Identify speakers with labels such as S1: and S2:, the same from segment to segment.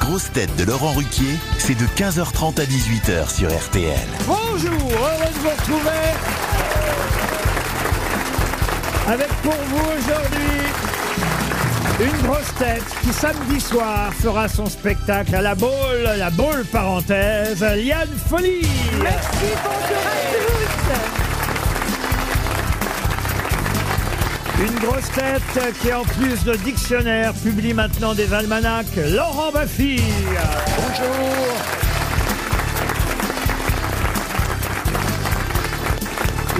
S1: grosses têtes de Laurent Ruquier, c'est de 15h30 à 18h sur RTL.
S2: Bonjour, heureux de vous retrouver avec pour vous aujourd'hui une grosse tête qui samedi soir fera son spectacle à la Baule, la Baule parenthèse, Liane Folie.
S3: Merci, bonjour à tous.
S2: Une grosse tête qui en plus de dictionnaire publie maintenant des almanachs, Laurent Baffy. Bonjour.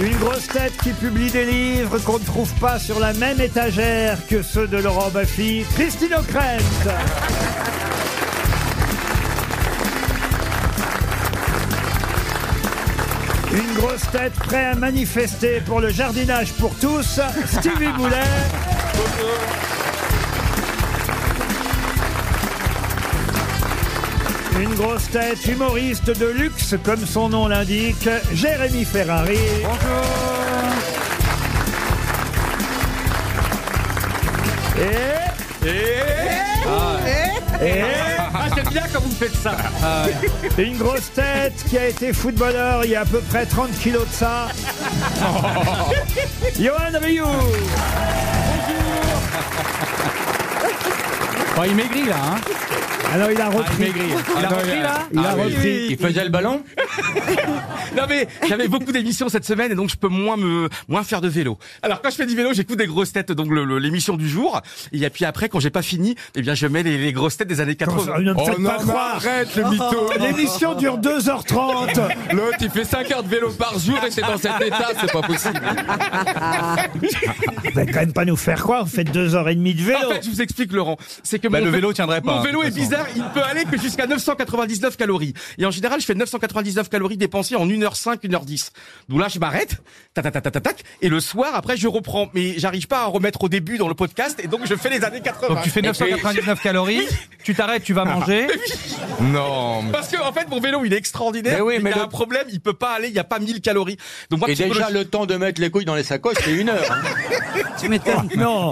S2: Une grosse tête qui publie des livres qu'on ne trouve pas sur la même étagère que ceux de Laurent Baffy, Christine O'Krent. Une grosse tête prête à manifester pour le jardinage pour tous, Stevie Boulet. Une grosse tête humoriste de luxe, comme son nom l'indique, Jérémy Ferrari. Bonjour. Et... Et...
S4: Ah, j'aime bien quand vous faites ça.
S2: Ah. Euh, Une grosse tête qui a été footballeur il y a à peu près 30 kilos de ça. Johan Rioux.
S5: Ah,
S6: il maigrit là, hein
S2: Alors Ah il a repris.
S6: il maigrit.
S4: Il a repris, là
S6: Il a
S4: Ah oui,
S6: repris.
S4: oui.
S6: Il faisait le ballon
S4: Non mais j'avais beaucoup d'émissions cette semaine et donc je peux moins me moins faire de vélo. Alors quand je fais du vélo, j'écoute des grosses têtes donc le- le- l'émission du jour et puis après quand j'ai pas fini, eh bien je mets les, les grosses têtes des années 80.
S2: ça, ne me faites pas croire.
S6: Oh Arrête le mytho
S2: L'émission dure 2h30.
S6: L'autre, il fait 5 heures de vélo par jour et c'est dans cet état, c'est pas possible.
S2: Vous allez quand même pas nous faire croire, vous faites 2h30 de vélo.
S4: En fait, je vous explique, Laurent. C'est que
S6: Bah,
S4: mon
S6: le
S4: vé-
S6: vélo tiendrait pas,
S4: Mon
S6: hein, de
S4: vélo
S6: toute
S4: est
S6: façon.
S4: bizarre. Il peut aller que jusqu'à 999 calories. Et en général, je fais 999 calories dépensées en 1h05, 1h10. Donc là, je m'arrête. Tac, tac, tac, tac, tac. Et le soir, après, je reprends. Mais j'arrive pas à remettre au début dans le podcast. Et donc, je fais les années 80.
S5: Donc tu fais 999 calories, tu t'arrêtes, tu vas manger.
S6: Non.
S4: Ah. Parce que, en fait, mon vélo, il est extraordinaire.
S5: Mais oui, mais
S4: il a
S5: le-
S4: un problème. Il peut pas aller. Il y a pas 1000 calories. Donc moi,
S7: Et
S4: psychologiquement-
S7: déjà, le temps de mettre les couilles dans les sacoches, c'est une heure. hein.
S5: Tu m'étonnes.
S2: Non.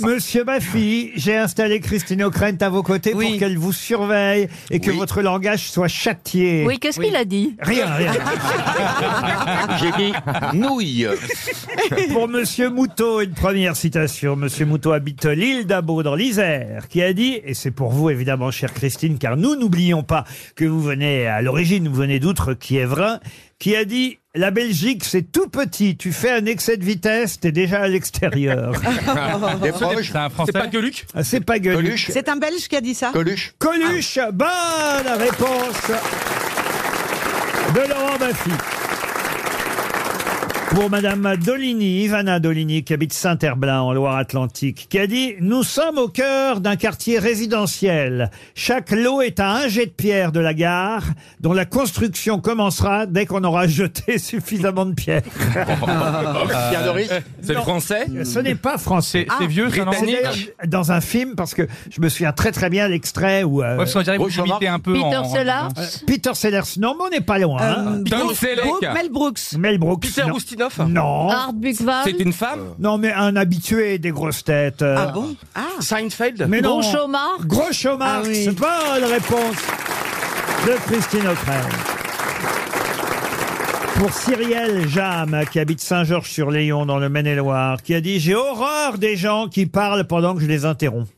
S2: Monsieur Baffy, j'ai installé Christine O'Krent à vos côtés
S5: Oui.
S2: pour qu'elle vous surveille et que
S7: Oui.
S2: votre langage soit châtié.
S8: Oui, qu'est-ce qu'il a dit Ah.
S2: Rien, rien.
S7: J'ai dit nouilles.
S2: Pour Monsieur Moutot, une première citation. Monsieur Moutot habite l'île d'Abo dans l'Isère, qui a dit, et c'est pour vous évidemment, chère Christine, car nous n'oublions pas que vous venez à l'origine, vous venez d'outre-Kiévrin, qui a dit La Belgique, c'est tout petit, tu fais un excès de vitesse, t'es déjà à l'extérieur.
S7: Des proches.
S5: C'est un
S4: C'est pas
S5: français.
S4: que Luc.
S2: Ah, c'est pas gueule.
S7: Coluche.
S3: C'est un Belge qui a dit ça.
S7: Coluche.
S2: Coluche,
S3: Ah.
S2: bonne réponse de Laurent Baffy. Pour Madame Dolini, Ivana Dolini, qui habite Saint-Herblain en Loire-Atlantique, qui a dit « Nous sommes au cœur d'un quartier résidentiel. Chaque lot est à un jet de pierre de la gare, dont la construction commencera dès qu'on aura jeté suffisamment de pierres.
S7: Pierre Doris.
S6: Euh, C'est le français »
S2: Ce n'est pas français. Ah.
S5: C'est c'est vieux, ça non
S2: C'est
S5: Ouais,
S2: d'ailleurs dans un film, parce que je me souviens très très bien l'extrait où... euh,
S5: parce qu'on dirait que vous
S7: Gauche,
S5: imitez un peu
S8: Peter
S5: en...
S8: Sellars
S2: Peter Sellers, non, mais on n'est pas loin.
S6: Tom
S2: hein.
S3: Brooks-
S6: Selleck.
S3: Brooks- Mel Brooks.
S2: Mel Brooks.
S4: Peter
S2: non.
S4: Ustinov.
S2: Non. Euh,
S8: Art
S6: C'est
S8: Buchwald
S6: une femme
S2: Non, mais un habitué des grosses têtes. euh.
S3: Ah bon Ah
S4: Seinfeld.
S2: Mais non.
S8: Bon Chômard
S2: Gros chômage.
S3: Ah oui.
S2: C'est pas la réponse de Christine O'Krent. Pour Cyrielle Jam, qui habite Saint-Georges-sur-Léon dans le Maine-et-Loire, qui a dit J'ai horreur des gens qui parlent pendant que je les interromps.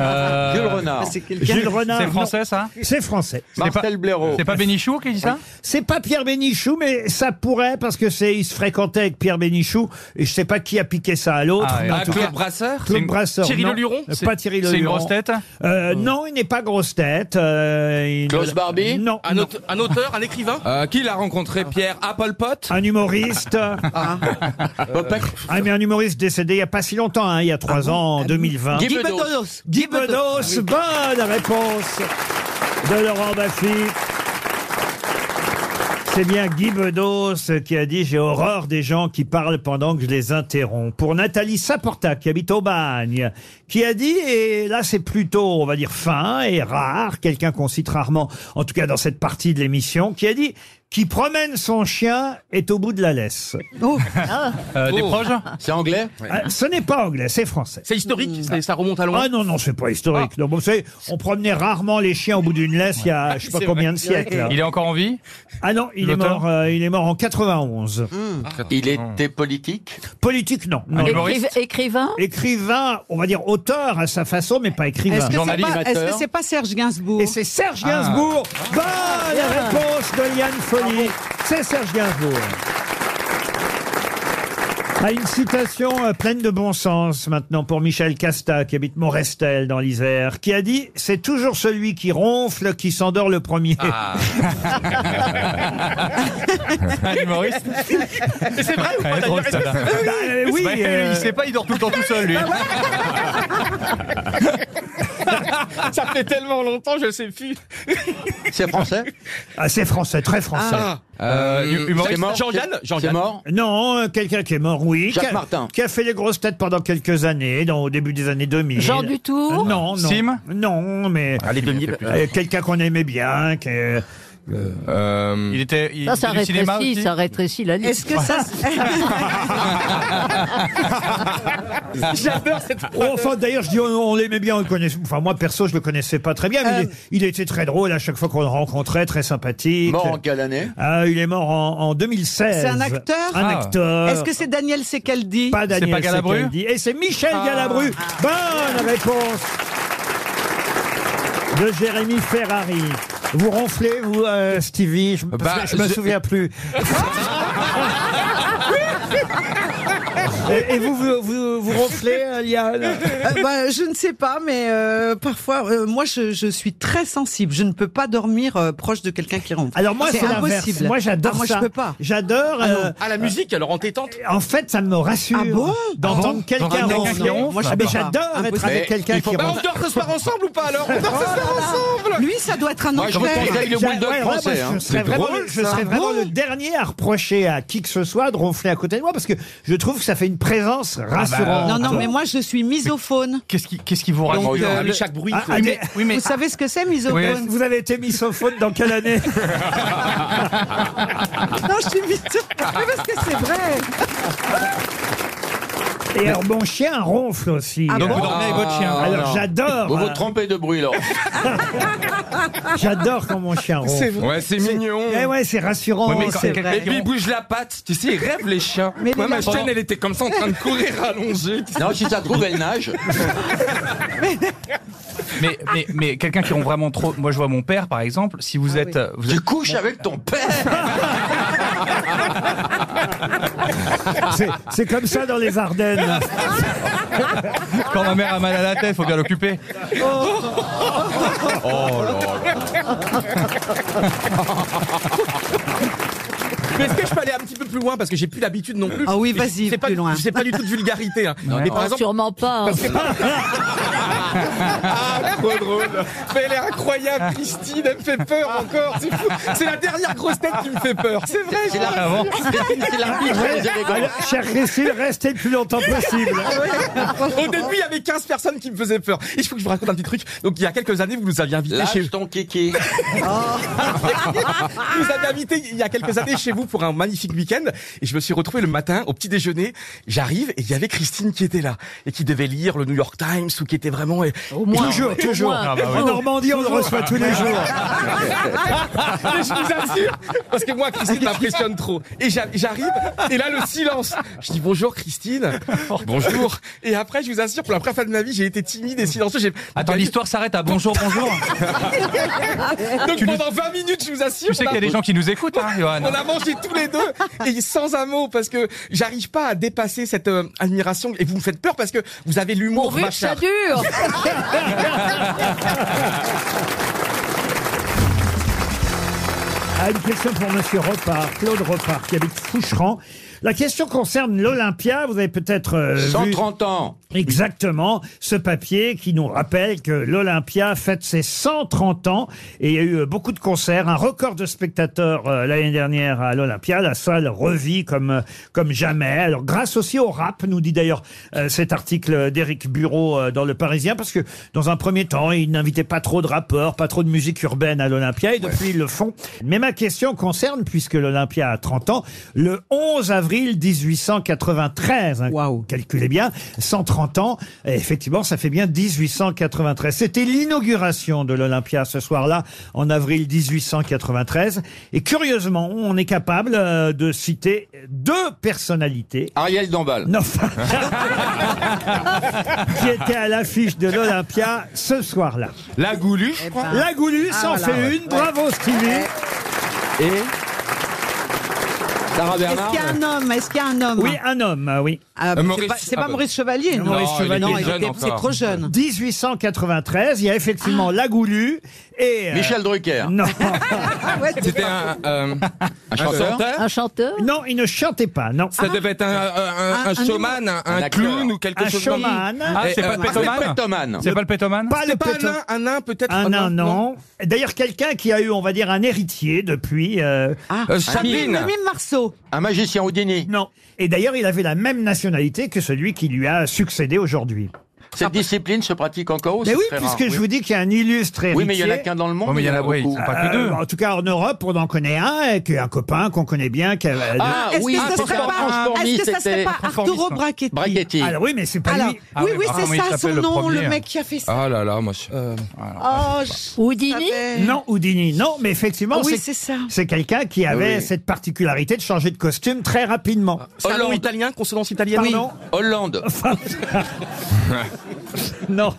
S5: Euh,
S7: Jules Renard.
S3: C'est quelqu'un.
S2: Jules Renard.
S5: C'est
S2: Ah, non,
S5: français ça
S2: C'est français.
S7: Marcel Blaireau.
S5: C'est pas Bénichou qui dit ça
S2: C'est pas Pierre Bénichou, mais ça pourrait parce que c'est il se fréquentait avec Pierre Bénichou et je sais pas qui a piqué ça à l'autre.
S5: Ah,
S2: mais en
S6: Ah,
S2: tout
S6: Claude
S2: cas,
S6: Brasseur
S2: Claude
S5: C'est une-
S2: Brasseur.
S4: Thierry
S2: non.
S4: Leluron
S2: Euh,
S5: C'est-
S2: Pas Thierry Leluron.
S5: C'est une grosse tête Oh.
S2: Euh, Non, il n'est pas grosse tête. euh, il-
S7: Klaus Barbie
S2: Non.
S4: Un,
S2: non.
S4: aute- un auteur, un écrivain.
S6: Euh, Qui l'a rencontré Pierre Applepot
S2: Un humoriste.
S7: Popek.
S2: ah, mais un humoriste décédé il n'y a pas si longtemps, hein, il y a
S7: Ah
S2: trois ans, en 2020.
S7: Guy
S3: Guy
S7: Bedos.
S3: Bedos.
S2: Guy Bedos, bonne réponse de Laurent Baffy. C'est bien Guy Bedos qui a dit J'ai horreur des gens qui parlent pendant que je les interromps. Pour Nathalie Saporta, qui habite Aubagne, qui a dit, et là c'est plutôt, on va dire, fin et rare, quelqu'un qu'on cite rarement, en tout cas dans cette partie de l'émission, qui a dit Qui promène son chien est au bout de la laisse.
S3: Ah. Oh.
S5: Euh, Des proches
S7: C'est anglais
S2: Ah, ce n'est pas anglais, c'est français.
S4: C'est historique, c'est- ça remonte à loin.
S2: Ah non, non, c'est pas historique. Non, bon, vous savez, on promenait rarement les chiens au bout d'une laisse il y a je sais pas
S4: C'est
S2: combien de siècles.
S5: Il est encore en vie
S2: Ah non, il est,
S5: L'auteur
S2: mort, euh, il est mort en 91.
S7: Il était politique
S2: Politique, non. non, non.
S5: Ah, humoriste.
S8: Écriv- écrivain
S2: Écrivain, on va dire auteur à sa façon, mais pas écrivain.
S3: Est-ce que c'est
S7: Journaliste
S3: pas, est-ce
S7: amateur.
S3: que c'est pas Serge Gainsbourg
S2: Et c'est Serge Gainsbourg. Ah. Bonne Ah, réponse de Yann Folly. C'est Serge Gainsbourg. À une citation euh, pleine de bon sens maintenant pour Michel Casta qui habite Morestel dans l'Isère qui a dit c'est toujours celui qui ronfle qui s'endort le premier.
S7: Ah.
S5: Un humoriste
S4: Mais c'est vrai ou
S5: Elle est
S4: pas d'ailleurs
S5: Eh, drôle, celle-là.
S2: Bah, euh, oui,
S5: Ouais,
S2: euh,
S5: Il sait pas, il dort tout le temps tout seul, lui.
S4: Ça fait tellement longtemps, je sais plus.
S7: C'est français
S2: ah, c'est français, très français.
S4: Ah,
S5: Euh, hum- humoriste.
S7: C'est mort
S4: Jean-Yann
S7: C'est
S4: Jean-Yann.
S7: mort
S2: Non, euh, quelqu'un qui est mort, oui.
S7: Jacques
S2: qui a,
S7: Martin.
S2: Qui a fait les grosses têtes pendant quelques années, dans, au début des années 2000.
S8: Jean Dutour
S2: Euh, Non, non.
S5: Sim
S2: Non, mais
S7: Allez, 2000.
S2: euh, quelqu'un qu'on aimait bien. qui, euh,
S5: Il était. Il
S8: Ça, ça
S5: était du cinéma
S8: rétrécit,
S5: aussi
S8: ça rétrécit la liste.
S3: Est-ce que ça
S4: J'adore cette
S2: oh, enfin, d'ailleurs, je dis on, on l'aimait bien, on le connaissait. Enfin, moi, perso, je le connaissais pas très bien, mais
S3: Euh.
S2: il, il était très drôle à chaque fois qu'on le rencontrait, très sympathique.
S7: Mort en quelle année
S2: Ah, il est mort en, en 2016.
S3: C'est un acteur
S2: Un
S5: Ah.
S2: acteur.
S3: est-ce que c'est Daniel Secaldi
S2: pas Daniel
S5: pas Galabru
S2: Secaldi. Et c'est Michel
S3: Ah.
S2: Galabru. Bonne réponse de Jérémy Ferrari. Vous ronflez, vous, euh, Stevie je, parce
S6: Bah,
S2: que je me
S6: je-
S2: souviens plus. et, et vous, vous, vous, vous ronflez, euh, Liane
S3: Euh, bah, Je ne sais pas, mais euh, parfois, euh, moi, je, je suis très sensible. Je ne peux pas dormir euh, proche de quelqu'un qui ronfle.
S2: Alors moi, c'est l'inverse.
S3: impossible.
S2: Moi, j'adore
S3: Ah, moi,
S2: ça.
S3: je peux pas.
S2: J'adore.
S3: Ah non.
S2: euh,
S4: Ah, la musique, alors entêtante.
S2: en fait, ça me rassure
S3: Ah bon
S2: d'entendre quelqu'un
S5: D'entendre quelqu'un
S2: ronfler.
S5: qui ronfle
S2: Moi,
S3: Ah,
S2: mais
S3: bah,
S2: j'adore être
S3: impossible.
S2: avec quelqu'un
S7: Il faut
S2: qui
S7: pas
S4: Bah,
S2: ronfle.
S4: on dort ce soir ensemble ou pas alors On dort ce soir ensemble
S3: Lui, ça doit être un
S7: Moi, je vous
S3: enfer.
S7: conseille le
S2: J'ai-
S7: bulldog
S2: ouais, ouais, moi,
S7: français. hein.
S2: Je serais vraiment, le- je serais vraiment le dernier à reprocher à qui que ce soit de ronfler à côté de moi parce que je trouve que ça fait une présence rassurante.
S3: bah, Non, non, mais moi, je suis misophone.
S5: Qu'est-ce qui, qu'est-ce qui vous
S7: Donc,
S5: raconte
S7: euh,
S4: Ah, mais
S7: le-
S4: chaque bruit.
S2: Ah,
S4: Claude.
S2: ah, mais-
S5: Oui, mais
S3: Vous savez ce que c'est, misophone
S2: Vous avez été misophone dans quelle année
S3: Non, je suis misophone. Mais parce que c'est vrai.
S2: Et alors, mon chien ronfle aussi.
S5: donc vous
S2: alors
S5: dormez avec votre chien.
S7: Ah,
S2: Ah alors,
S7: non.
S2: j'adore,
S7: Vous vous
S2: hein.
S7: trompez de bruit, Laurent.
S2: j'adore quand mon chien ronfle.
S6: Ouais, c'est mignon.
S2: Eh ouais, c'est rassurant.
S5: Ouais, mais quand-
S2: c'est-
S5: quelqu'un
S3: Oh, vrai.
S5: qui
S6: Puis il bouge la patte, tu sais, il rêve les chiens.
S3: Mais
S6: Moi,
S3: les
S6: ma
S3: lapins-
S6: chienne, elle était comme ça en train de courir allongée. tu sais.
S7: Non, si ça trouve, elle nage.
S5: Mais, mais, mais quelqu'un qui ont vraiment trop. Moi, je vois mon père, par exemple. Si vous
S2: Ah
S5: êtes, euh, vous
S7: Tu
S5: êtes-
S7: couches avec ton père
S2: c'est- c'est comme ça dans les Ardennes.
S5: quand ma mère a mal à la tête, faut bien l'occuper.
S4: Oh. Mais est-ce que je peux aller un petit peu plus loin parce que j'ai plus l'habitude non plus.
S3: Ah oui,
S4: Et
S3: vas-y,
S4: c'est pas-
S3: plus loin.
S4: C'est pas du tout de vulgarité. hein. Mais par
S8: Oh,
S4: exemple,
S8: Sûrement pas. hein.
S7: Ah,
S4: trop drôle. Mais elle est incroyable, Christine. Elle me fait peur encore. C'est fou. C'est la dernière grosse tête qui me fait peur. C'est vrai.
S7: C'est la,
S5: Avant.
S7: c'est la plus grosse
S2: Alors,
S7: élégance.
S2: Cher Christine, restez le plus longtemps possible.
S4: Au début, il y avait 15 personnes qui me faisaient peur. Et il faut que je vous raconte un petit truc. Donc, il y a quelques années, vous nous aviez invités chez
S7: Lâche ton kiki.
S4: vous. Vous avez invité il y a quelques années chez vous pour un magnifique week-end. Et je me suis retrouvé le matin au petit déjeuner. J'arrive et il y avait Christine qui était là et qui devait lire le New York Times ou qui était vraiment. et-
S8: Au moins. Ah, bah
S2: Toujours,
S8: au
S2: toujours.
S8: moins.
S2: En Normandie, on le reçoit tous les jours.
S4: Mais je vous assure, parce que moi, Christine m'impressionne trop. Et j'a- j'arrive, et là, le silence. Je dis bonjour, Christine. Bonjour. Et après, je vous assure, pour la première fois de ma vie, j'ai été timide et silencieux. J'ai-
S5: Attends, l'histoire s'arrête à bonjour, bonjour.
S4: Donc pendant 20 minutes, je vous assure,
S5: Tu sais
S4: on
S5: qu'il y a
S4: a-
S5: des gens qui nous écoutent, hein, Johan.
S4: on a mangé tous les deux et sans un mot parce que j'arrive pas à dépasser cette euh, admiration et vous me faites peur parce que vous avez l'humour
S8: Pourvu que ça
S4: machard.
S8: dure.
S2: Ah, une question pour Monsieur Repart, Claude Repart, qui habite Foucheran. La question concerne l'Olympia. Vous avez peut-être euh, vu-
S7: 130 ans.
S2: Exactement, ce papier qui nous rappelle que l'Olympia fête ses 130 ans et il y a eu euh, beaucoup de concerts, un record de spectateurs euh, l'année dernière à l'Olympia, la salle revit comme euh, comme jamais. Alors grâce aussi au rap, nous dit d'ailleurs euh, cet article d'Éric Bureau euh, dans Le Parisien, parce que dans un premier temps, ils n'invitaient pas trop de rappeurs, pas trop de musique urbaine à l'Olympia et depuis ils le font. Mais ma question concerne, puisque l'Olympia a 30 ans, le 11 avril 1893, hein,
S3: Waouh.
S2: calculez bien, 130 ans, et effectivement, ça fait bien 1893. C'était l'inauguration de l'Olympia ce soir-là, en avril 1893. Et curieusement, on est capable euh, de citer deux personnalités.
S7: Ariel Dombal.
S2: Non, enfin, qui étaient à l'affiche de l'Olympia ce soir-là.
S4: La gouluche.
S3: Eh ben,
S2: La Goulue
S3: Ah,
S2: en
S3: voilà,
S2: fait
S3: ouais.
S2: une. Bravo, Stevie.
S7: Et Sarah
S3: Est-ce
S7: Bernard.
S3: qu'il y a un homme Est-ce qu'il y a un homme
S2: Oui, un homme, euh, oui.
S3: Ah, mais
S6: Maurice-
S3: C'est pas, c'est
S6: ah
S3: pas
S6: bah.
S3: Maurice Chevalier, non
S6: Maurice il Chevalier,
S3: Non,
S6: était
S3: il
S6: jeune
S3: était- c'est
S6: encore.
S3: trop jeune.
S2: 1893, il y a effectivement La Goulue et... euh,
S7: Michel Drucker.
S2: Non,
S3: Ah ouais,
S6: C'était un, euh,
S7: Un
S6: un
S7: chanteur.
S6: chanteur
S8: Un chanteur
S2: non, il ne chantait pas, non.
S6: Ça devait être un, un, un,
S3: Un- un
S6: showman, un, un
S7: acteur.
S6: clown ou quelque
S2: Un
S6: chose
S2: showman.
S5: Ah,
S6: Et,
S5: c'est pas
S6: euh,
S5: le
S7: Marcel
S5: pétoman
S7: Pectoman.
S5: C'est pas le pétoman
S2: Pas le
S4: Pas un
S2: péto-
S4: nain, un nain peut-être.
S2: Un nain, non. D'ailleurs, quelqu'un qui a eu, on va dire, un héritier depuis. euh,
S3: Ah,
S6: Euh, Sabine.
S3: Mimi Marceau.
S7: Un magicien au dîner.
S2: non. Et d'ailleurs, il avait la même nationalité que celui qui lui a succédé aujourd'hui.
S7: Cette discipline se pratique encore aussi.
S2: Mais oui, puisque je vous dis qu'il y a un illustre héritier. Euh,
S7: Oui, mais il y en a qu'un dans le monde. euh,
S5: Oh, mais il y en a- oui,
S7: beaucoup.
S5: ils sont pas- que deux.
S2: en tout cas, en Europe, on en connaît un, et qui est un copain qu'on connaît bien. qui a- euh,
S7: Ah
S3: Est-ce
S7: oui,
S3: que ça
S7: c'était
S3: serait
S7: un
S3: pas,
S7: transformiste,
S3: est-ce que ça serait
S7: c'était
S3: pas Arturo
S5: non.
S3: Brachetti
S7: Brachetti.
S2: Alors oui, Euh, mais c'est pas
S3: Alors,
S2: lui.
S5: Ah
S3: oui,
S5: oui,
S3: oui,
S5: bah, comment
S3: c'est
S5: il
S3: ça son
S5: s'appelle le
S3: nom, le
S5: premier
S3: mec qui a fait ça.
S6: Ah là là, moi je...
S3: Oh, je
S8: Houdini
S3: savais.
S2: Non, Houdini, non, mais effectivement,
S3: Ah oui,
S2: c'est
S3: c'est ça.
S2: c'est quelqu'un qui avait
S7: Ah oui.
S2: cette particularité de changer de costume très rapidement.
S4: C'est un nom
S7: Hollande.
S4: italien, consonance italienne.
S2: Pardon
S7: Hollande.
S2: Non.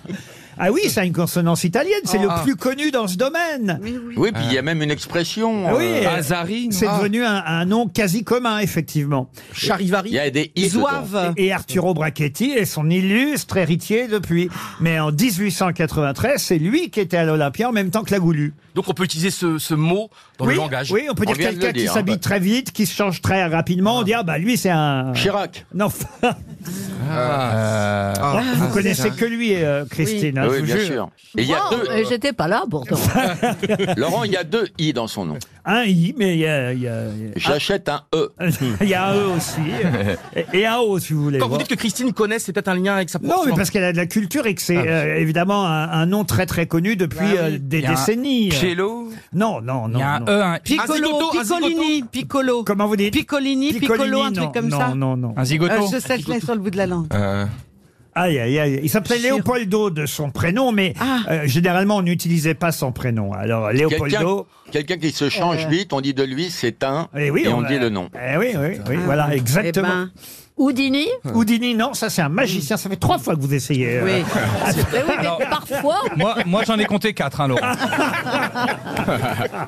S2: Ah oui, ça a une consonance italienne, c'est le
S5: ah.
S2: plus connu dans ce domaine.
S7: Oui, puis il y a même une expression.
S2: Ah oui,
S7: euh,
S2: euh,
S6: Azari
S2: c'est devenu un, un nom quasi commun, effectivement.
S7: Il
S4: Charivari.
S7: y a des is dedans.
S3: Zouave.
S2: Et Arturo Brachetti est son illustre héritier depuis. Mais en 1893, c'est lui qui était à l'Olympia en même temps que la Goulue.
S4: Donc on peut utiliser ce, ce mot dans
S2: oui,
S4: le langage.
S2: oui, on peut
S7: On
S2: dire
S7: vient de le
S2: quelqu'un qui
S7: dire,
S2: s'habille
S7: hein, bah.
S2: très vite, qui se change très rapidement. On dit, ah bah lui, c'est un...
S7: Chirac. Ah.
S2: Non, enfin, Ah, vous connaissez que lui, euh, Christine. hein,
S7: Ah
S2: je
S7: oui,
S2: vous
S7: bien
S2: jure.
S7: sûr. Et il y a
S8: Wow,
S7: deux.
S8: euh, J'étais pas là pourtant.
S7: Laurent, il y a deux i dans son nom.
S2: Un i, mais il y a... il y a-
S7: J'achète un e.
S2: Il y a un E aussi. Et- Et un O, si vous voulez.
S4: bah. Quand vous
S2: Bon.
S4: dites que Christine connaît, c'est peut-être un lien avec sa
S2: Non, mais
S4: profession.
S2: parce qu'elle a de la culture et que
S7: Ah,
S2: c'est euh, évidemment un, un nom très très connu
S3: Bah
S2: depuis euh, des
S5: Il y a un
S2: décennies.
S5: Cello
S2: Non, non,
S5: Il
S2: non.
S5: y a un
S2: non.
S5: E, un I.
S3: Piccolo,
S4: zigoto, un zigoto.
S3: Piccolini, Piccolo.
S2: Comment vous dites
S3: Piccolini, Piccolo, un
S2: non,
S3: truc comme
S2: non,
S3: ça.
S2: Non, non,
S5: Un
S3: Euh,
S5: zigoto
S3: Je sais, je l'ai sur le bout de la langue.
S2: Aïe, aïe, aïe. Il s'appelait
S3: Chiro.
S2: Léopoldo de son prénom, mais
S3: Ah.
S2: euh, généralement on n'utilisait pas son prénom. Alors
S7: Quelqu'un
S2: Léopoldo. Euh.
S7: quelqu'un qui se change vite, on dit de lui c'est un.
S2: Eh oui,
S7: et on,
S2: a-
S7: dit le nom.
S2: Eh oui, oui, oui, voilà, exactement.
S3: Ah. Eh ben,
S8: Houdini
S2: Houdini, non, ça c'est un magicien. Ça fait trois fois que vous essayez. euh,
S3: oui.
S8: Mais oui,
S5: Alors-
S8: mais parfois.
S5: Moi, moi j'en ai compté quatre, hein, Laurent.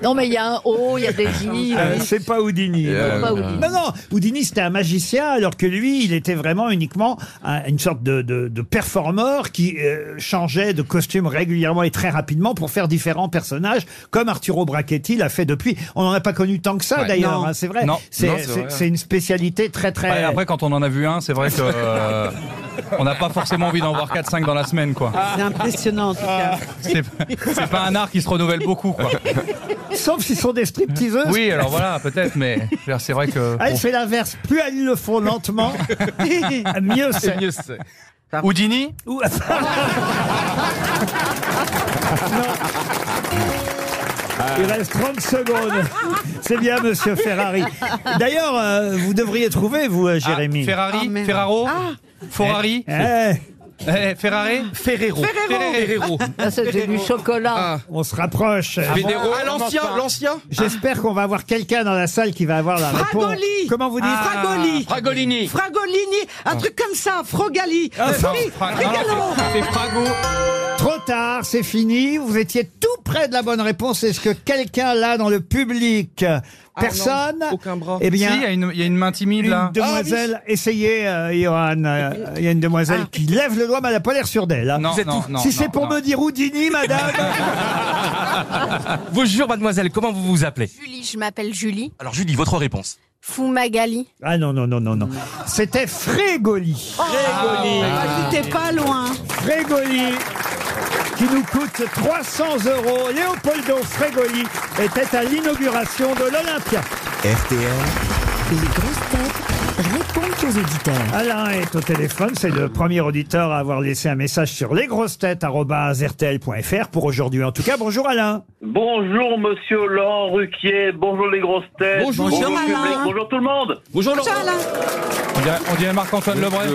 S8: Non, mais il y a un O, il y a des I.
S2: Euh,
S8: oui.
S2: c'est pas Houdini.
S8: euh,
S2: non.
S8: Pas Houdini.
S2: Non, non, Houdini c'était un magicien, alors que lui, il était vraiment uniquement un- une sorte de, de, de performeur qui euh, changeait de costume régulièrement et très rapidement pour faire différents personnages, comme Arturo Brachetti l'a fait depuis. On n'en a pas connu tant que ça
S5: Ouais.
S2: d'ailleurs,
S3: Non.
S2: hein, c'est vrai.
S5: Non.
S2: C'est-
S6: Non, c'est
S2: C'est
S6: vrai.
S2: c'est une spécialité très très.
S5: Ouais, Bah, après, quand on en a vu un, c'est vrai que. euh, on n'a pas forcément envie d'en voir 4-5 dans la semaine, quoi.
S3: C'est impressionnant, en tout
S5: Ah.
S3: cas.
S5: C'est c'est pas un art qui se renouvelle beaucoup, quoi.
S2: Sauf s'ils sont des stripteaseurs.
S5: Oui, alors voilà, peut-être, mais je veux dire, c'est vrai que.
S2: Ah, Elle fait l'inverse. Plus elles le font lentement, Ah, mieux c'est.
S5: mieux, c'est. Houdini
S2: Ou- Il reste 30 secondes. C'est bien, monsieur Ferrari. D'ailleurs, euh, vous devriez trouver, vous, euh, Jérémy.
S5: Ah, Ferrari
S3: Ah, merde.
S5: Ferraro Ferrari
S2: Eh,
S5: eh, Ferrari
S4: Ferrero.
S3: Ferrero.
S4: Ferrero.
S8: Ah, ça, c'est du
S5: Ah.
S8: chocolat.
S2: on se rapproche.
S4: Fédéro. Ah, l'ancien, l'ancien.
S2: J'espère qu'on va avoir quelqu'un dans la salle qui va avoir la réponse.
S3: Fragoli. Ah.
S2: Comment vous dites
S3: Fragoli.
S7: Fragolini.
S3: Fragolini, un truc comme ça, Frogali.
S2: Ah,
S3: Euh,
S2: fra-
S3: Fri-
S5: fra-
S3: Frigalo.
S5: Ah, C'est Frago
S2: Trop tard, c'est fini. Vous étiez tout près de la bonne réponse. Est-ce que quelqu'un là dans le public Personne
S4: Ah aucun bras.
S2: Eh
S5: Si,
S2: bien,
S5: il y, a une- il y a une main timide
S2: Une
S5: là. Ah
S2: demoiselle, essayez, euh, Johan. euh, Il y a une demoiselle qui lève le doigt, mais elle n'a pas l'air sûre d'elle. hein.
S5: Non,
S2: Vous êtes
S5: non,
S2: tout-
S5: non,
S2: si
S5: non,
S2: c'est pour
S5: non.
S2: me dire Houdini, madame.
S4: Ah, Vous jure, mademoiselle, comment vous vous appelez
S9: Julie, je m'appelle Julie.
S4: Alors Julie, votre réponse.
S10: Fou Magali.
S2: Ah non, non, non, non, non. C'était Frégoli.
S3: Frégoli.
S2: Ah.
S3: J'étais Ah, pas loin.
S2: Frégoli qui nous coûte 300 euros. Léopoldo Frégoli était à l'inauguration de l'Olympia.
S11: RTL,
S12: Les grosses têtes répondent aux auditeurs.
S2: Alain est au téléphone, c'est le premier auditeur à avoir laissé un message sur lesgrossetêtes.rtl.fr pour aujourd'hui en tout cas. Bonjour Alain.
S13: Bonjour Monsieur Laurent Ruquier, bonjour les grosses têtes,
S4: Bonjour,
S3: bonjour,
S13: le public,
S3: Alain.
S13: bonjour tout le monde.
S4: Bonjour Laurent.
S3: Ciao, Alain.
S5: On dirait, on dirait Marc-Antoine Lebret.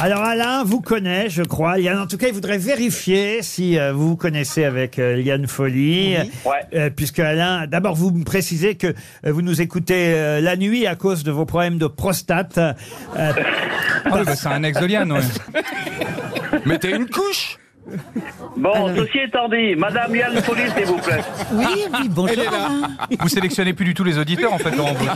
S2: Alors Alain vous connaît, je crois. Yann, en tout cas, il voudrait vérifier si euh, vous vous connaissez avec euh, Liane Folly.
S13: Ouais.
S2: Euh, puisque Alain, d'abord, vous me précisez que euh, vous nous écoutez euh, la nuit à cause de vos problèmes de prostate. Euh,
S5: Ah oui, bah, c'est un ex de Liane, ouais.
S14: Mettez une couche
S13: Bon, ceci étant dit, Madame Yann Folie, s'il vous plaît.
S3: Oui, oui, bonjour. Alain.
S5: Vous sélectionnez plus du tout les auditeurs, en fait, Laurent. Vous,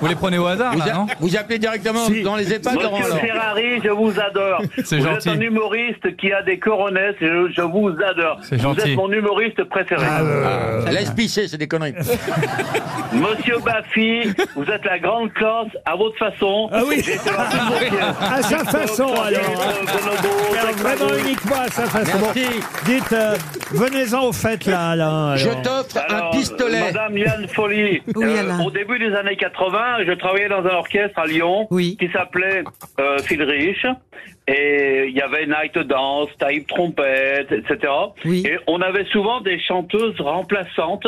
S5: vous les prenez au hasard,
S7: Vous,
S5: là,
S7: a-
S5: non
S7: vous appelez directement
S2: Si.
S7: dans les EHPAD, Laurent
S13: Monsieur
S7: alors.
S13: Ferrari, je vous adore.
S5: C'est
S13: vous
S5: gentil.
S13: êtes un humoriste qui a des coronesses, et je, je vous adore.
S5: C'est
S13: vous
S5: gentil.
S13: êtes mon humoriste préféré.
S2: Ah,
S7: Ah, euh,
S2: euh,
S7: Laisse pisser, c'est des conneries.
S13: Monsieur Baffy, vous êtes la grande classe à votre façon.
S2: Ah oui,
S13: À
S2: à sa façon alors. hein. Alors, Vraiment uniquement à sa façon. Bon,
S7: Merci.
S2: dites, euh, venez-en au fait là, Alain.
S7: Je
S2: alors.
S7: t'offre un
S13: Alors,
S7: pistolet.
S13: Madame Yann Folly,
S3: Oui,
S13: euh,
S3: Alain.
S13: au début des années 80, je travaillais dans un orchestre à Lyon
S3: Oui.
S13: qui s'appelait euh, Phil Rich. Et il y avait Night Dance, Type Trompette, etc.
S3: Oui.
S13: Et on avait souvent des chanteuses remplaçantes.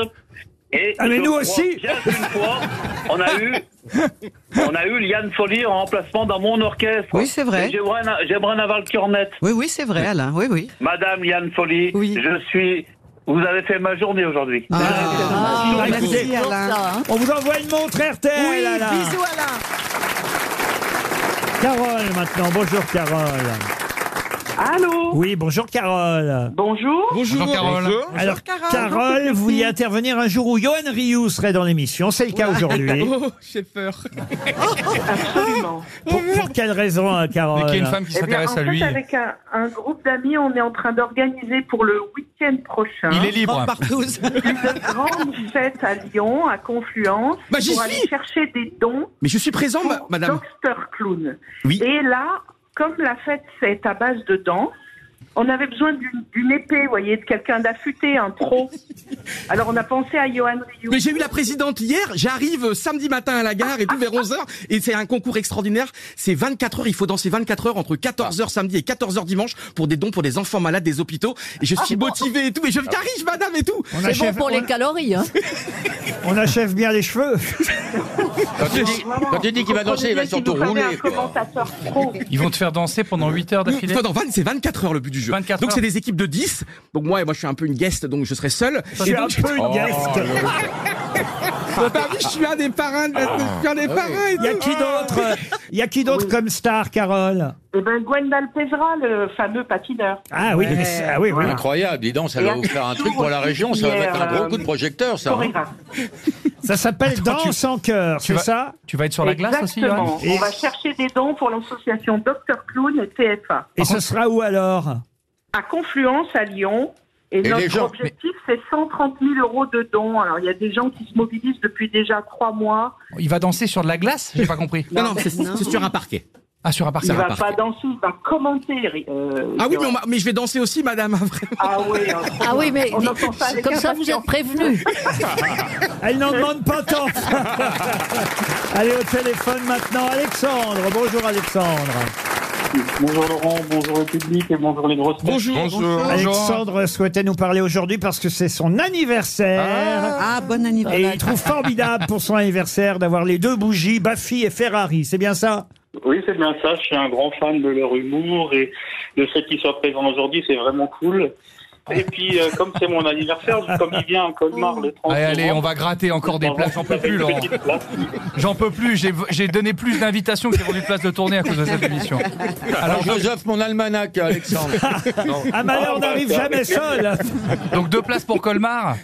S13: Et
S2: Ah, mais
S13: je
S2: nous
S13: crois
S2: aussi.
S13: bien qu'une fois, on a eu, on a eu Liane Folly en remplacement dans mon orchestre.
S3: Oui, c'est vrai.
S13: Et J'aimerais un- j'aimerais en avoir le cœur net.
S3: Oui, oui, c'est vrai, Alain. Oui, oui.
S13: Madame Liane Folly,
S3: Oui.
S13: je suis. Vous avez fait ma journée aujourd'hui.
S3: Ah, merci,
S8: Pour
S3: Alain.
S8: ça, hein.
S2: On vous envoie une montre RTL,
S3: Oui,
S2: Alain.
S3: bisous, Alain.
S2: Carole maintenant. Bonjour Carole.
S10: Allô
S2: Oui, bonjour Carole.
S10: Bonjour.
S5: Bonjour, Carole.
S2: Alors Carole,
S3: Carole.
S2: vous vouliez intervenir un jour où Johan Rioux serait dans l'émission. C'est le cas aujourd'hui.
S4: Oh, j'ai peur.
S10: Absolument.
S2: Pour, pour quelle raison, hein,
S5: Mais
S2: Carole
S5: qu'il y ait une femme qui
S10: Eh bien,
S5: s'intéresse
S10: en
S5: à lui.
S10: fait, avec un, un groupe d'amis, on est en train d'organiser pour le week-end prochain
S5: Il est libre.
S3: Partouze.
S10: une grande fête à Lyon, à Confluence,
S4: Bah, j'y
S10: pour
S4: suis.
S10: aller chercher des dons
S4: Mais je suis présent,
S10: pour
S4: ma- madame.
S10: Dr Clown.
S4: Oui.
S10: Et là, comme la fête c'est à base de danse, on avait besoin d'une d'une épée, vous voyez, de quelqu'un d'affûté, un pro. Alors on a pensé à Johan Rioux.
S4: Mais j'ai eu la présidente hier, j'arrive euh, samedi matin à la gare et tout vers 11h et c'est un concours extraordinaire, c'est 24 heures, il faut danser 24 heures entre 14h samedi et 14h dimanche pour des dons pour des enfants malades des hôpitaux et je
S2: Ah,
S4: suis motivé et tout et je j'arrive madame et tout.
S2: on
S8: C'est bon
S2: achève,
S8: pour les calories. Hein.
S2: on achève bien les cheveux.
S7: Quand tu dis, quand tu dis qu'il va danser, il va surtout rouler.
S10: Un
S5: euh,
S7: quoi.
S10: commentateur pro.
S5: Ils vont te faire danser pendant 8 heures d'affilée.
S4: Non, non, vingt- c'est 24 heures le but du jeu.
S5: 24
S4: donc
S5: heures.
S4: c'est des équipes de 10. Donc moi, moi je suis un peu une guest, donc je serai seul.
S2: Je suis
S4: Et
S2: un
S4: donc,
S2: peu une guest.
S4: Oh. Bah oui, je suis un des parrains, de la- je suis un des parrains et
S2: Ah, Il y a
S4: tout.
S2: qui d'autre Il y a qui d'autre comme star, Carole
S10: Eh ben Gwendal Pesra, le fameux patineur.
S2: Ah oui, mais c'est- ah oui, oui.
S7: Incroyable, dis donc, ça va vous faire un euh, truc pour la région, ça va mettre un gros coup de projecteur, ça. hein.
S10: chorégraphe.
S2: Ça s'appelle
S5: Attends, Ah, tu-
S2: Danse en cœur, c'est
S5: vas-
S2: ça
S5: Tu vas être sur la glace aussi, Johan
S10: Exactement.
S2: Et-
S10: On va chercher des dons pour l'association Dr Clown et TFA.
S2: Et ce sera où alors
S10: à Confluence à Lyon. Et, notre
S7: les gens-
S10: objectif, c'est 130 000 euros de dons. Alors, il y a des gens qui se mobilisent depuis déjà trois mois.
S5: Il va danser sur de la glace J'ai pas compris.
S4: Non, non, c'est c'est sur un parquet.
S5: Ah, sur un parc.
S10: Il
S4: Ça va
S10: va
S4: partir.
S10: pas danser, il va commenter. euh,
S4: Ah oui, mais,
S10: Johan.
S4: on m'a- mais je vais danser aussi, madame. après.
S10: Ah oui, hein.
S8: Ah oui, mais
S10: On entend ça avec
S8: comme ça, vous
S10: impatience.
S8: êtes prévenus.
S2: Elle n'en demande pas tant. Allez au téléphone maintenant, Alexandre. Bonjour Alexandre.
S13: Bonjour Laurent, bonjour le public et bonjour les grosses têtes.
S4: Bonjour.
S2: Alexandre souhaitait nous parler aujourd'hui parce que c'est son anniversaire.
S3: Ah, bon
S2: Et
S3: anniversaire.
S2: il trouve formidable pour son anniversaire d'avoir les deux bougies, Baffy et Ferrari. C'est bien ça
S13: Oui, c'est bien ça. Je suis un grand fan de leur humour et le fait qu'ils soient présents aujourd'hui, c'est vraiment cool. Et puis, euh, comme c'est mon anniversaire, comme il vient à Colmar le 30
S5: Allez, allez,
S13: novembre,
S5: on va gratter encore des
S13: on va
S5: places. J'en peux
S13: faire
S5: plus,
S13: une
S5: Laurent.
S13: petite place.
S5: J'en peux plus. J'ai- J'ai donné plus d'invitations que j'ai vendu de places de tournée à cause de cette émission.
S7: Alors, je vous offre mon almanach, Alexandre.
S2: Un malheur
S13: Ah,
S2: n'arrive
S13: bah,
S2: jamais seul.
S5: Donc deux places pour Colmar.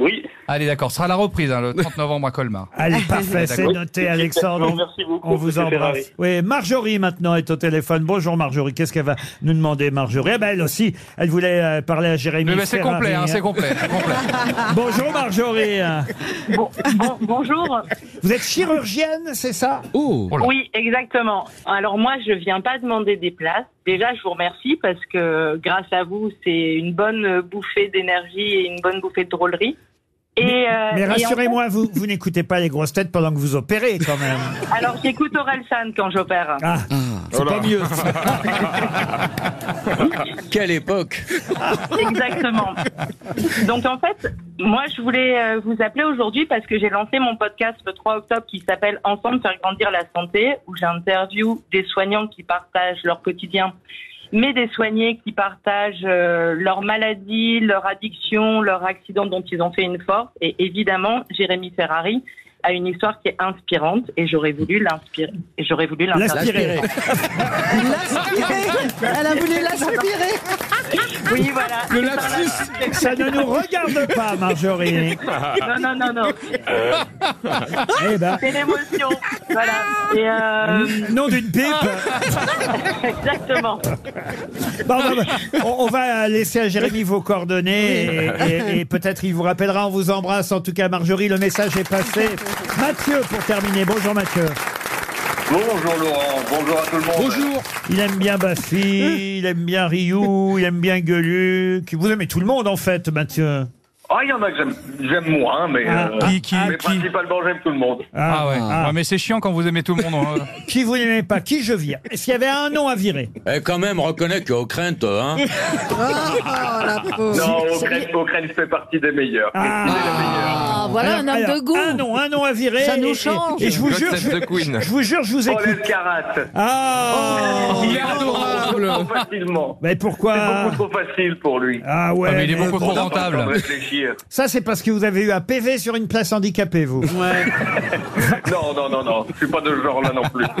S13: Oui,
S5: Allez, d'accord. Ce sera la reprise hein, le 30 novembre à Colmar.
S2: Allez, parfait, c'est
S5: D'accord.
S2: noté, Alexandre. On-
S5: Merci beaucoup,
S2: On vous
S5: monsieur Ferrari.
S2: embrasse. Oui, Marjorie maintenant est au téléphone. Bonjour Marjorie, qu'est-ce qu'elle va nous demander, Marjorie Eh ben, Elle aussi, elle voulait euh, parler à Jérémy.
S14: Eh
S5: Mais,
S14: ben,
S5: mais c'est
S2: Ferrari,
S5: complet, hein,
S2: hein.
S5: c'est complet. c'est complet.
S2: Bonjour Marjorie.
S10: bonjour.
S2: Vous êtes chirurgienne, c'est ça
S10: Oui, exactement. Alors moi, je viens pas demander des places. Déjà, je vous remercie parce que grâce à vous, c'est une bonne bouffée d'énergie et une bonne bouffée de drôlerie. Et, euh,
S2: Mais
S10: et en fait-
S2: rassurez-moi, vous, vous n'écoutez pas les grosses têtes pendant que vous opérez quand même.
S10: alors j'écoute Aurel San quand j'opère.
S2: Ah, c'est pas mieux.
S7: Quelle époque
S10: Exactement. Donc en fait, moi je voulais euh, vous appeler aujourd'hui parce que j'ai lancé mon podcast le 3 octobre qui s'appelle Ensemble faire grandir la santé où j'interviewe des soignants qui partagent leur quotidien, mais des soignés qui partagent euh, leur maladie, leur addiction, leur accident dont ils ont fait une force et évidemment Jérémy Ferrari a une histoire qui est inspirante et j'aurais voulu l'inspirer. et J'aurais voulu
S2: L'inspirer.
S3: Elle a voulu l'aspirer.
S10: Oui, voilà.
S2: Le lapsus. Ça ne nous regarde pas, Marjorie.
S10: Non, non, euh, non, non.
S2: Eh ben.
S10: C'est l'émotion. Voilà. Et euh,
S2: Hmm. Nom d'une pipe.
S10: Ah. Exactement.
S2: Bon, non, mais on, on va laisser à Jérémy vos coordonnées et, et- et peut-être il vous rappellera. On vous embrasse. En tout cas, Marjorie, le message est passé. Mathieu, pour terminer. Bonjour, Mathieu.
S13: Bonjour Laurent, bonjour à tout le monde. Bonjour.
S2: Il aime bien Baffy, il aime bien Ryu, il aime bien Gueuluc. Vous aimez tout le monde, en fait, Mathieu.
S13: Ah, il y en a que j'aime- j'aime moins, mais,
S2: Ah,
S13: euh,
S2: qui, qui,
S13: mais principalement j'aime tout le monde.
S5: Ah ouais.
S2: ah.
S5: Ouais, mais c'est chiant quand vous aimez tout le monde. hein.
S2: Qui vous n'aimez pas Qui je vire S'il y avait un nom à virer.
S7: Eh, quand même, reconnais que Ockrent, toi, hein
S13: Non, Ocrane, Ocrane fait partie des meilleurs.
S8: Ah, voilà un homme de goût.
S2: Un nom, un nom à virer.
S8: Ça nous
S2: Et- et-
S8: change.
S2: Et, je vous
S13: God
S2: jure,
S13: save
S2: je,
S13: the Queen.
S2: je vous jure, je vous
S13: Paul
S2: écoute.
S13: Elkarat.
S2: Ah
S13: Il est adorable. Oh. Trop facilement.
S2: Mais
S13: C'est
S2: pourquoi
S13: beaucoup trop facile pour lui.
S2: Ah ouais, Ah, mais il est mais- beaucoup trop
S13: On n'a pas
S5: rentable.
S13: le temps de réfléchir.
S2: Ça, c'est parce que vous avez eu un PV sur une place handicapée, vous.
S13: non, non, non, non, Oh, je suis pas de ce genre-là non plus.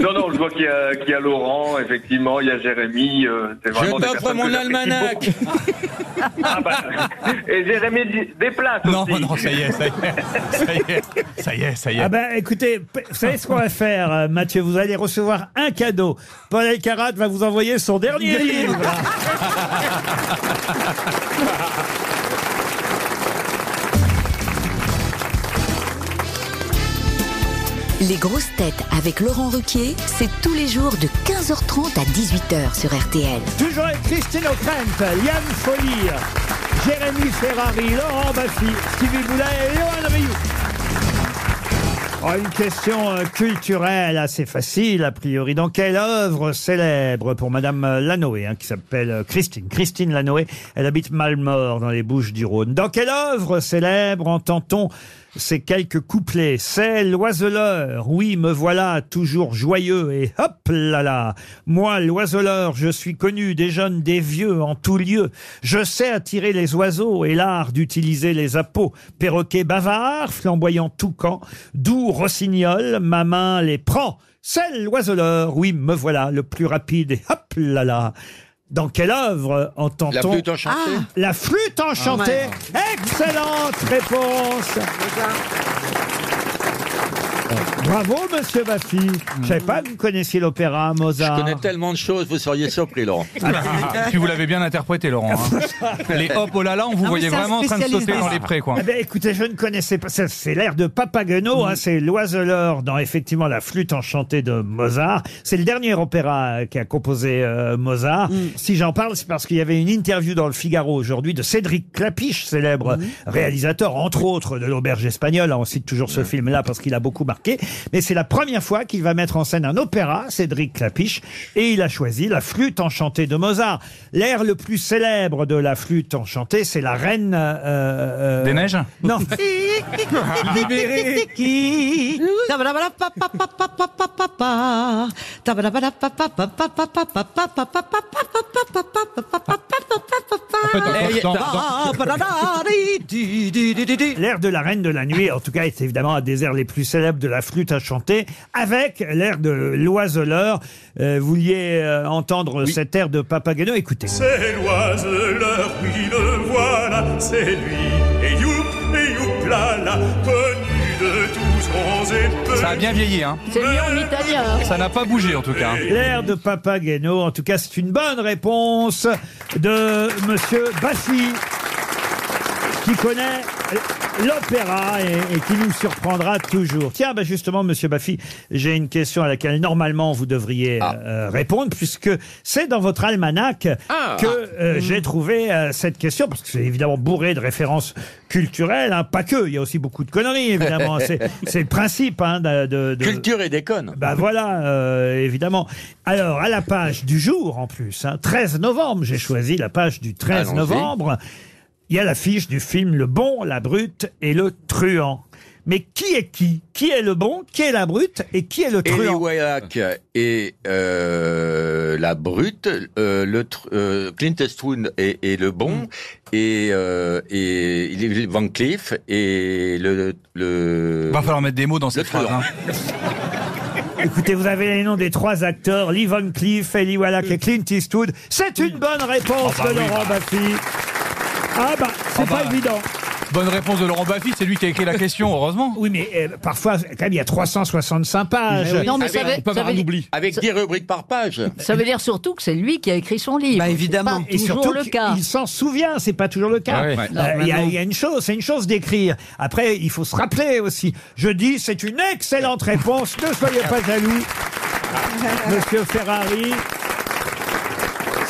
S13: non, non, je vois qu'il y, a- qu'il y a Laurent, effectivement, il y a Jérémy. euh, c'est
S7: Je
S13: vraiment des
S7: t'offre
S13: personnes
S7: mon
S13: que j'apprécie
S7: almanach
S13: beaucoup. Ah bah, et Jérémy dit- déplace
S5: Non,
S13: aussi.
S5: non, ça y est, ça y est, ça y est, ça y est, ça y est.
S2: Ah ben écoutez, p- vous savez ce qu'on va faire, euh, Mathieu Vous allez recevoir un cadeau. Paul Elkarat va vous envoyer son dernier livre.
S15: Les grosses têtes avec Laurent Ruquier, c'est tous les jours de 15h30 à 18h sur RTL.
S2: Toujours avec Christine O'Krent, Liane Folie, Jérémy Ferrari, Laurent Baffy, Stevie Boulay et Johan Rioux. Oh, une question euh, culturelle assez facile, a priori. Dans quelle œuvre célèbre pour Madame euh, Lanoé, hein, qui s'appelle euh, Christine Christine Lanoé, elle habite Malmort, dans les Bouches du Rhône. Dans quelle œuvre célèbre entend-on ces quelques couplets C'est l'oiseleur, oui, me voilà, toujours joyeux, et hop là là Ah, Moi, l'oiseleur, je suis connu des jeunes, des vieux, en tout lieu. Je sais attirer les oiseaux, et l'art d'utiliser les appôts. Perroquet bavard, flamboyant toucan, doux rossignol, ma main les prend. C'est l'oiseleur, oui, me voilà, le plus rapide, et hop là là dans quelle œuvre entend-on
S7: La flûte enchantée. Ah.
S2: La flûte enchantée.
S14: Ah,
S2: Excellente réponse. Bravo, monsieur Baffy. Je savais pas que vous connaissiez l'opéra
S7: Mmh. Je
S2: Mozart.
S7: connais tellement de choses, vous seriez surpris, Laurent.
S5: Ah, Puis vous l'avez bien interprété, Laurent. hein. Les hop, oh là là, on vous
S7: Ah oui,
S5: voyait
S7: c'est un
S5: vraiment en train de
S7: spécialiste
S5: sauter
S7: des-
S5: dans les prés, quoi. Mm.
S2: Eh ben, écoutez, je ne connaissais pas. ça, C'est l'air de Papageno, hein, c'est l'oiseleur dans effectivement la flûte enchantée de Mozart. C'est le dernier opéra euh, qu'a composé euh,
S7: Mm.
S2: Mozart. Si j'en parle, c'est parce qu'il y avait une interview dans le Figaro aujourd'hui de Cédric Clapiche, célèbre
S7: Mm.
S2: réalisateur, entre autres, de l'Auberge espagnole. hein, On cite toujours ce film-là parce qu'il a beaucoup marqué. Mais c'est la première fois qu'il va mettre en scène un opéra, Cédric Clapiche, et il a choisi la flûte enchantée de Mozart. L'air le plus célèbre de la flûte enchantée, c'est la reine euh, euh,
S5: Des neiges
S2: non.
S3: Libéré.
S5: fait,
S3: Eh,
S14: Eh,
S5: dans-
S14: ah,
S5: dans-
S3: ah,
S2: L'air de la Reine de la Nuit, en tout cas, est évidemment un des airs les plus célèbres de la flûte à chanter, avec l'air de l'oiseleur. Euh, vous vouliez euh, entendre cet air de Papageno Écoutez.
S16: C'est l'oiseleur, oui le voilà, c'est lui. Et youp, et youp, là, là, connu de tous grands et petits.
S5: Ça a bien vieilli, hein.
S16: C'est mieux en italien.
S5: Ça n'a pas bougé en tout cas.
S2: L'air de Papageno, en tout cas, c'est une bonne réponse de Monsieur Bassi, qui connaît l'opéra et, et qui nous surprendra toujours. Tiens, ben justement, Monsieur Baffi, j'ai une question à laquelle normalement vous devriez euh, répondre, puisque c'est dans votre almanach que euh, j'ai trouvé euh, cette question, parce que c'est évidemment bourré de références culturelles, hein, pas que, il y a aussi beaucoup de conneries, évidemment. c'est c'est le principe hein, de, de- de-
S7: Culture et déconne.
S2: bah voilà, euh, évidemment. Alors, à la page du jour, en plus, hein, 13 novembre, j'ai choisi la page du 13
S7: Allons-y.
S2: novembre. Il y a l'affiche du film Le Bon, la Brute et le Truand. Mais qui est qui Qui est le bon Qui est la brute Et qui est le
S7: Et les
S2: truand
S7: Wallach et euh, la brute, euh, le tr- euh, Clint Eastwood et, et le bon,
S2: Mm.
S7: et, euh, et il est Van Cleef et le le.
S5: Va falloir mettre des mots dans cette phrase. hein.
S2: Écoutez, vous avez les noms des trois acteurs, Lee Van Cleef, Eli Wallach et Clint Eastwood. C'est une bonne réponse
S5: Oh bah
S2: de
S5: oui,
S2: Laurent
S5: bah.
S2: Baffy. Ah bah, c'est
S5: Ah
S2: pas
S5: bah.
S2: évident.
S5: Bonne réponse de Laurent Baffy, c'est lui qui a écrit la question, heureusement.
S2: Oui, mais euh, parfois, quand même, il y a 365 pages.
S7: avec, Avec 10 rubriques par page.
S8: Ça veut dire surtout que c'est lui qui a écrit son livre. Bah évidemment.
S2: Et
S8: C'est pas toujours
S2: surtout
S8: le
S2: qu'il-
S8: cas.
S2: Il s'en souvient, c'est pas toujours le cas.
S5: Ah ouais.
S2: Euh,
S5: Ouais.
S2: Il y, a- il y a une chose, c'est une chose d'écrire. Après, il faut se rappeler aussi. Je dis, c'est une excellente réponse. Ne soyez pas jaloux, Monsieur Ferrari.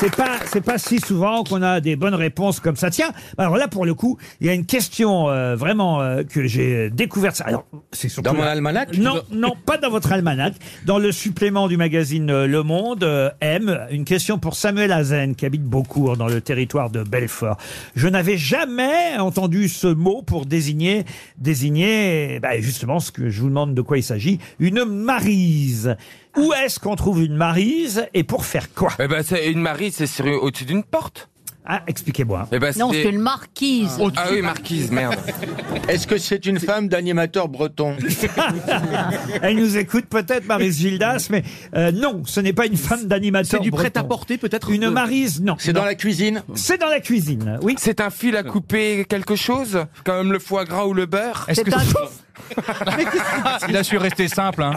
S2: C'est pas, c'est pas si souvent qu'on a des bonnes réponses comme ça. Tiens, alors là pour le coup, il y a une question euh, vraiment euh, que j'ai découverte. Alors, c'est surtout
S7: Dans mon
S2: la-
S7: almanach
S2: Non, non, pas dans votre almanach. Dans le supplément du magazine euh, Le Monde, euh, M, une question pour Samuel Hazen, qui habite Beaucourt, dans le territoire de Belfort. Je n'avais jamais entendu ce mot pour désigner, désigner, bah, justement, ce que je vous demande de quoi il s'agit, une marise. Où est-ce qu'on trouve une marise et pour faire quoi
S17: Eh ben, c'est une marie, c'est sur- au-dessus d'une porte.
S2: Ah, expliquez-moi.
S17: Eh ben,
S8: Non,
S17: c'est-
S8: c'est une marquise.
S17: Ah oui, marquise, merde.
S7: Est-ce que c'est une femme d'animateur breton
S2: Elle nous écoute peut-être, Marise Gildas, mais euh, non, ce n'est pas une femme d'animateur.
S7: C'est du
S2: breton.
S7: prêt-à-porter, peut-être
S2: Une
S7: Euh,
S2: Marise, non.
S7: C'est dans
S2: Non.
S7: la cuisine
S2: C'est dans la cuisine, oui.
S17: C'est un
S5: Euh.
S17: fil à couper quelque chose Comme le foie gras ou le beurre
S5: Est-ce que Il a su rester simple, hein.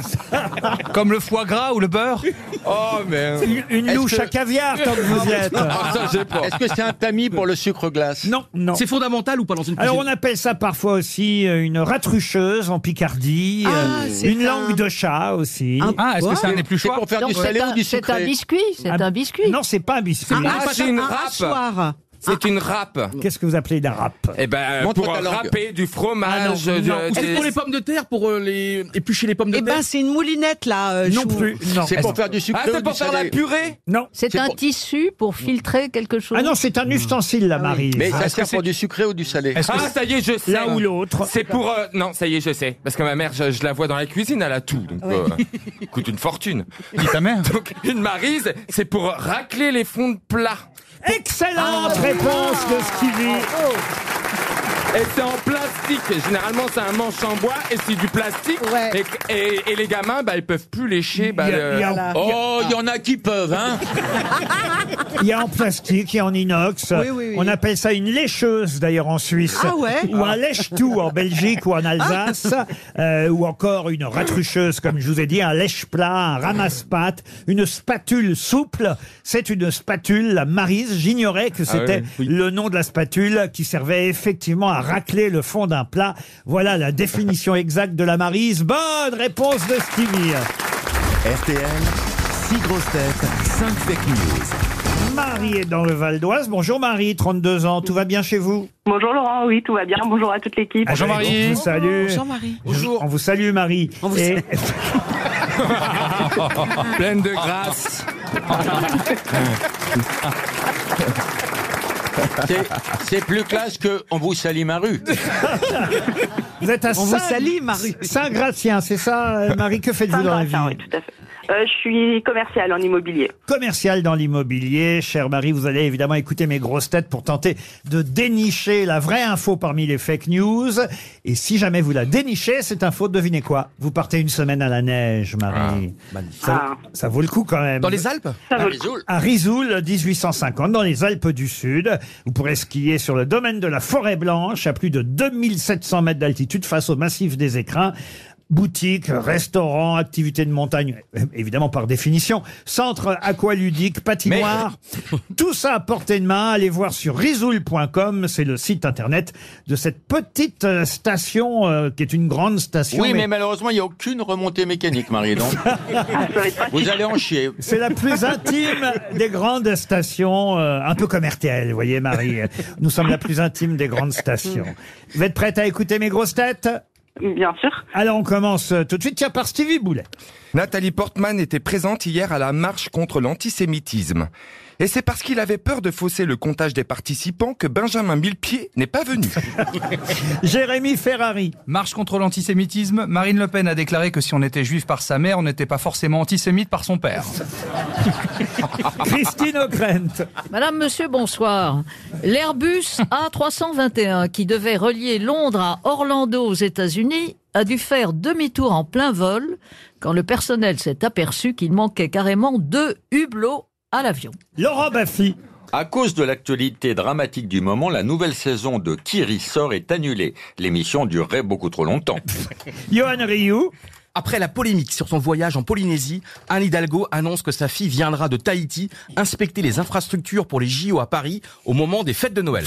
S5: Comme le foie gras ou le beurre.
S17: Oh,
S5: Euh,
S17: mais.
S2: Une, une
S7: Est-ce
S2: louche
S7: que-
S2: à caviar, tant que vous y êtes.
S7: Est-ce que c'est un tamis pour le sucre glace
S2: Non, non.
S4: C'est fondamental ou pas dans une
S2: Alors on
S4: cuisine
S2: appelle ça parfois aussi euh, une ratrucheuse en Picardie,
S4: Ah,
S2: euh,
S4: c'est
S2: une
S4: un-
S2: langue de chat aussi.
S4: Un
S5: Ah, est-ce que c'est un épluchoir
S8: Donc, c'est un- C'est un biscuit, c'est un biscuit.
S2: Ah, Non, c'est pas un biscuit.
S8: Un
S17: Ah, c'est une
S8: un
S17: râpe
S8: hachoir.
S17: C'est une râpe
S2: Qu'est-ce que vous appelez d'un rap
S17: Eh ben,
S4: Montre
S17: pour
S4: ta langue.
S17: râper du
S4: Ah non,
S17: fromage. de-
S4: non. Ou c'est
S17: des-
S4: pour les pommes de terre, pour euh, les éplucher les pommes de
S3: Eh
S4: terre
S3: ben, c'est une moulinette là. euh,
S2: Non
S3: chou.
S2: plus. Non.
S7: C'est pour faire du sucre
S17: Ah, c'est pour faire la purée
S2: Non.
S8: C'est un tissu pour filtrer quelque chose.
S2: Ah non, c'est un ustensile la Marise.
S7: Mais
S2: Ah,
S7: ça sert pour du sucré ou du salé
S17: Ah, ça y est, je sais.
S2: L'un ou l'autre.
S17: C'est pour. euh, non, ça y est, je sais. Parce que ma mère, je, je la vois dans la cuisine, elle a tout. Donc, euh, coûte une fortune.
S5: Dis ta mère.
S17: Donc, une marise, c'est pour racler les fonds de plat. Ah.
S2: Excellente réponse de Stevie.
S17: Et c'est en plastique. Généralement, c'est un manche en bois et c'est du plastique. Et, et- et les gamins, bah, ils peuvent plus lécher. Bah,
S2: Il y a-
S17: le-
S2: il y a-
S17: Oh,
S7: Oh, il y en a qui peuvent, hein
S2: Il y a en plastique, il y a en inox.
S3: Oui, oui, oui.
S2: On appelle ça une lécheuse d'ailleurs en Suisse.
S3: Ah ouais Ah.
S2: Ou un lèche-tout en Belgique ou en Alsace. Euh, ou encore une ratrucheuse, comme je vous ai dit, un lèche-plat, un ramasse-pâte, une spatule souple. C'est une spatule, la Marise. J'ignorais que
S17: Ah ouais,
S2: c'était
S17: oui.
S2: le nom de la spatule qui servait effectivement à racler le fond d'un plat. Voilà la définition exacte de la Marise. Bonne réponse de Stevie.
S1: RTL, 6 grosses têtes, 5 fake news.
S2: Marie est dans le Val d'Oise. Bonjour Marie, 32 ans. Tout va bien chez vous
S10: Bonjour Laurent, oui, tout va bien. Bonjour à toute l'équipe.
S2: Ah, On vous salue.
S3: Bonjour, Marie.
S2: On vous salue, Marie. Et- Ah.
S17: pleine de grâce.
S7: C'est- C'est plus classe que on vous salit ma rue.
S2: vous êtes à
S3: On vous
S2: Saint-
S3: salue, Marie.
S2: Saint-Gratien, c'est ça, euh, Marie Que faites-vous dans la vie
S10: Saint-Gratien, oui, tout à fait.
S18: Euh, je suis commerciale en immobilier.
S2: commercial dans l'immobilier. Cher Marie, vous allez évidemment écouter mes grosses têtes pour tenter de dénicher la vraie info parmi les fake news. Et si jamais vous la dénichez, cette info, devinez quoi Vous partez une semaine à la neige, Marie. ça,
S18: Ah.
S2: ça vaut le coup quand même.
S4: Dans les Alpes
S18: Ça vaut
S2: À-
S18: le coup.
S2: À Risoul, 1850, dans les Alpes du Sud. Vous pourrez skier sur le domaine de la Forêt Blanche, à plus de 2700 mètres d'altitude, face au massif des écrins. Boutiques, restaurants, activités de montagne, euh, évidemment par définition, centre aqualudique, patinoire, tout ça à portée de main. Allez voir sur risoul.com, c'est le site internet de cette petite euh, station euh, qui est une grande station.
S7: Oui, mais
S2: mais-
S7: malheureusement, il n'y a aucune remontée mécanique, Marie. Donc, vous allez en chier.
S2: C'est la plus intime des grandes stations, euh, un peu comme RTL, vous voyez, Marie. Nous sommes la plus intime des grandes stations. Vous êtes prête à écouter mes grosses têtes
S18: Bien sûr.
S2: Alors, on commence euh, tout de suite. Tiens, par Stevie Boulet.
S19: Nathalie Portman était présente hier à la marche contre l'antisémitisme. Et c'est parce qu'il avait peur de fausser le comptage des participants que Benjamin Millepied n'est pas venu.
S2: Jérémy Ferrari.
S5: Marche contre l'antisémitisme, Marine Le Pen a déclaré que si on était juif par sa mère, on n'était pas forcément antisémite par son père.
S2: Christine O'Krent.
S8: Madame, monsieur, bonsoir. L'Airbus A321 qui devait relier Londres à Orlando aux États-Unis a dû faire demi-tour en plein vol quand le personnel s'est aperçu qu'il manquait carrément deux hublots à l'avion.
S2: Laurent Baffy.
S7: À cause de l'actualité dramatique du moment, la nouvelle saison de Kiri sort est annulée. L'émission durerait beaucoup trop longtemps.
S2: Johan Rioux.
S4: Après la polémique sur son voyage en Polynésie, Anne Hidalgo annonce que sa fille viendra de Tahiti inspecter les infrastructures pour les JO à Paris au moment des fêtes de Noël.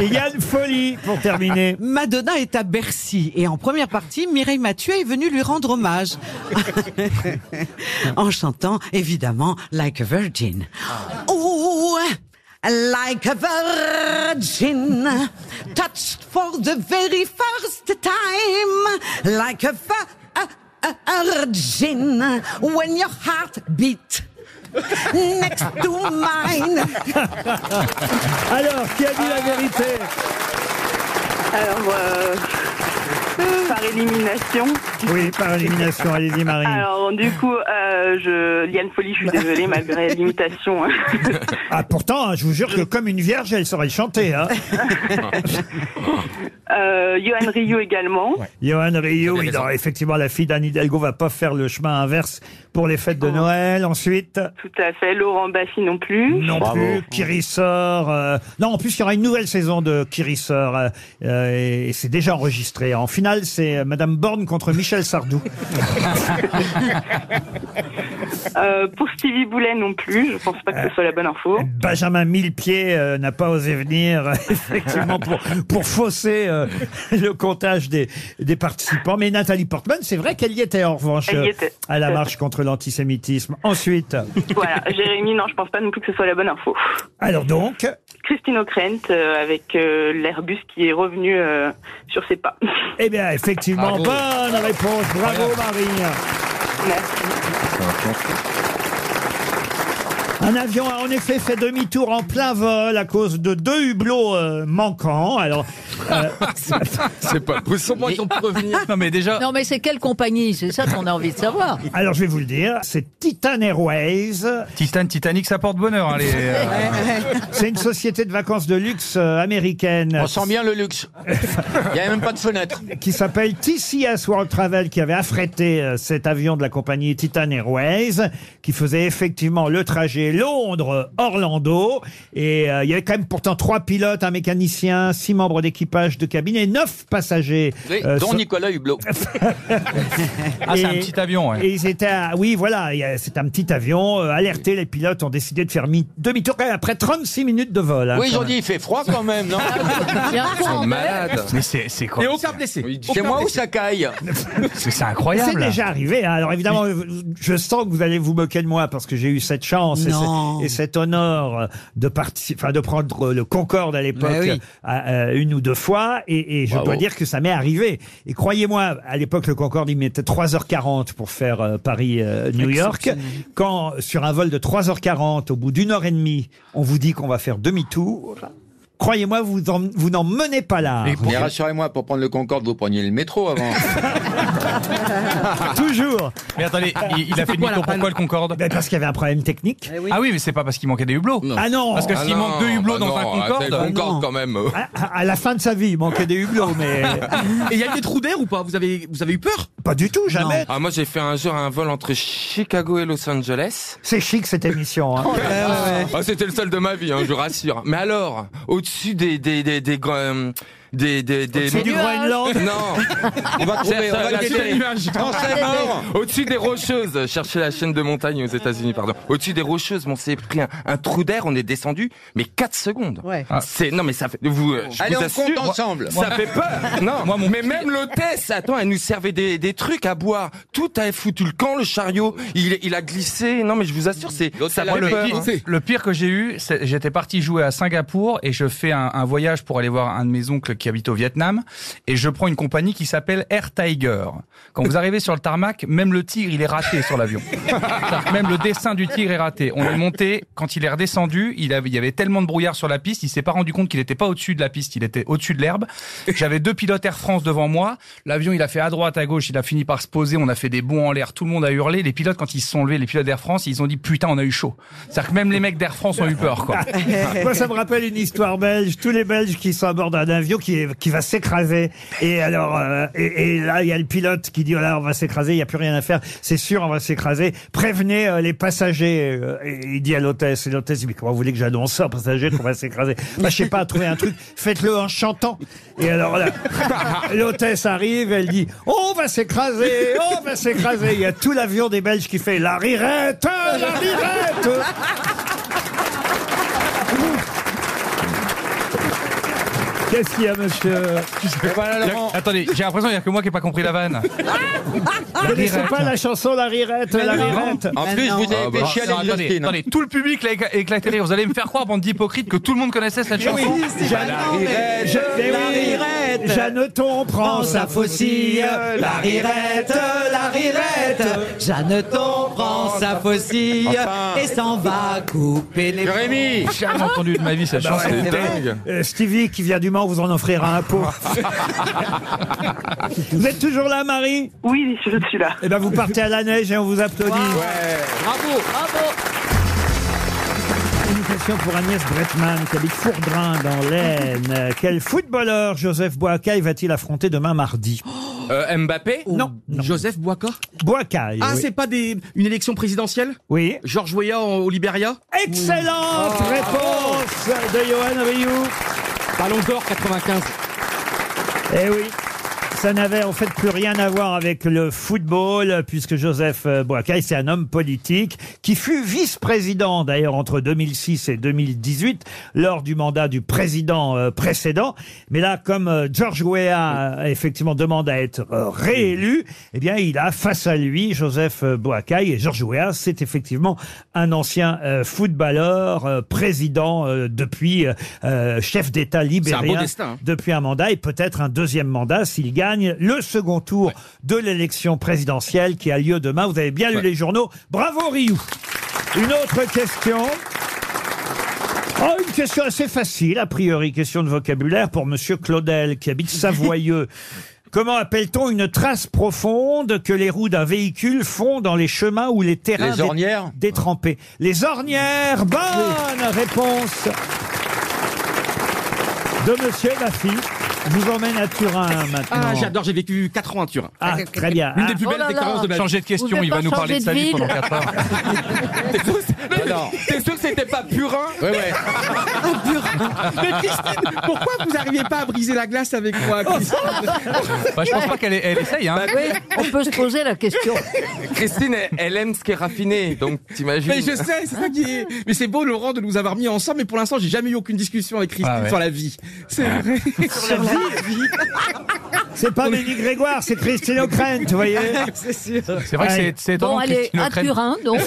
S2: Et Yann Folie, pour terminer.
S3: Madonna est à Bercy et en première partie, Mireille Mathieu est venue lui rendre hommage en chantant évidemment Like a Virgin. Oh, like a virgin, touched for the very first time, like a vi- a- a- virgin, when your heart beat next to mine.
S2: Alors, qui a dit la vérité
S18: Alors, euh, par élimination.
S2: Oui, par élimination. Allez-y, Marie.
S18: Alors, du coup, euh, je... Liane Folie, je suis désolée, malgré l'imitation. hein.
S2: Ah, pourtant, hein, je vous jure que comme une vierge, elle saurait le chanter. Hein.
S18: Euh, Johan Rio également.
S2: Johan Rio, il aura effectivement la fille d'Anne Hidalgo va pas faire le chemin inverse pour les fêtes
S18: Oh.
S2: de Noël. Ensuite,
S18: Tout à fait. Laurent Baffy non plus.
S2: non plus, Kirissor. euh, non, en plus, il y aura une nouvelle saison de Kirissor. euh, euh, et et c'est déjà enregistré. En finale, c'est euh, Madame Borne contre Michel Sardou.
S18: Euh, pour Stevie Boulet non plus. Je pense pas que ce soit la bonne
S2: Euh.
S18: info.
S2: Benjamin Millepied euh, n'a pas osé venir, euh, effectivement, pour, pour fausser euh, le comptage des, des participants. Mais Nathalie Portman, c'est vrai qu'elle y était, en revanche,
S18: Elle y
S2: euh,
S18: était.
S2: à la marche contre l'antisémitisme. Ensuite,
S18: voilà. Jérémy, non, je pense pas non plus que ce soit la bonne info.
S2: alors donc,
S18: Christine O'Krent euh, avec euh, l'Airbus qui est revenu euh, sur ses pas.
S2: eh bien, effectivement,
S18: Bravo.
S2: bonne réponse. Bravo, Marie. Un avion a en effet fait demi-tour en plein vol à cause de deux hublots euh, manquants. Alors, euh,
S17: C'est pas possible. Comment ils ont pu revenir
S5: Non, mais déjà,
S8: Non, mais c'est quelle compagnie C'est ça qu'on a envie de savoir.
S2: alors je vais vous le dire, c'est Titan Airways.
S5: Titan, Titanic, ça porte bonheur. hein, les, euh,
S2: C'est une société de vacances de luxe euh, américaine.
S7: On sent bien le luxe. Il n'y a même pas de fenêtre.
S2: qui s'appelle TCS World Travel, qui avait affrété euh, cet avion de la compagnie Titan Airways, qui faisait effectivement le trajet Londres-Orlando. Et euh, il y avait quand même pourtant trois pilotes, un mécanicien, six membres d'équipage de cabine et neuf passagers.
S7: Oui,
S2: euh,
S7: dont
S2: sur-
S7: Nicolas Hublot.
S5: Ah, c'est un
S2: Et-
S5: petit avion, ouais.
S2: Et ils étaient, à- oui, voilà, il y a- c'est un petit avion. euh, alertés, les pilotes ont décidé de faire mi- demi-tour quand même après 36 minutes de vol. hein,
S7: Oui, ils
S2: quand
S7: ont dit, il fait froid quand même, non
S5: Mais c'est c'est quoi
S7: Et
S5: aucun
S4: blessé.
S7: C'est moi ou ça caille
S5: C'est c'est
S2: C'est
S5: incroyable.
S2: déjà arrivé. hein. Alors évidemment, je sens que vous allez vous moquer de moi parce que j'ai eu cette chance et,
S3: Non.
S2: ce- et cet honneur de participer, enfin de prendre le Concorde à l'époque
S3: Mais oui.
S2: à- à une ou deux fois. Et, et je
S7: Bravo.
S2: dois dire que ça m'est arrivé. Et croyez-moi, à l'époque, le Concorde, il mettait 3h40 pour faire euh, Paris-New York. Quand sur un vol de 3h40, au bout d'une heure et demie, on vous dit qu'on va faire demi-tour. Croyez-moi, vous, en- vous n'en menez pas là.
S7: Mais rassurez-moi, pour prendre le Concorde, vous preniez le métro avant.
S2: Toujours.
S5: Mais attendez, il, il a
S2: Ah,
S5: fait
S2: C'était quoi, la Ben,
S5: demi-tour. Pourquoi le Concorde
S2: Parce qu'il y avait un problème technique.
S5: Ah oui, mais c'est pas parce qu'il manquait des hublots.
S2: Ah non
S5: Parce que s'il manque deux hublots
S17: Ah
S5: dans un Concorde.
S2: Ah même. À, à la fin de sa vie, il manquait des hublots, mais.
S4: Et il y a des trous d'air ou pas vous avez, vous avez eu peur
S2: Ah, Pas du tout, jamais.
S17: Ah, moi, j'ai fait un jour un vol entre Chicago et Los Angeles.
S2: C'est chic cette émission. hein.
S17: Ah, C'était le seul de ma vie, hein, je rassure. Mais alors, au-dessus des des des des gr- euh, des des des,
S16: Au-dessus du
S17: des-
S16: Groenland
S17: Non.
S16: On va trouver,
S17: Cherche
S16: on va
S17: la
S16: le
S17: chaîne-
S16: guetter.
S17: nuage.
S16: Français mort.
S17: Au-dessus des rocheuses, chercher la chaîne de montagne aux États-Unis, pardon. Au-dessus des rocheuses, on s'est pris un, un trou d'air, on est descendu, mais 4 secondes. Ah.
S3: Ouais.
S17: C'est non mais ça fait vous euh, je
S7: Allez,
S17: vous
S7: on
S17: assure,
S7: compte
S17: moi-
S7: ensemble.
S17: Ça fait peur. Non, mais même l'hôtesse, attends, elle nous servait des, des trucs à boire. Tout a foutu le camp, le chariot, il, il a glissé. Non mais je vous assure, c'est ça fait
S5: Moi, le,
S17: peur.
S5: pire,
S17: hein.
S5: le pire que j'ai eu, c'est- j'étais parti jouer à Singapour et je fais un, un voyage pour aller voir un de mes oncles qui habite au Vietnam et je prends une compagnie qui s'appelle Air Tiger. Quand vous arrivez sur le tarmac, même le tigre, il est raté sur l'avion. C'est-à-dire que Même le dessin du tigre est raté. On est monté, quand il est redescendu, il, avait- il y avait tellement de brouillard sur la piste, il s'est pas rendu compte qu'il n'était pas au-dessus de la piste, il était au-dessus de l'herbe. J'avais deux pilotes Air France devant moi. L'avion, il a fait à droite, à gauche, il a fini par se poser, on a fait des bonds en l'air, tout le monde a hurlé. Les pilotes, quand ils se sont levés, les pilotes d'Air France, ils ont dit putain, on a eu chaud. C'est-à-dire que même les mecs d'Air France ont eu peur, quoi.
S2: Moi, ça me rappelle une histoire belge. Tous les Belges qui sont à bord d'un avion qui, est- qui va s'écraser. Et alors, euh, et, et là, il y a le pilote qui dit oh là, on va s'écraser, il n'y a plus rien à faire. C'est sûr, on va s'écraser. Prévenez euh, les passagers. Euh, Et il dit à l'hôtesse. Et l'hôtesse dit mais comment vous voulez que j'annonce ça aux passagers qu'on va s'écraser Bah, je sais pas, trouvez un truc. Faites-le en chantant. Et alors là, l'hôtesse arrive, elle dit oh, on va s'écraser, oh, on va s'écraser. Il y a tout l'avion des Belges qui fait la rirette,
S14: Euh,
S2: la rirette. Qu'est-ce qu'il y a, monsieur
S5: Il y a- Attendez, j'ai l'impression qu'il n'y a que moi qui n'ai pas compris la vanne.
S2: Vous
S5: La
S2: connaissez
S5: rirette.
S2: pas la chanson La Rirette,
S5: Mais
S2: La
S5: non.
S2: Rirette
S5: Ah, bah, alors, attendez, attendez, tout le public l'a écla- éclaté de rire. Vous allez me faire croire, bande d'hypocrites, que tout le monde connaissait cette
S2: Mais oui,
S5: chanson.
S2: c'est Bah, pas la non, mais- rirette, Je- mais la oui. rirette. Jeanneton prend
S3: Ah,
S2: sa faucille,
S3: euh,
S2: la rirette, la rirette.
S20: Jeanneton prend sa faucille
S5: Enfin. et
S20: s'en va couper les
S5: Jérémy. J'ai jamais entendu de ma vie cette
S2: Bah
S5: chanson.
S2: ouais,
S5: C'est
S2: vrai.
S5: dingue.
S2: Euh, Stevie qui vient du Mans vous en offrira un pot.
S5: Ah.
S2: vous êtes toujours là, Marie
S18: Oui, je suis là.
S2: Eh ben, vous partez à la neige et on vous applaudit.
S18: Bravo, bravo.
S2: Une question pour Agnès Bretman, qui habite Fourdrin dans l'Aisne. Euh, Quel footballeur Joseph Boakai va-t-il affronter demain mardi
S5: Oh,
S17: Euh, Mbappé
S2: non,
S4: Joseph Boaka
S2: Boakai.
S4: Ah,
S2: oui.
S4: c'est pas des, une élection présidentielle
S2: Oui.
S4: Georges Weah en- au Oh. Libéria
S2: Excellente réponse de Johan Rioux.
S4: Ballon d'or 95.
S2: Eh oui. Ça n'avait en fait plus rien à voir avec le football, puisque Joseph euh, Boakai, c'est un homme politique qui fut vice-président d'ailleurs entre 2006 et 2018 lors du mandat du président euh, précédent. Mais là, comme euh, George Weah euh, effectivement demande à être euh, réélu, eh bien, il a face à lui Joseph euh, Boakai et George Weah, c'est effectivement un ancien euh, footballeur, euh, président euh, depuis, euh, euh, chef d'État libérien
S4: destin, hein.
S2: depuis un mandat et peut-être un deuxième mandat s'il gagne le second tour de l'élection présidentielle qui a lieu demain. Vous avez bien lu les journaux. Bravo Rioux. Une autre question. Oh, une question assez facile, a priori, question de vocabulaire pour Monsieur Claudel qui habite Savoyeux. Comment appelle-t-on une trace profonde que les roues d'un véhicule font dans les chemins ou les terrains
S7: Les
S2: dé-
S7: ornières
S2: détrempés Les ornières, bonne réponse de Monsieur Baffy. Je vous emmène à Turin maintenant.
S4: Ah, j'adore, j'ai vécu 4 ans à Turin.
S2: Ah, très bien.
S4: Une des plus
S2: Ah,
S4: belles
S2: oh là là.
S4: expériences de ma vie.
S2: Changez de question, Vous il va pas nous parler de sa vie pendant quatre heures.
S17: hein. T'es sûr que- T'es sûr que c'était pas purin
S7: Ouais, ouais.
S4: Mais Christine, pourquoi vous n'arrivez pas à briser la glace avec moi, Christine
S5: Bah, je pense pas qu'elle est- elle essaye. Hein.
S8: Bah Oui, on peut se poser la question.
S17: Christine, elle- elle aime ce qui est raffiné, donc t'imagines.
S4: Mais je sais, c'est ça qui est. Mais c'est beau, Laurent, de nous avoir mis ensemble. Mais pour
S2: Ah,
S4: l'instant, j'ai jamais eu aucune discussion avec Christine
S17: Ah ouais.
S4: sur la vie. C'est vrai.
S2: Sur la vie. C'est pas Mélie Grégoire, c'est Christine O'Krent, vous voyez
S3: C'est sûr.
S5: C'est vrai que c'est- c'est étonnant
S8: Bon,
S5: que
S8: elle est
S5: Christine
S8: à
S5: O'Krent-
S8: Turin, donc.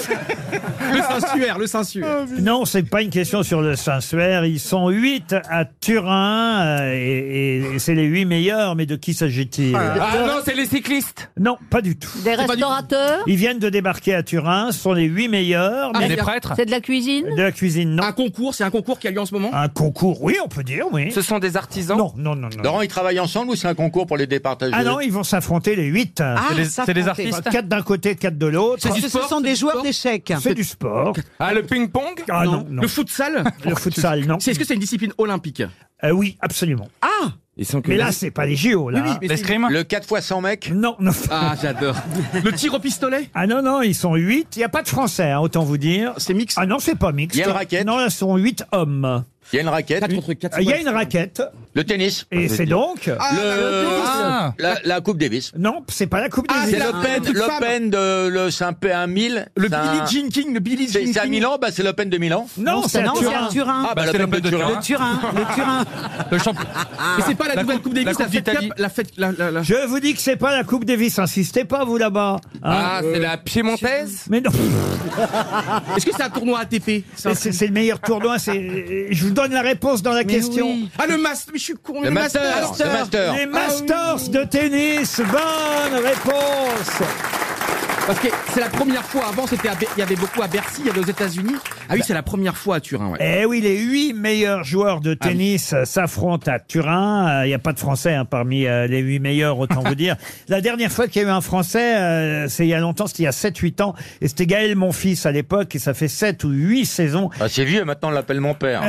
S4: Le sensuaire, le sensuaire.
S2: Ah, Non, c'est pas une question sur le Saint-Suaire. Ils sont huit à Turin euh, et, et c'est les huit meilleurs. Mais de qui s'agit-il
S17: Ah non, c'est les cyclistes.
S2: Non, pas du tout.
S8: Des restaurateurs
S2: Ils viennent de débarquer à Turin. Ce sont les huit meilleurs.
S4: Ah,
S2: mais-
S4: des prêtres
S8: C'est de la cuisine
S2: De la cuisine, non.
S4: Un concours, c'est un concours qui a lieu en ce moment
S2: Un concours, oui, on peut dire, oui.
S4: Ce sont des artisans
S2: Non, non, non. non.
S7: Laurent, ils travaillent ensemble ou c'est un concours pour les départager
S2: Ah non, ils vont s'affronter les huit.
S7: C'est des- c'est des s'affronter. artistes
S2: Ah, Quatre d'un côté, quatre de l'autre.
S3: Parce que ce sont des joueurs d'échecs.
S2: C'est du sport.
S17: Ah, le ping-pong
S2: Ah non, non.
S4: Le futsal
S2: Le futsal, non.
S4: C'est- Est-ce que c'est une discipline olympique
S2: Euh, oui, absolument.
S3: Ah
S2: Mais là, c'est pas les JO, là.
S4: Oui, oui, mais c'est- L'escrime
S7: Le 4 x 100 mecs
S2: Non, non.
S4: Ah, j'adore. Le tir au pistolet
S2: Ah non, non, ils sont huit. Il n'y a pas de Français, hein, autant vous dire.
S4: C'est mixte
S2: Ah non, c'est pas mixte.
S7: Il y a une raquette
S2: Non, là, ce sont huit hommes.
S7: Il y a une raquette
S2: Euh, Il y a une raquette.
S7: Le tennis Ah,
S2: Et c'est donc
S7: Le- Ah, la, la Coupe Davis.
S2: Non, c'est pas la Coupe des
S7: Ah, c'est
S2: Villes.
S7: l'Open, l'Open de le Saint-Pé 1000.
S4: Le
S7: C'est un-
S4: Billie Jean King, le Billie Jean
S7: C'est
S4: King.
S7: c'est à Milan, bah c'est l'Open de Milan.
S2: Non, c'est à
S3: non,
S2: Turin.
S3: c'est à Turin.
S7: Ah bah,
S5: c'est
S7: l'Open
S5: l'Open
S7: de
S5: de
S7: Turin.
S3: Le Turin, le Turin.
S5: Le champion.
S4: Mais c'est pas la,
S5: La
S4: nouvelle
S5: coupe-
S4: Coupe
S5: la
S4: Davis,
S5: coupe
S4: la fête
S5: d'Italie.
S4: Cap- la fête. La, la- la-
S2: Je vous dis que c'est pas la Coupe Davis, insistez pas vous là-bas.
S17: Ah,
S2: Hein
S17: c'est la piémontaise
S2: Mais non,
S4: Est-ce que c'est un tournoi ATP C'est un-
S2: mais c'est c'est le meilleur tournoi. c'est- Je vous donne la réponse dans la question.
S4: Ah, le Master. Mais je suis con.
S7: Le Masters, le Masters.
S2: Les Masters de tennis, bonne réponse.
S4: Parce que c'est la première fois. Avant, c'était à Be- il y avait beaucoup à Bercy, il y avait aux États-Unis. Ah
S2: Bah.
S4: oui, c'est la première fois à Turin. Ouais.
S2: Eh oui, les huit meilleurs joueurs de tennis euh, s'affrontent à Turin. Euh, Il n'y a pas de Français hein, parmi euh, les huit meilleurs, autant vous dire. La dernière fois qu'il y a eu un Français, euh, c'est il y a longtemps, c'était il y a 7-8 ans. Et c'était Gaël, mon fils, à l'époque. Et ça fait 7 ou 8 saisons.
S7: Ah, c'est vieux, maintenant on l'appelle mon père.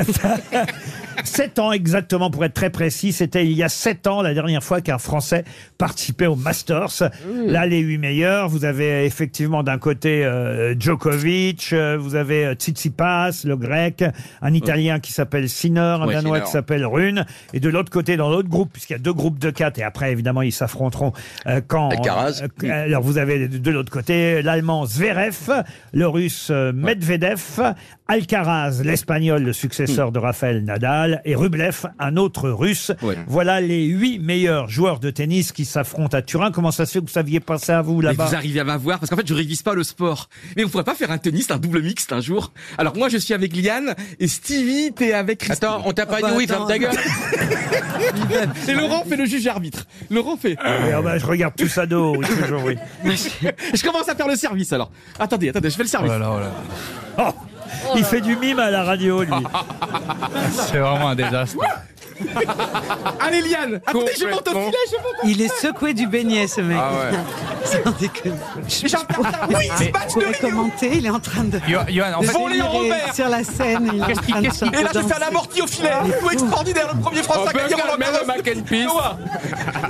S2: 7 ans exactement, pour être très précis. C'était il y a 7 ans, la dernière fois qu'un Français participait au Masters. Là, les 8 meilleurs, vous avez effectivement d'un côté euh, Djokovic, euh, vous avez euh, Tsitsipas, le grec, un Italien qui s'appelle Sinner, un
S7: Ouais,
S2: Danois
S7: Sinner.
S2: qui s'appelle Rune. Et de l'autre côté, dans l'autre groupe, puisqu'il y a deux groupes de 4, et après, évidemment, ils s'affronteront euh, quand...
S7: Alcaraz.
S2: euh, alors, vous avez de l'autre côté l'Allemand Zverev, le Russe euh, Medvedev, Alcaraz, l'Espagnol, le successeur de Rafael Nadal, et Rublev, un autre Russe.
S4: Ouais.
S2: Voilà les huit meilleurs joueurs de tennis qui s'affrontent à Turin. Comment ça se fait que vous saviez pas ça, vous,
S4: Mais
S2: là-bas
S4: vous arrivez à m'avoir parce qu'en fait je révise pas le sport. Mais vous pourrez pas faire un tennis, un double mixte un jour. Alors moi je suis avec Liane et Stevie t'es avec Christine.
S7: Attends, on t'a pas
S3: bah,
S7: dit oui,
S3: attends.
S7: ferme ta gueule.
S4: Et Laurent fait le juge arbitre. Laurent fait.
S2: Oui, ah bah, Je regarde tout ça de haut, oui, toujours, oui.
S4: je commence à faire le service alors. Attendez, attendez, je fais
S5: Oh
S4: le service.
S5: là là, oh là.
S2: Oh, il fait du mime à la radio, lui.
S5: C'est vraiment un désastre.
S4: Allez Liane, attendez, je monte au
S17: Complètement.
S4: filet, je monte.
S3: Il est secoué du beignet, ce mec.
S17: Ah ouais.
S3: Sans déconner. Je,
S4: J'en parle. Oui,
S3: je
S4: match de
S3: pourrais
S4: Rio.
S3: commenter, il est en train de.
S5: Yo- Johan, en
S3: de
S5: fait,
S17: Voler
S3: délirer
S17: en Robert.
S3: Sur la scène, il est en train de se Ah.
S4: Et là j'ai fait un amorti au filet. Coup extraordinaire, le premier
S17: On
S4: français à
S17: peut
S4: gagner
S17: faire
S4: Roland
S17: même
S4: Garros.
S17: le mac and peace.
S4: Noah.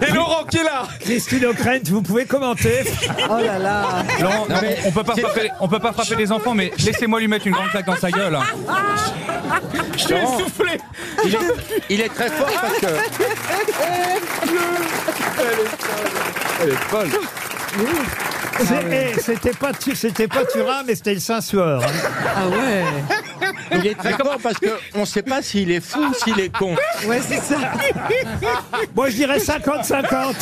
S4: Et Laurent qui est là.
S2: Christine O'Krent, vous pouvez commenter.
S3: Oh là là.
S5: Laurent, on, on peut pas frapper, on peut pas frapper les enfants, mais laissez-moi lui mettre une grande claque dans sa gueule. hein.
S4: Je l'ai soufflé.
S7: Il est, il est très fort parce que.
S2: C'est- eh, C'était pas, Tu- c'était pas Turin, mais c'était le Saint-Sueur. hein.
S3: Ah ouais.
S7: Il est très fort parce que on sait pas s'il est fou ou s'il est con.
S3: Ouais, c'est ça.
S2: Moi, je dirais 50-50.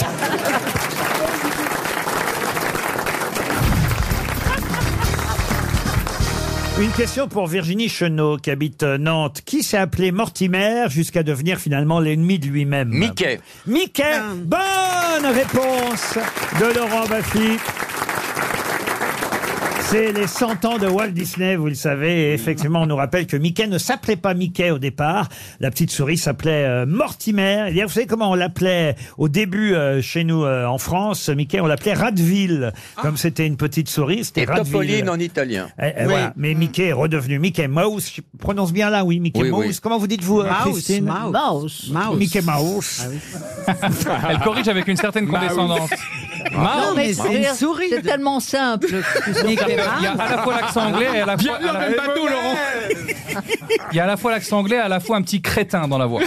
S2: Une question pour Virginie Chenot, qui habite euh, Nantes. Qui s'est appelé Mortimer jusqu'à devenir finalement l'ennemi de lui-même
S7: Mickey.
S2: Mickey
S3: Ah.
S2: Bonne réponse de Laurent Baffy. C'est les 100 ans de Walt Disney, vous le savez. Et effectivement, on nous rappelle que Mickey ne s'appelait pas Mickey au départ. La petite souris s'appelait euh, Mortimer. Et bien, vous savez comment on l'appelait au début euh, chez nous euh, en France Mickey, on l'appelait Radville. Comme c'était une petite souris, c'était
S7: Ah. Et
S2: Radville.
S7: Topolino Mm. en italien.
S2: Eh, eh, voilà. Mais Mickey est redevenu Mickey Mouse. Je prononce bien là, oui, Mickey
S7: Oui,
S2: Mouse.
S7: oui.
S2: Comment vous dites-vous, euh, Christine
S3: Mouse.
S8: Mouse.
S3: Mouse. Ah
S2: Mickey Mouse.
S5: Elle corrige avec une certaine condescendance.
S3: Non, mais c'est une
S8: c'est-
S3: souris.
S8: C'est tellement simple.
S3: Mickey
S5: Il y a
S3: Mouse.
S5: à la fois l'accent anglais et à la fois, Ah,
S4: Bienvenue dans le même bateau Laurent.
S5: il y a à la fois l'accent anglais et à la fois un petit crétin dans la voix.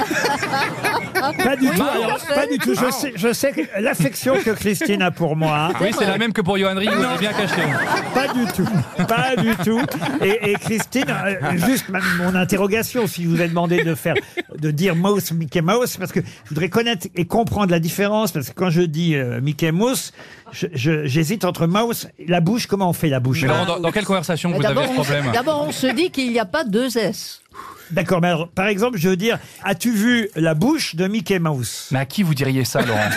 S2: Pas du tout.
S8: tout à
S2: alors,
S8: fait.
S2: pas du tout.
S7: Ah.
S2: Je sais, je sais que l'affection que Christine a pour moi. hein.
S5: Oui, c'est la même que pour Johan Ryu, on est bien caché.
S2: Ah. Pas du tout. Pas du tout. Et, et Christine, euh, juste ma- mon interrogation, si je vous ai demandé de faire, de dire Mouse, Mickey Mouse, parce que je voudrais connaître et comprendre la différence, parce que quand je dis euh, Mickey Mouse, je- je- j'hésite entre Mouse, la bouche, comment on fait la bouche Hein?
S5: Mais Laurent, dans, dans quelle conversation
S8: Mais
S5: vous avez
S8: d'abord,
S5: ce
S8: on-
S5: problème
S8: D'abord, on se dit qu'il n'y a pas deux S.
S2: D'accord, mais alors, par exemple, je veux dire, as-tu vu la bouche de Mickey Mouse
S5: Mais à qui vous diriez ça, Laurent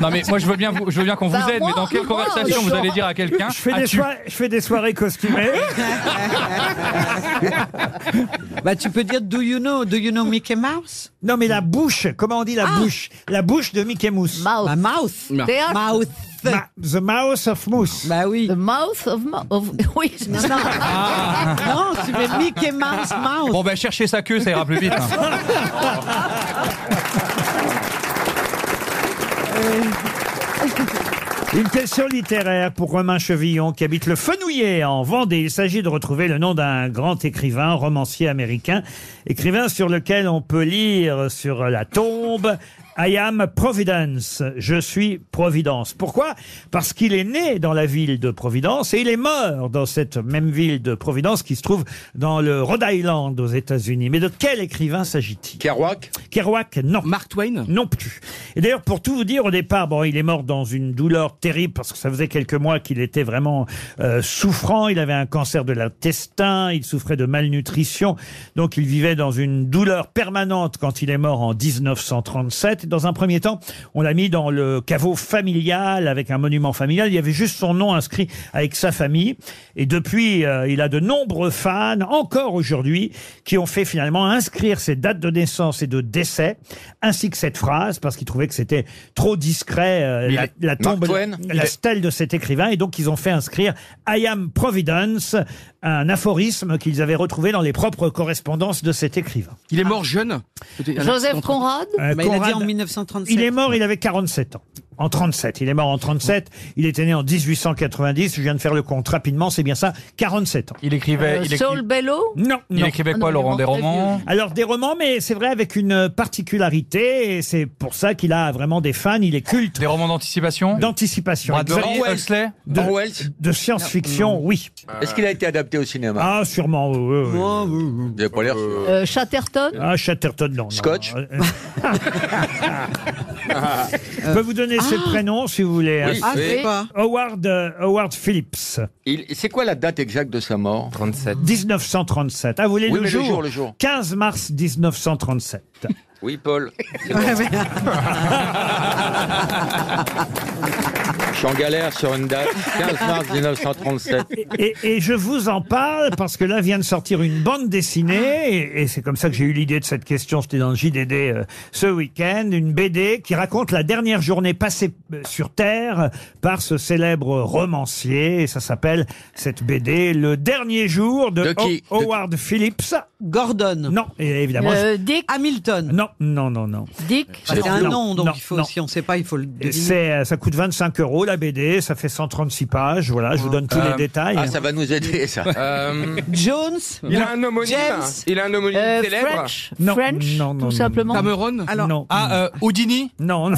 S5: Non mais moi je veux bien, vous- je veux bien qu'on
S2: Bah,
S5: vous aide,
S2: moi,
S5: mais dans quelle
S2: moi,
S5: conversation
S2: je-
S5: vous allez dire à quelqu'un
S2: je, fais des
S5: As-tu-
S2: soirées- je fais des soirées costumées.
S3: Bah, tu peux dire Do you know, do you know Mickey Mouse Ah.
S2: Non, mais la bouche, comment on dit la bouche La bouche de Mickey Mouse.
S3: Bah, Mouse. mouth.
S2: Non.
S8: Théâtre.
S3: Mouth.
S2: Ma- the mouth of moose.
S3: Bah oui.
S8: The mouth of... mou- of- oui, c'est ça.
S2: Ah.
S3: Non, tu mets Mickey Mouse Mouse.
S5: Bon ben cherchez sa queue, ça ira plus vite. hein.
S3: Euh.
S2: Une question littéraire pour Romain Chevillon qui habite le Fenouillet en Vendée. Il s'agit de retrouver le nom d'un grand écrivain, romancier américain, écrivain sur lequel on peut lire sur la tombe I am Providence. Je suis Providence. Pourquoi Parce qu'il est né dans la ville de Providence et il est mort dans cette même ville de Providence qui se trouve dans le Rhode Island aux États-Unis. Mais de quel écrivain s'agit-il
S7: Kerouac
S2: Kerouac, non.
S4: Mark Twain
S2: Non plus. Et d'ailleurs, pour tout vous dire, au départ, bon, il est mort dans une douleur terrible parce que ça faisait quelques mois qu'il était vraiment euh, souffrant. Il avait un cancer de l'intestin, il souffrait de malnutrition. Donc, il vivait dans une douleur permanente quand il est mort en 1937. Dans un premier temps, on l'a mis dans le caveau familial avec un monument familial. Il y avait juste son nom inscrit avec sa famille. Et depuis, euh, il a de nombreux fans, encore aujourd'hui, qui ont fait finalement inscrire ses dates de naissance et de décès, ainsi que cette phrase, parce qu'ils trouvaient que c'était trop discret, euh,
S7: Mais
S2: la,
S7: il-
S2: la
S7: Mark
S2: tombe,
S7: Twain, il
S2: la
S7: est-
S2: stèle de cet écrivain. Et donc, ils ont fait inscrire I am Providence, un aphorisme qu'ils avaient retrouvé dans les propres correspondances de cet écrivain.
S4: Il est mort jeune.
S8: Joseph Conrad
S2: Euh,
S3: Bah, il a
S2: Conrad-
S3: dit en 1937.
S2: Il est mort, il avait 47 ans. En 37. Il est mort en 37. Il était né en 1890. Je viens de faire le compte rapidement. C'est bien ça. 47 ans.
S5: Il écrivait,
S8: Euh,
S5: il écrit-
S8: Saul Bellow
S2: Non,
S5: il
S2: Ah non.
S5: écrivait
S14: Ah
S5: quoi, Laurent Des romans
S2: Alors des romans, mais c'est vrai avec une particularité, et c'est pour ça qu'il a vraiment des fans. Il est culte
S5: Des romans d'anticipation
S2: d'anticipation,
S7: Bah,
S5: Bradbury,
S2: exact-
S5: Huxley
S2: de,
S7: Orwell Euh,
S2: de science-fiction, oui.
S7: Est-ce qu'il a été adapté au cinéma
S2: Ah, sûrement. oui, oui, oui.
S7: Vous n'avez pas l'air sûr.
S8: Euh, Chatterton
S2: Ah, Chatterton, non. non.
S7: Scotch
S2: Euh, euh, Je peux vous donner ses
S8: Ah.
S2: prénoms si vous voulez.
S7: Oui,
S2: hein.
S7: Ah, c'est oui.
S3: quoi
S2: Howard, euh, Howard Phillips,
S7: Il- C'est quoi la date exacte de sa mort
S19: 37.
S2: 1937. Ah, vous voulez
S7: Oui,
S2: le,
S7: mais le
S2: jour
S7: jour, le jour.
S2: 15 mars 1937.
S7: Oui, Paul. C'est bon. Je suis en galère sur une date. 15 mars 1937.
S2: Et, et je vous en parle parce que là vient de sortir une bande dessinée, et, et c'est comme ça que j'ai eu l'idée de cette question, c'était dans le JDD euh, ce week-end, une BD qui raconte la dernière journée passée euh, sur Terre par ce célèbre romancier, et ça s'appelle cette BD Le dernier jour de,
S7: De qui
S2: Ho- Howard Phillips.
S3: Gordon.
S2: Non, et évidemment...
S8: Euh, Dick
S2: Ah,
S3: Hamilton.
S2: Non, non, non, non.
S8: Dick
S3: Bah, c'est un
S2: Non,
S3: nom, donc
S2: non,
S3: il faut,
S2: non.
S3: si on ne sait pas, il faut le
S2: Et
S3: deviner.
S2: c'est, euh, ça coûte 25 euros la BD, ça fait 136 pages, voilà, je vous donne tous
S5: Euh,
S2: les détails.
S7: Ah, ça va nous aider, ça.
S17: Euh,
S3: Jones
S17: il a un homonyme.
S3: James.
S17: Il a un homonyme
S8: Euh,
S17: célèbre.
S8: French
S2: Non,
S8: French
S2: non, non,
S8: Tout
S2: non,
S8: simplement
S4: Cameron
S3: Alors,
S2: Non.
S5: Ah, euh, Houdini Ah
S2: Non, non.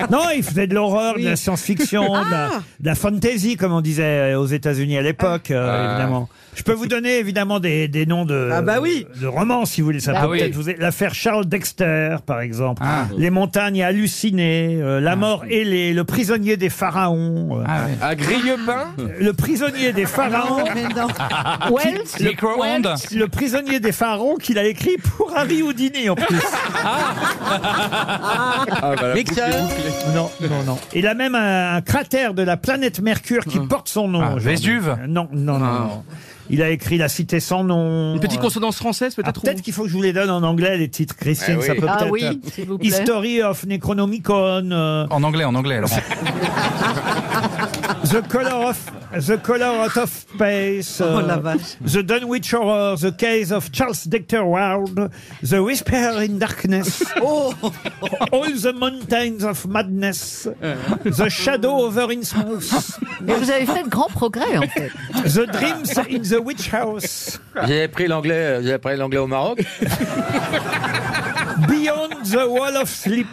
S2: Non, il faisait de l'horreur, de la science-fiction, de, la, de la fantasy, comme on disait euh, aux États-Unis à l'époque, euh,
S17: Ah.
S2: évidemment. Je peux vous donner évidemment des, des noms de,
S3: Ah bah oui.
S2: de romans, si vous voulez. Ça
S8: Bah
S2: peut
S8: oui.
S2: peut-être vous aider. L'affaire Charles Dexter, par exemple.
S5: Ah.
S2: Les montagnes hallucinées, euh, La mort ailée, Le prisonnier des pharaons. euh,
S5: Ah ouais.
S17: À Grille-Pain.
S2: Le prisonnier des pharaons.
S3: Mais non.
S8: Wells
S5: Micro-ondes
S2: Le prisonnier des pharaons qu'il a écrit pour Harry Houdini en plus.
S7: Ah,
S14: Ah,
S2: Ah,
S14: bah,
S7: Mixeur
S2: Non, non, non. Il a même un, un cratère de la planète Mercure qui porte son nom.
S5: Ah,
S2: aujourd'hui.
S5: Vésuve
S2: Non, non, non,
S4: Ah.
S2: non. Il a écrit La Cité sans nom.
S4: Une petite
S2: Euh,
S4: consonance française,
S2: ah,
S4: peut-être ou-
S2: peut-être qu'il faut que je vous les donne en anglais, les titres,
S7: Ah
S2: Christine.
S7: oui.
S2: Ça peut
S8: Ah
S2: peut-être.
S8: oui, s'il vous plaît.
S2: History of Necronomicon. euh,
S5: En anglais, en anglais, Laurent.
S2: The Color of The Color Out of Space,
S3: Oh,
S2: euh,
S3: la vache.
S2: The Dunwich Horror, The Case of Charles Dexter Ward, The Whisper in Darkness,
S8: Oh.
S2: All the Mountains of Madness, The Shadow Over Innsmouth,
S8: Mais vous avez fait de grands progrès, en fait.
S2: The Dreams in the Witch House,
S7: Vous avez pris l'anglais, vous avez appris l'anglais au Maroc
S2: Beyond the Wall of Sleep.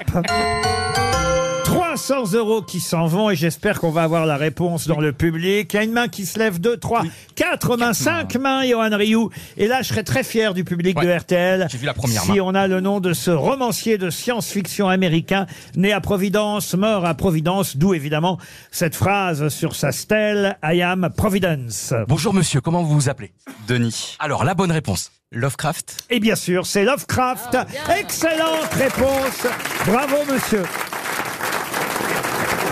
S2: Trois 300 euros qui s'en vont et j'espère qu'on va avoir la réponse dans le public. Il y a une main qui se lève, deux, trois, quatre mains, cinq mains, Johan Rioux. Et là, je serais très fier du public de RTL.
S5: J'ai vu la première
S2: Si
S5: main.
S2: on a le nom de ce romancier de science-fiction américain, né à Providence, mort à Providence, d'où évidemment cette phrase sur sa stèle, I am Providence.
S21: Bonjour monsieur, comment vous vous appelez
S5: Denis.
S21: Alors la bonne réponse, Lovecraft.
S2: Et bien sûr, c'est Lovecraft. Excellente réponse. Bravo, monsieur.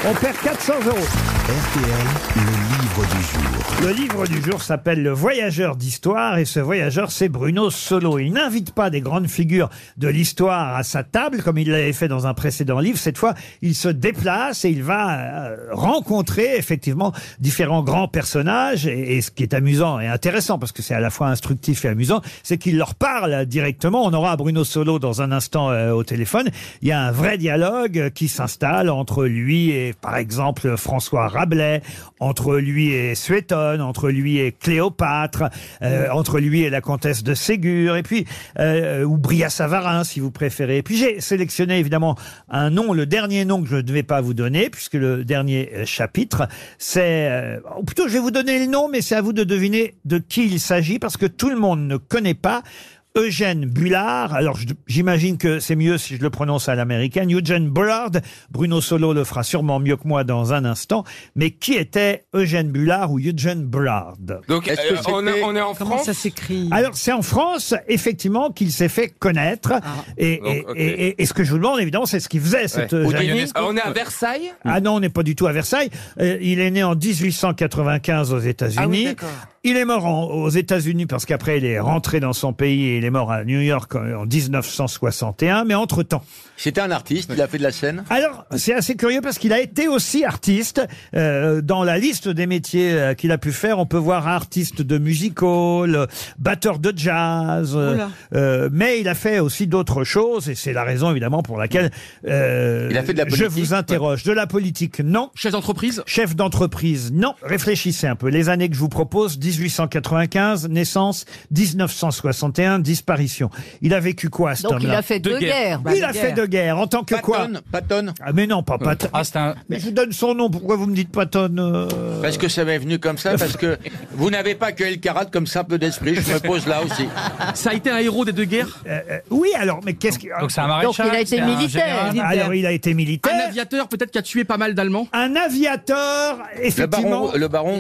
S2: On perd 400 euros.
S1: RTL, le livre du jour.
S2: Le livre du jour s'appelle Le Voyageur d'Histoire et ce voyageur, c'est Bruno Solo. Il n'invite pas des grandes figures de l'histoire à sa table comme il l'avait fait dans un précédent livre. Cette fois, il se déplace et il va euh, rencontrer effectivement différents grands personnages. Et, et ce qui est amusant et intéressant, parce que c'est à la fois instructif et amusant, c'est qu'il leur parle directement. On aura Bruno Solo dans un instant euh, au téléphone. Il y a un vrai dialogue euh, qui s'installe entre lui et, par exemple, François Rabelais, entre lui et Suétone, entre lui et Cléopâtre, euh, entre lui et la comtesse de Ségur, et puis, euh, ou Bria Savarin, si vous préférez. Et puis, j'ai sélectionné, évidemment, un nom, le dernier nom que je ne vais pas vous donner, puisque le dernier euh, chapitre, c'est, euh, ou plutôt, je vais vous donner le nom, mais c'est à vous de deviner de qui il s'agit, parce que tout le monde ne connaît pas Eugène Bullard, alors je- j'imagine que c'est mieux si je le prononce à l'américaine, Eugène Bullard, Bruno Solo le fera sûrement mieux que moi dans un instant, mais qui était Eugène Bullard ou Eugène Bullard
S17: Donc, Est-ce que euh, on c'était- est- on est en
S2: Comment
S17: France
S2: ça s'écrit Alors c'est en France, effectivement, qu'il s'est fait connaître, et, et-
S17: Donc, ok.
S2: et- et- et ce que je vous demande, évidemment, c'est ce qu'il faisait, cet Eugène.
S17: Ah, On est à Versailles
S2: Ah non, on n'est pas du tout à Versailles. Euh, il est né en 1895 aux
S17: Ah oui,
S2: États-Unis.
S17: d'accord.
S2: il est mort en- aux États-Unis parce qu'après il est rentré dans son pays et il est mort à New York en, en 1961. Mais entre-temps,
S7: C'était un artiste, il a fait de la scène
S2: alors, c'est assez curieux parce qu'il a été aussi artiste. Euh, dans la liste des métiers euh, qu'il a pu faire, on peut voir artiste de musical, batteur de jazz. euh,
S7: Oula.
S2: euh, mais il a fait aussi d'autres choses et c'est la raison évidemment pour laquelle euh,
S7: Il a fait de la
S2: je
S7: politique,
S2: vous interroge. De la politique, non.
S17: Chef d'entreprise
S2: Chef d'entreprise, non. Réfléchissez un peu. Les années que je vous propose, 1895, naissance, 1961, disparition. Il a vécu quoi, cet
S8: Donc, il
S2: homme-là
S8: a fait deux Deux guerres. guerres.
S2: Il
S8: Bah,
S2: a
S8: des
S2: fait
S8: guerres.
S2: deux guerres. En tant que quoi
S7: Patton
S2: Ah, mais non, pas Patton.
S5: Ah, c'est un...
S2: Mais je vous donne son nom, pourquoi vous me dites Patton euh
S7: Parce que ça m'est venu comme ça, parce que vous n'avez pas que El Karat comme simple d'esprit, je me pose là aussi.
S17: Ça a été un héros des deux guerres
S2: euh, Oui, alors, mais qu'est-ce qu'il.
S17: Donc c'est un
S2: maréchal, Donc, il a été c'est un militaire. général. Alors, il a été militaire.
S17: Un aviateur, peut-être, qui a tué pas mal d'Allemands
S2: Un aviateur, effectivement.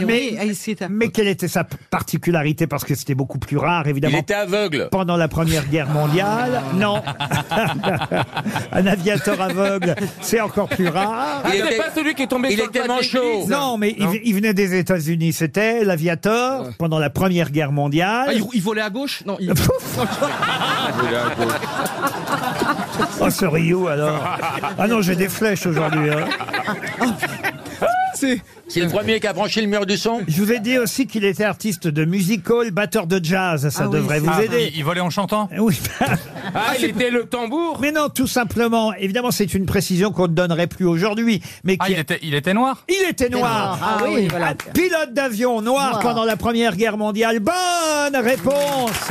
S2: Mais, Eh mais quelle était sa p- particularité Parce que c'était beaucoup plus rare, évidemment.
S7: Il était Ah. aveugle.
S2: Pendant la Première Guerre mondiale, non. un aviateur aveugle, c'est encore plus rare.
S17: Ah, c'est pas celui qui est tombé
S7: il
S17: sur le
S7: était
S17: toit de l'église.
S2: Non, mais Il, il venait des États-Unis. C'était l'aviateur pendant la Première Guerre mondiale.
S17: Ah, il, il volait à gauche Non, il...
S2: Oh, ce Rio, alors. Ah non, j'ai des flèches aujourd'hui. hein.
S17: C'est
S7: le premier qui a franchi le mur du son
S2: Je vous ai dit aussi qu'il était artiste de musical, batteur de jazz. Ça
S5: Ah oui,
S2: devrait
S5: c'est
S2: vous
S5: ça.
S2: aider.
S5: Il- il volait en chantant
S2: Oui.
S17: Ah, il était le tambour
S2: Mais non, tout simplement. Évidemment, c'est une précision qu'on ne donnerait plus aujourd'hui. Mais
S5: Ah,
S2: qui-
S5: il était, il était noir
S2: Il était noir.
S5: noir. Ah oui, voilà.
S2: Un Pilote d'avion noir,
S5: Noir.
S2: pendant la Première Guerre mondiale. Bonne réponse.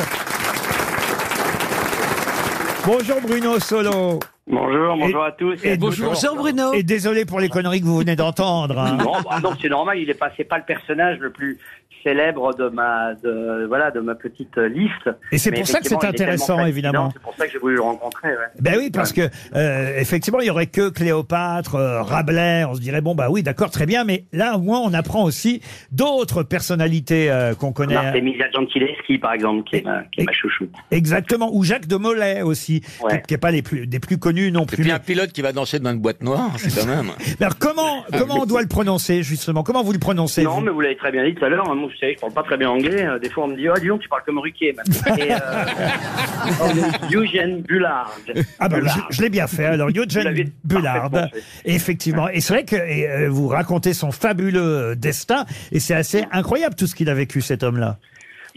S2: Bonjour Bruno Solo.
S22: Bonjour, bonjour à tous.
S2: Et désolé pour les conneries que vous venez d'entendre. hein.
S22: Non, bah, non, c'est normal, il est pas, c'est pas le personnage le plus célèbre de ma, de, voilà, de ma petite euh, liste.
S2: Et c'est
S22: Mais
S2: pour ça que c'est
S22: effectivement, il est tellement
S2: intéressant,
S22: fascinant,
S2: évidemment.
S22: C'est pour ça que j'ai voulu le rencontrer. ouais.
S2: Ben oui, parce que euh, effectivement, il y aurait que Cléopâtre, euh, Rabelais. On se dirait bon bah oui, d'accord, très bien. Mais là, au moins, on apprend aussi d'autres personnalités euh, qu'on connaît.
S22: Artemisia Gentileschi, par exemple, qui est ma, qui est ma chouchoute.
S2: Exactement. Ou Jacques de Molay aussi, qui- qui n'est pas les plus, des plus connus non
S7: Et
S2: plus.
S7: puis un pilote qui va danser dans une boîte noire, c'est quand même.
S2: Mais Alors comment comment on doit le prononcer justement Comment vous le prononcez
S22: Non,
S2: vous
S22: mais vous l'avez très bien dit tout à l'heure. hein, Moi, vous savez, je parle pas très bien anglais. euh, Des fois, on me dit, oh, dis donc, tu parles comme Ruquier. maintenant. Et, euh, Eugène Bullard.
S2: Ah ben,
S22: Bullard.
S2: je, je l'ai bien fait. Alors,
S22: Vous l'avez
S2: Eugene Bullard,
S22: parfaitement fait.
S2: effectivement. Et c'est vrai que et, euh, vous racontez son fabuleux euh, destin, et c'est assez incroyable tout ce qu'il a vécu, cet homme-là.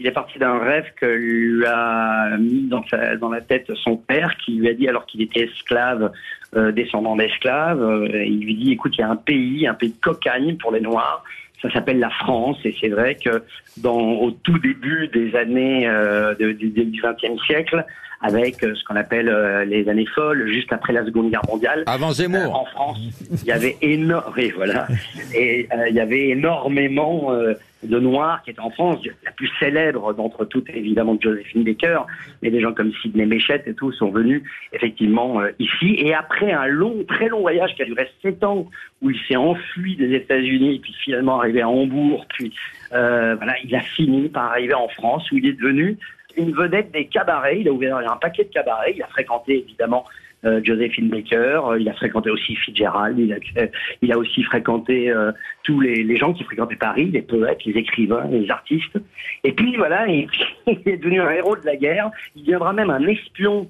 S22: Il est parti d'un rêve que lui a mis dans, sa- dans la tête son père, qui lui a dit, alors qu'il était esclave, euh, descendant d'esclave, euh, il lui dit, écoute, il y a un pays, un pays de cocagne pour les Noirs, Ça s'appelle la France et c'est vrai que dans, au tout début des années euh, de- du, du XXe siècle, avec euh, ce qu'on appelle euh, les années folles, juste après la Seconde Guerre mondiale.
S7: Avant Zemmour.
S22: en France, il y avait énormément, voilà, et euh, il y avait énormément euh, de Noirs qui étaient en France. La plus célèbre d'entre toutes, évidemment, Josephine Baker, mais des gens comme Sidney Méchette et tout sont venus effectivement euh, ici. Et après un long, très long voyage qui a duré sept ans, où il s'est enfui des États-Unis, puis finalement arrivé à Hambourg, puis euh, voilà, il a fini par arriver en France, où il est devenu une vedette des cabarets. Il a ouvert un paquet de cabarets. Il a fréquenté évidemment euh, Josephine Baker. Euh, Il a fréquenté aussi Fitzgerald. Il a, euh, il a aussi fréquenté euh, tous les, les gens qui fréquentaient Paris, les poètes, les écrivains, les artistes. Et puis voilà, il, il est devenu un héros de la guerre. Il deviendra même un espion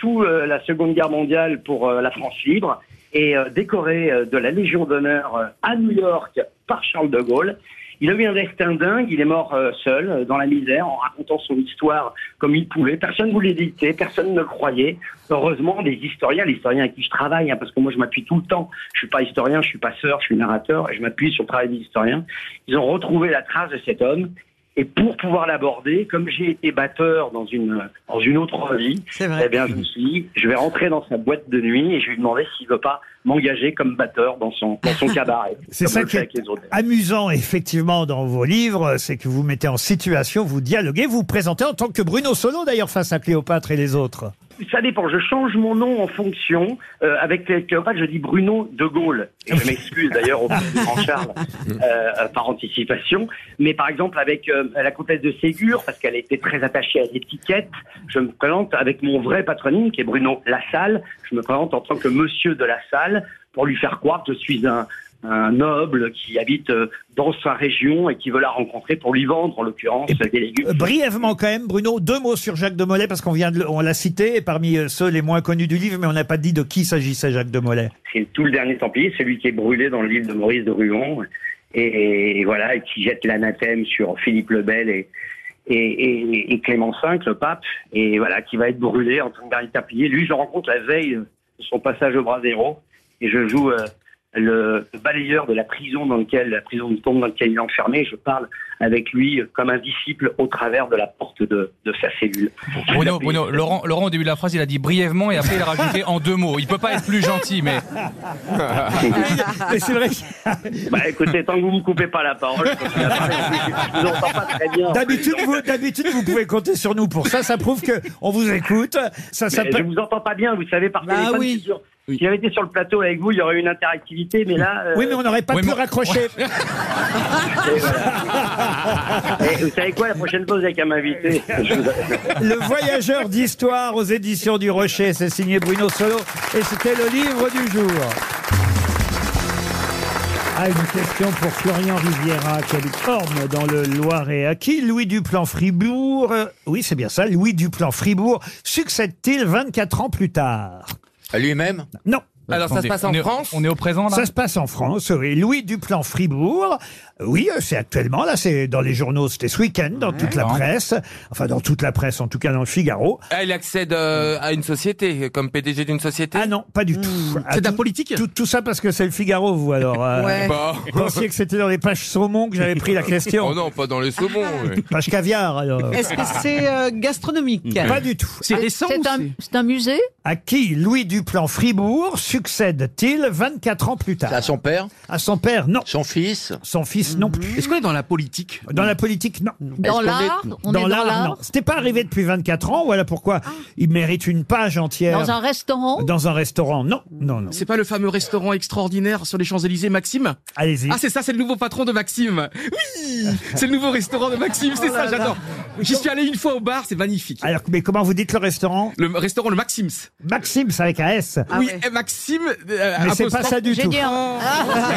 S22: sous euh, la Seconde Guerre mondiale pour euh, la France libre et euh, décoré euh, de la Légion d'honneur euh, à New York par Charles de Gaulle. Il a eu un destin dingue, il est mort euh, seul, euh, dans la misère, en racontant son histoire comme il pouvait. Personne ne voulait dicter, personne ne croyait. Heureusement, des historiens, l'historien avec qui je travaille, hein, parce que moi je m'appuie tout le temps, je suis pas historien, je suis passeur, je suis narrateur, et je m'appuie sur le travail des historiens, ils ont retrouvé la trace de cet homme. Et pour pouvoir l'aborder, comme j'ai été batteur dans une, dans une autre vie, eh bien, je me suis dit, je vais rentrer dans sa boîte de nuit et je lui demander s'il veut pas m'engager comme batteur dans son, dans son cabaret.
S2: C'est
S22: comme
S2: ça
S22: je le
S2: qui
S22: fais
S2: est
S22: avec les autres.
S2: amusant, effectivement, dans vos livres, c'est que vous mettez en situation, vous dialoguez, vous vous présentez en tant que Bruno Solo, d'ailleurs, face à Cléopâtre et les autres.
S22: Ça dépend, je change mon nom en fonction. Euh, avec les Cléopâtre, je dis Bruno de Gaulle. Et je m'excuse d'ailleurs auprès de Jean-Charles euh, par anticipation. Mais par exemple, avec euh, la comtesse de Ségur, parce qu'elle était très attachée à l'étiquette, je me présente avec mon vrai patronyme qui est Bruno Lassalle. Je me présente en tant que monsieur de Lassalle pour lui faire croire que je suis un, un noble qui habite euh, dans sa région et qui veut la rencontrer pour lui vendre, en l'occurrence, des légumes.
S2: Euh, Brièvement quand même, Bruno, deux mots sur Jacques de Molay, parce qu'on vient de, le- on l'a cité, et parmi euh, ceux les moins connus du livre, mais on n'a pas dit de qui s'agissait Jacques de Molay.
S22: c'est tout le dernier Templier, celui qui est brûlé dans le livre de Maurice de Ruon, et, et voilà, et qui jette l'anathème sur Philippe le Bel et, et, et- et Clément V, le pape, et voilà, qui va être brûlé en tant que dernier Templier. Lui, je le rencontre la veille de son passage au Brasero, et je joue euh, le balayeur de la prison dans lequel la prison de tombe dans laquelle il est enfermé. Je parle avec lui comme un disciple au travers de la porte de, de sa cellule.
S5: Bruno, Bruno, Laurent, Laurent, au début de la phrase, il a dit brièvement et après il a rajouté en deux mots. Il peut pas être plus gentil, mais.
S2: Bah, Mais c'est vrai.
S22: Bah écoutez, tant que vous me coupez pas la parole, je continue à parler. je vous entends pas très bien.
S2: D'habitude, vous, d'habitude, vous pouvez compter sur nous pour ça, ça prouve que on vous écoute. Ça
S22: Mais
S2: s'appelle-
S22: Je vous entends pas bien, vous savez, par
S2: Bah
S22: téléphone,
S2: oui.
S22: c'est sûr. Si j'avais été sur le plateau avec vous, il y aurait eu une interactivité, mais là... euh,
S2: Oui, mais on n'aurait pas pu raccrocher.
S22: Et voilà. Et vous savez quoi, la prochaine pause avec un invité je vous-
S2: Le voyageur d'histoire aux éditions du Rocher, c'est signé Bruno Solo et c'était le livre du jour. Ah, une question pour Florian Riviera qui habite Orme dans le Loiret. À qui Louis Duplan Fribourg, euh, oui c'est bien ça, Louis Duplan Fribourg succède-t-il 24 ans plus tard
S7: À lui-même
S2: Non.
S5: Alors, ça se Bah, Attendez, passe en on est- France on est au présent, là
S2: Ça se passe en France, oui. Louis Duplan Fribourg, oui, euh, c'est actuellement, là, c'est dans les journaux, c'était ce week-end, dans toute la presse, enfin dans toute la presse, en tout cas dans le Figaro.
S17: Ah, il accède euh, à une société, comme PDG d'une société Hmm.
S2: Ah non, pas du tout.
S17: C'est de la
S2: politique tout, tout ça parce que c'est le Figaro, vous, alors. euh,
S17: Ouais. Bah.
S2: Vous pensiez que c'était dans les pages saumon que j'avais pris la question Ah,
S17: Oh non, pas dans les saumons.
S8: Ah.
S17: oui.
S2: Page caviar, alors.
S3: Est-ce que c'est euh, gastronomique
S2: Pas du tout.
S8: Ah, C'est un, c'est un musée
S2: À qui Louis Duplan Fribourg succède-t-il 24 ans plus tard À
S7: son père
S2: À son père, non.
S7: Son fils
S2: Son fils, non plus. Est-ce qu'on est dans la politique Dans la politique, non.
S8: Dans qu'on est- l'art On est dans l'art Ah.
S2: non. C'était pas arrivé depuis 24 ans, voilà pourquoi il mérite une page entière.
S8: Dans un restaurant
S2: Dans un restaurant, non. Non, non.
S17: C'est pas le fameux restaurant extraordinaire sur les Champs-Élysées, Maxime
S2: Allez-y.
S17: Ah, c'est ça, c'est le nouveau patron de Maxime. Oui C'est le nouveau restaurant de Maxime, c'est
S2: Oh
S17: ça,
S2: là là.
S17: j'adore. J'y suis allé une fois au bar, c'est magnifique.
S2: Alors, mais comment vous dites le restaurant
S17: Le restaurant, le Maxims.
S2: Maxime, c'est avec un S.
S4: Ah
S17: oui, eh, Maxime. euh,
S2: Mais c'est
S17: apostrophe-
S2: pas ça du Ah J'ai tout.
S3: Ah.
S2: dit un-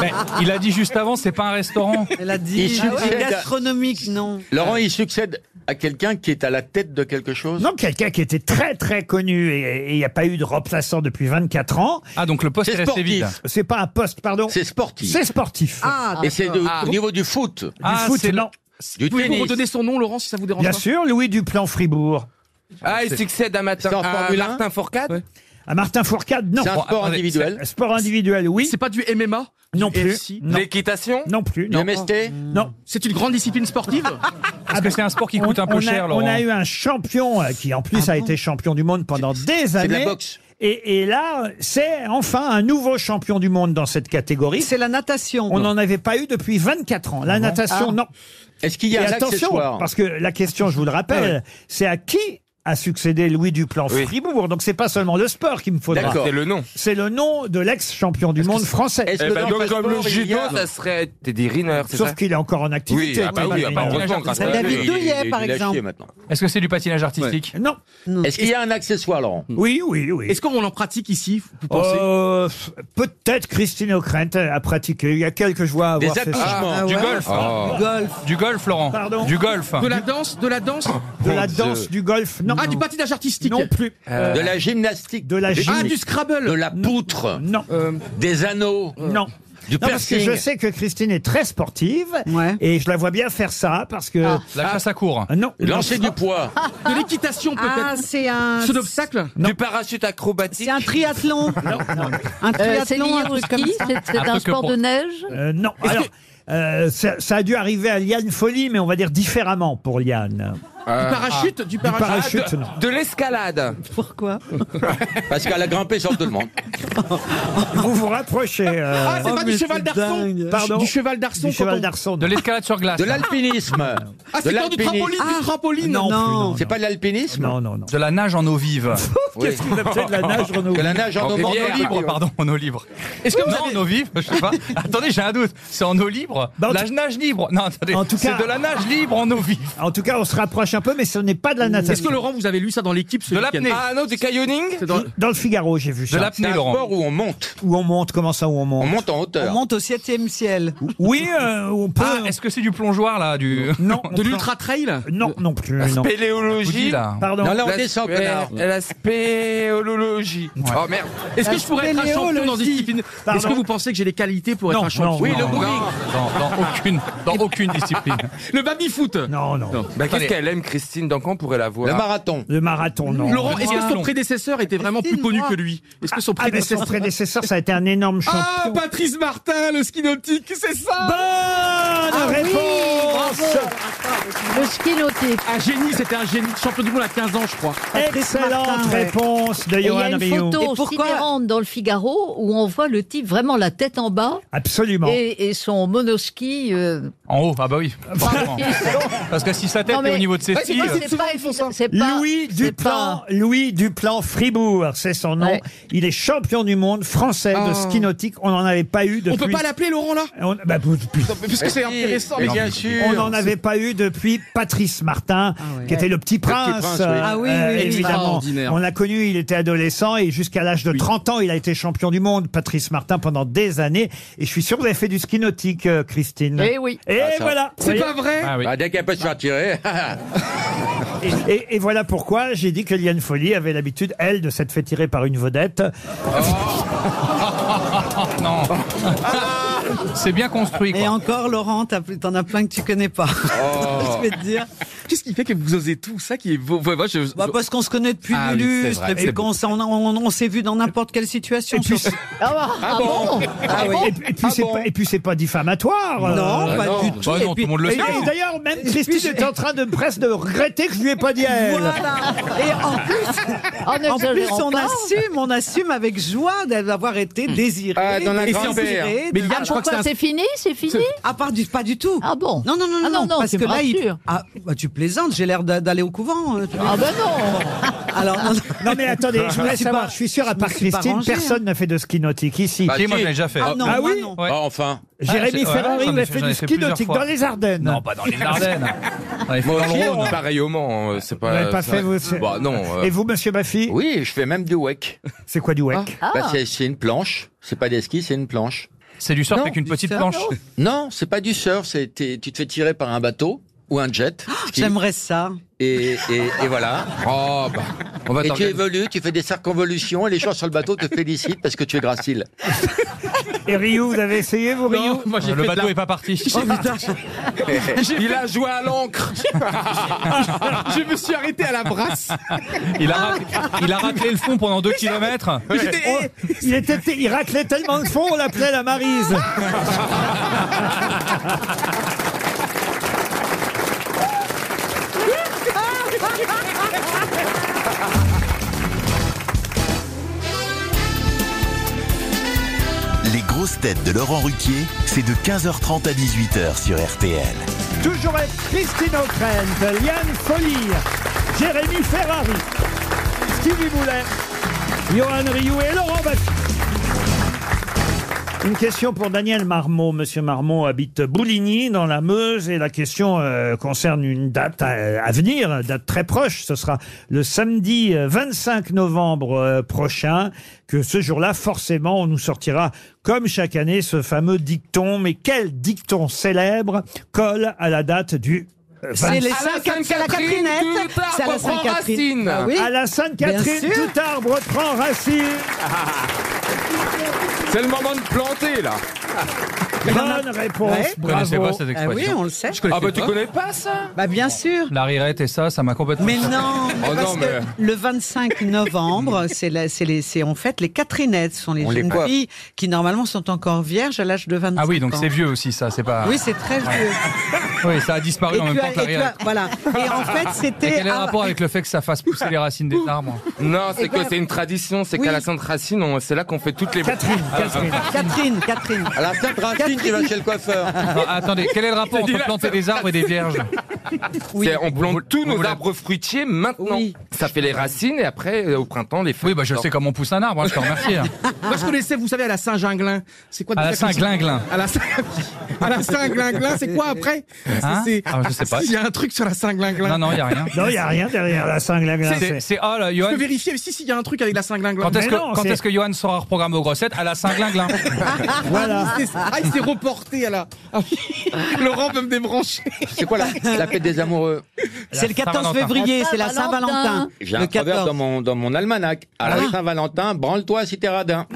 S5: Mais il a dit juste avant, c'est pas un restaurant.
S3: Elle a
S7: Il
S3: dit Ah ouais,
S7: succède à-
S3: gastronomique, non.
S7: Laurent, il succède à quelqu'un qui est à la tête de quelque chose
S2: Non, quelqu'un qui était très très connu et et il n'y a pas eu de remplaçant depuis 24 ans.
S5: Ah, donc le poste
S2: C'est
S5: est resté
S2: sportif.
S5: vide.
S2: C'est pas un poste, pardon.
S7: C'est sportif.
S2: C'est sportif.
S3: Ah,
S7: Et c'est de-
S5: Ah.
S7: au niveau du foot.
S2: Du
S17: Ah,
S2: foot, non.
S7: Du
S17: Pouvez-vous
S7: tennis.
S17: me redonner son nom, Laurent, si ça vous dérange
S2: Bien
S17: pas
S2: sûr, Louis Duplan Fribourg.
S17: Ah, il
S2: C'est-
S17: succède à, Matin,
S2: C'est en
S17: à
S2: Formule un
S17: Martin Fourcade
S2: À Martin Fourcade, non.
S4: C'est un
S2: Bon,
S4: sport
S2: attendez,
S4: individuel
S2: c'est- Sport individuel, oui. C'est
S4: pas du MMA
S2: Non
S4: Du
S2: plus.
S4: UFC?
S2: Non.
S4: L'équitation
S2: Non plus. Non. Mm. Non. Ah,
S4: C'est une grande discipline sportive
S5: Parce que c'est un sport qui
S2: On- on a- On a eu un champion euh, qui, en plus, a été champion du monde pendant des
S4: de
S2: années.
S4: la boxe.
S2: Et, et là, c'est enfin un nouveau champion du monde dans cette catégorie. C'est la natation. On n'en avait pas eu depuis 24 ans. La
S4: Ah bon
S2: natation,
S4: Ah.
S2: non.
S7: Est-ce qu'il y a
S2: Et
S7: un
S2: attention,
S7: accessoire
S2: parce que la question, je vous le rappelle,
S7: Ah ouais.
S2: c'est à qui a succédé Louis Duplan
S7: Oui.
S2: Fribourg. Donc c'est pas seulement le sport qu'il me faudra.
S17: D'accord. C'est le nom.
S2: C'est le nom de l'ex-champion du monde français.
S17: Eh ben donc, comme le judo, ça serait Teddy Riner, c'est
S2: Sauf
S17: ça
S2: qu'il est encore en activité.
S17: Oui, ah bah
S2: Teddy
S17: oui,
S2: Riner.
S17: bah heureusement, grâce à David Dieu. Douillet,
S7: Il est- par il est exemple. lâché maintenant.
S5: Est-ce que c'est du patinage artistique
S2: Non.
S7: Est-ce qu'il y a un accessoire, Laurent
S2: Oui, oui, oui.
S4: Est-ce qu'on en pratique ici vous pensez
S2: Euh, f- Peut-être Christine O'Krent a pratiqué. Il y a quelques joies à avoir fait ça.
S5: Ah, du golf. hein.
S2: Du golf.
S5: Du golf, Laurent.
S2: Pardon
S5: Du golf.
S4: De la danse, de la danse
S2: De la danse, du golf, non.
S4: Ah, du patinage artistique
S2: Non plus.
S4: Euh,
S7: De la gymnastique
S2: De la
S4: Ah,
S2: gym-
S4: du Scrabble
S7: De la poutre Euh,
S2: Non. Euh,
S7: Des anneaux
S2: Non.
S7: Du
S2: Non, parce que
S7: piercing.
S2: je sais que Christine est très sportive et je la vois bien faire ça parce que Ah,
S5: La chasse à court.
S2: non
S7: Lancer du poids.
S4: De l'équitation
S3: Ah,
S4: peut-être
S3: c'est un.
S4: Saut d'obstacle
S17: Du parachute acrobatique
S3: C'est un triathlon. Un
S8: Euh, c'est
S3: triathlon,
S8: lié
S3: un
S8: au
S3: truc comme
S8: ski,
S3: ça.
S8: c'est- c'est
S2: Un
S8: un
S2: truc
S8: sport
S2: pour-
S8: de neige.
S2: Euh, non. Alors, euh, ça, ça a dû arriver à Liane Folie, mais on va dire différemment pour Liane.
S7: Euh,
S4: Du parachute, du parachute.
S2: parachute,
S4: Ah,
S2: non.
S17: De l'escalade.
S3: Pourquoi
S7: Parce qu'elle a grimpé sur tout le monde.
S2: Vous vous rapprochez. euh.
S4: Ah, c'est pas du cheval d'arçon
S2: Pardon
S4: Du cheval d'arçon
S2: Du
S4: quand
S2: cheval
S4: on-
S2: d'arçon.
S5: De l'escalade sur glace.
S7: De l'alpinisme.
S4: Ah, c'est
S7: De
S4: quand du
S7: l'alpinisme.
S4: trampoline, du trampoline
S2: Non, plus, non,
S7: C'est pas de l'alpinisme
S2: Non, non, non.
S5: De la nage en eau vive.
S2: Qu'est-ce que vous appelez de la nage en eau
S7: De la nage en eau
S5: en
S7: libre.
S5: eau libre, pardon, en eau libre.
S4: Est-ce que vous
S5: non,
S4: avez-
S5: en eau vive, je sais pas. attendez, j'ai un doute. C'est en eau libre
S2: Bah, en
S5: La
S2: tout-
S5: nage libre. Non, attendez.
S2: En tout
S5: c'est
S2: cas-
S5: de la nage libre en eau vive.
S2: En tout cas, on se rapproche un peu, mais ce n'est pas de la natation.
S4: Est-ce que Laurent, vous avez lu ça dans l'équipe ce
S5: De
S4: week-end
S5: l'apnée.
S17: Ah non, du canyoning
S4: C'est dans-
S2: Dans le Figaro, j'ai vu
S5: De
S2: ça.
S5: l'apnée,
S7: C'est un
S5: Laurent.
S7: sport où on monte.
S2: Où on monte Comment ça, où on monte
S7: On monte en
S3: On
S7: hauteur.
S3: monte au septième ciel.
S2: Oui, euh, on peut.
S5: Ah, est-ce que c'est du plongeoir, là du...
S2: Non, on
S4: De
S2: peut-
S4: l'ultra trail
S2: Non, non plus. non.
S5: Vous dites,
S17: Spéléologie.
S5: là.
S2: Pardon.
S7: Non, là, on
S17: La
S7: descend,
S17: spé-
S7: connard.
S3: euh,
S17: La spéléologie. Oh merde.
S4: Est-ce que je pourrais être un champion dans une
S3: spéléologie.
S4: discipline Est-ce
S2: Pardon
S4: que vous pensez que j'ai les qualités pour être
S2: Non,
S4: un champion
S2: non,
S5: Non,
S2: non,
S5: non, Dans, dans aucune, dans aucune discipline.
S4: Le baby-foot
S2: Non, non.
S17: Bah, qu'est-ce
S5: Attendez.
S17: qu'elle aime, Christine Dans quand on pourrait la
S7: Le
S17: voir
S7: marathon.
S2: Le marathon, non.
S4: Laurent, est-ce que son
S5: Christine,
S4: prédécesseur était vraiment plus connu que lui Est-ce que son
S2: Ah, mais son
S4: prédécesseur...
S2: prédécesseur, ça a été un énorme champion.
S4: Ah, Patrice Martin, le ski nautique, c'est ça Ah
S2: Bonne réponse
S8: Le ski nautique.
S4: Un génie, c'était un génie. Champion du monde à 15 ans, je crois.
S2: Excellente
S3: Martin, ouais.
S2: réponse de
S8: Et il y a
S2: Johan
S8: une
S2: Rioux.
S8: photo
S3: Et pourquoi-
S8: sidérante dans le Figaro où on voit le type vraiment la tête en bas
S2: Absolument.
S8: et, et son monoski. euh,
S5: En haut, ah bah oui. forcément. Parce que si sa tête
S8: Non, mais-
S5: est au niveau de ses
S4: Ouais, c'est
S5: skis,
S4: pas-
S8: c'est pas, évident, c'est pas-
S2: Louis
S8: c'est
S2: Duplan,
S8: pas-
S2: Louis Duplan Fribourg, c'est son nom.
S8: Ouais.
S2: Il est champion du monde français de
S4: Ah.
S2: ski nautique. On n'en avait pas eu depuis.
S4: On peut pas l'appeler Laurent là
S2: On- bah, vous- puis-
S4: Non, mais Parce que c'est intéressant.
S7: Mais
S4: mais-
S7: bien sûr.
S2: on n'en avait pas eu depuis Patrice Martin, qui était le petit prince.
S7: Prince, oui.
S2: euh,
S3: Ah oui, oui,
S2: euh,
S3: oui.
S2: évidemment.
S4: Extraordinaire.
S2: On l'a connu, il était adolescent et jusqu'à l'âge de 30 ans, il a été champion du monde, Patrice Martin, pendant des années. Et je suis sûr que vous avez fait du ski nautique, euh, Christine.
S8: Eh oui.
S2: Et
S7: Ah, ça.
S2: voilà.
S4: C'est
S2: Voyez-
S4: pas vrai
S5: Ah oui.
S7: Bah, dès qu'elle peut se faire tirer.
S2: Et, et- et voilà pourquoi j'ai dit que Liane Folie avait l'habitude, elle, de s'être fait tirer par une vedette.
S5: non. C'est bien construit,
S3: Et
S5: quoi.
S3: encore, Laurent, t'as plus- t'en as plein que tu connais pas. je vais te dire.
S17: Qu'est-ce qui fait que vous osez tout ça qui est beau Ouais, moi, je-
S3: Bah, parce qu'on se connaît depuis
S17: Ah
S3: des
S17: oui, c'est
S3: lustres,
S17: vrai,
S3: et puis
S17: c'est
S3: qu'on s'en- on, on- on s'est vu dans n'importe quelle situation.
S2: puis-
S3: sur-
S8: Ah, bah, ah bon Ah
S2: Et, et puis c'est pas, et puis c'est pas diffamatoire.
S3: Ah Non,
S2: Euh,
S3: pas
S17: non.
S3: du
S17: Bah
S3: tout.
S5: Ah non,
S3: et
S5: tout
S3: puis-
S5: le monde le
S2: et-
S5: sait.
S3: et-
S2: et d'ailleurs, même Christine est en train de presque de regretter que je lui ai pas dit à elle.
S3: Voilà. Et en plus,
S8: En
S3: en plus,
S8: exagérant
S3: on
S8: pas.
S3: assume, on assume avec joie d'avoir été désiré,
S17: Ah, dans la
S3: désiré, Ah,
S17: grand-mère.
S3: de-
S4: Mais Liane, je crois que c'est
S8: Pourquoi
S4: un
S8: c'est fini C'est fini
S3: Ah, pas du, pas du tout.
S8: Ah bon
S3: Non, non, non,
S8: Ah non, non,
S3: parce
S8: tu
S3: que
S8: me
S3: là, il-
S8: rassures.
S3: Ah, bah, tu plaisantes, j'ai l'air d'a- d'aller au couvent. euh, tu vois.
S8: Ah ben non
S3: Alors, non, non.
S2: Ah, Non mais attendez, je voulais
S3: suis
S2: savoir,
S3: pas-
S2: je suis sûr, à
S3: me
S2: part
S3: suis pas
S2: Christine,
S3: rangée, hein.
S2: personne n'a fait de ski nautique ici.
S7: Bah,
S5: Si, moi,
S7: si.
S5: je l'ai déjà fait.
S3: Ah non,
S2: Ah
S3: moi,
S2: oui
S3: non.
S5: Ouais.
S7: Ah, enfin.
S2: Jérémy
S5: c'est- ouais,
S2: Ferrari,
S5: j'en ai
S2: il a
S5: fait-
S2: fait
S5: j'en ai
S2: du
S5: fait
S2: ski
S5: plusieurs
S2: nautique
S5: fois.
S2: dans les Ardennes.
S5: Non, pas dans les Ardennes.
S2: Ah,
S5: Non, il faut
S17: Moi
S5: dans le
S17: aussi,
S5: Rhône.
S17: on- pareil au Mans,
S7: hein,
S17: euh, c'est
S2: Vous
S17: pas.
S2: n'avez pas
S17: c'est
S2: fait,
S17: vrai.
S2: vous, c'est- Ah,
S17: Bah non. euh,
S2: Et vous, monsieur Baffy,
S7: Oui, je fais même du wake.
S2: c'est quoi du WEC
S8: Ah.
S7: Bah, c'est- c'est une planche. C'est pas des skis, c'est une planche.
S5: C'est du surf
S7: Non,
S5: avec une petite
S3: surf,
S5: planche.
S7: Non, c'est pas du surf. c'est- t'es- Tu te fais tirer par un bateau ou un jet. ski.
S3: Ah, J'aimerais ça.
S7: Et, et- et voilà.
S17: Oh, bah, on va
S7: Et tu
S17: t'organiser.
S7: évolues, tu fais des circonvolutions et les gens sur le bateau te félicitent parce que tu es gracile.
S2: Et Ryu, vous avez essayé, vous, Ryu
S17: moi, j'ai
S21: Le
S17: fait de
S21: bateau
S17: la-
S21: est pas parti.
S17: J'ai- Il a joué à l'encre. Je me suis arrêté à la brasse.
S5: Il a, rac- il a raclé le fond pendant 2 km.
S2: Oh, il, était, il raclait tellement le fond, on l'appelait la Marise.
S1: Les grosses têtes de Laurent Ruquier, c'est de 15h30 à 18h sur RTL.
S2: Toujours avec Christine O'Krent, Liane Folie, Jérémy Ferrari, Stevie Boulet, Johan Rioux et Laurent Baffie. Une question pour Daniel Marmot. Monsieur Marmot habite Bouligny, dans la Meuse, et la question euh, concerne une date euh, à, à venir, date très proche. Ce sera le samedi euh, 25 novembre euh, prochain, que ce jour-là, forcément, on nous sortira, comme chaque année, ce fameux dicton. Mais quel dicton célèbre colle à la date du euh,
S20: C'est les
S2: 25
S20: cinq- c'est la Catherinette,
S17: tout
S20: c'est à la
S17: arbre prend
S20: Sainte-Catherine.
S17: racine.
S20: Ah oui.
S2: À la Sainte-Catherine,
S20: Bien sûr.
S2: tout arbre prend racine.
S17: C'est le moment de planter là.
S2: Bonne réponse,
S3: Ouais.
S5: Vous connaissez pas cette
S3: Ah oui,
S5: expression
S3: on le sait.
S17: Ah bah tu connais pas ça
S3: Bah bien sûr.
S5: La rirette et ça, ça m'a complètement.
S3: Mais non, mais
S5: Oh
S3: parce
S5: non,
S3: que
S5: mais-
S3: le 25 novembre, c'est la- c'est les, c'est en fait les Catherinettes, ce sont les
S5: On les
S3: jeunes
S5: coiffe.
S3: filles qui normalement sont encore vierges à l'âge de 25 ans.
S5: Ah oui, donc c'est vieux aussi ça, c'est pas.
S3: Oui, c'est très
S5: Ouais.
S3: vieux.
S5: Oui, ça a disparu
S3: Et
S5: en même
S3: tu as-
S5: temps que la
S3: et tu as-
S5: rirette.
S3: voilà. Et en fait, c'était
S5: Et Quel est le
S3: à-
S5: rapport avec le fait que ça fasse pousser les racines des arbres
S17: Non,
S3: Eh
S17: c'est que
S3: ben-
S17: c'est une tradition, c'est
S3: Oui.
S17: qu'à la Sainte Racine, on- c'est là qu'on fait toutes les.
S2: Catherine,
S17: Catherine.
S3: Catherine, Catherine.
S17: À
S7: Ah,
S17: la Sainte Racine, tu vas chez le coiffeur.
S5: Attends, Ah, Attendez, quel est le rapport entre planter des arbres et des vierges
S17: On plante tous nos arbres fruitiers maintenant. Ça fait les racines et après, euh, au printemps, les fruits.
S5: Oui, bah je sais comment on pousse un arbre, hein, je te remercie. hein.
S4: Moi, je connaissais, vous savez, à la Saint-Gingling. C'est quoi
S5: À
S4: déjà
S5: la
S4: comme ça
S5: Saint-Glinglin.
S4: À la Saint- à la Saint-Glinglin, c'est quoi après
S5: Hein
S4: C'est-
S5: Ah, je sais pas.
S4: Il y a un truc sur la Saint-Glinglin.
S5: Non, non, il y a rien.
S2: Non, il n'y a rien derrière la cinglinglin.
S5: C'est- C'est ah là,
S4: Je
S5: Johan.
S4: peux vérifier, si, si, il y a un truc avec la Saint-Glinglin.
S5: Quand est-ce
S4: Mais
S5: que,
S4: non,
S5: quand
S4: c'est-
S5: est-ce que Johan sera reprogrammé au grossettes à la Saint-Glinglin
S2: Voilà.
S4: Ah, Il s'est- Ah, il s'est reporté à la. Ah oui. Laurent peut me débrancher.
S7: C'est quoi la, la fête des amoureux
S3: C'est le 14 février, c'est la Saint-Valentin.
S7: J'ai
S3: Le Ah.
S7: un proverbe
S3: 14.
S7: dans mon, dans mon almanach. À la Saint-Valentin, branle-toi si t'es radin.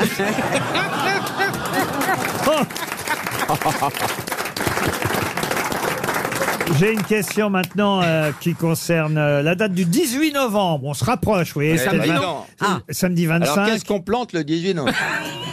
S2: J'ai une question maintenant euh, qui concerne euh, la date du 18 novembre. On se rapproche, vous voyez.
S7: Eh,
S2: samedi,
S7: bah, dis donc.
S2: Ah. samedi 25.
S7: Alors qu'est-ce qu'on plante le 18 novembre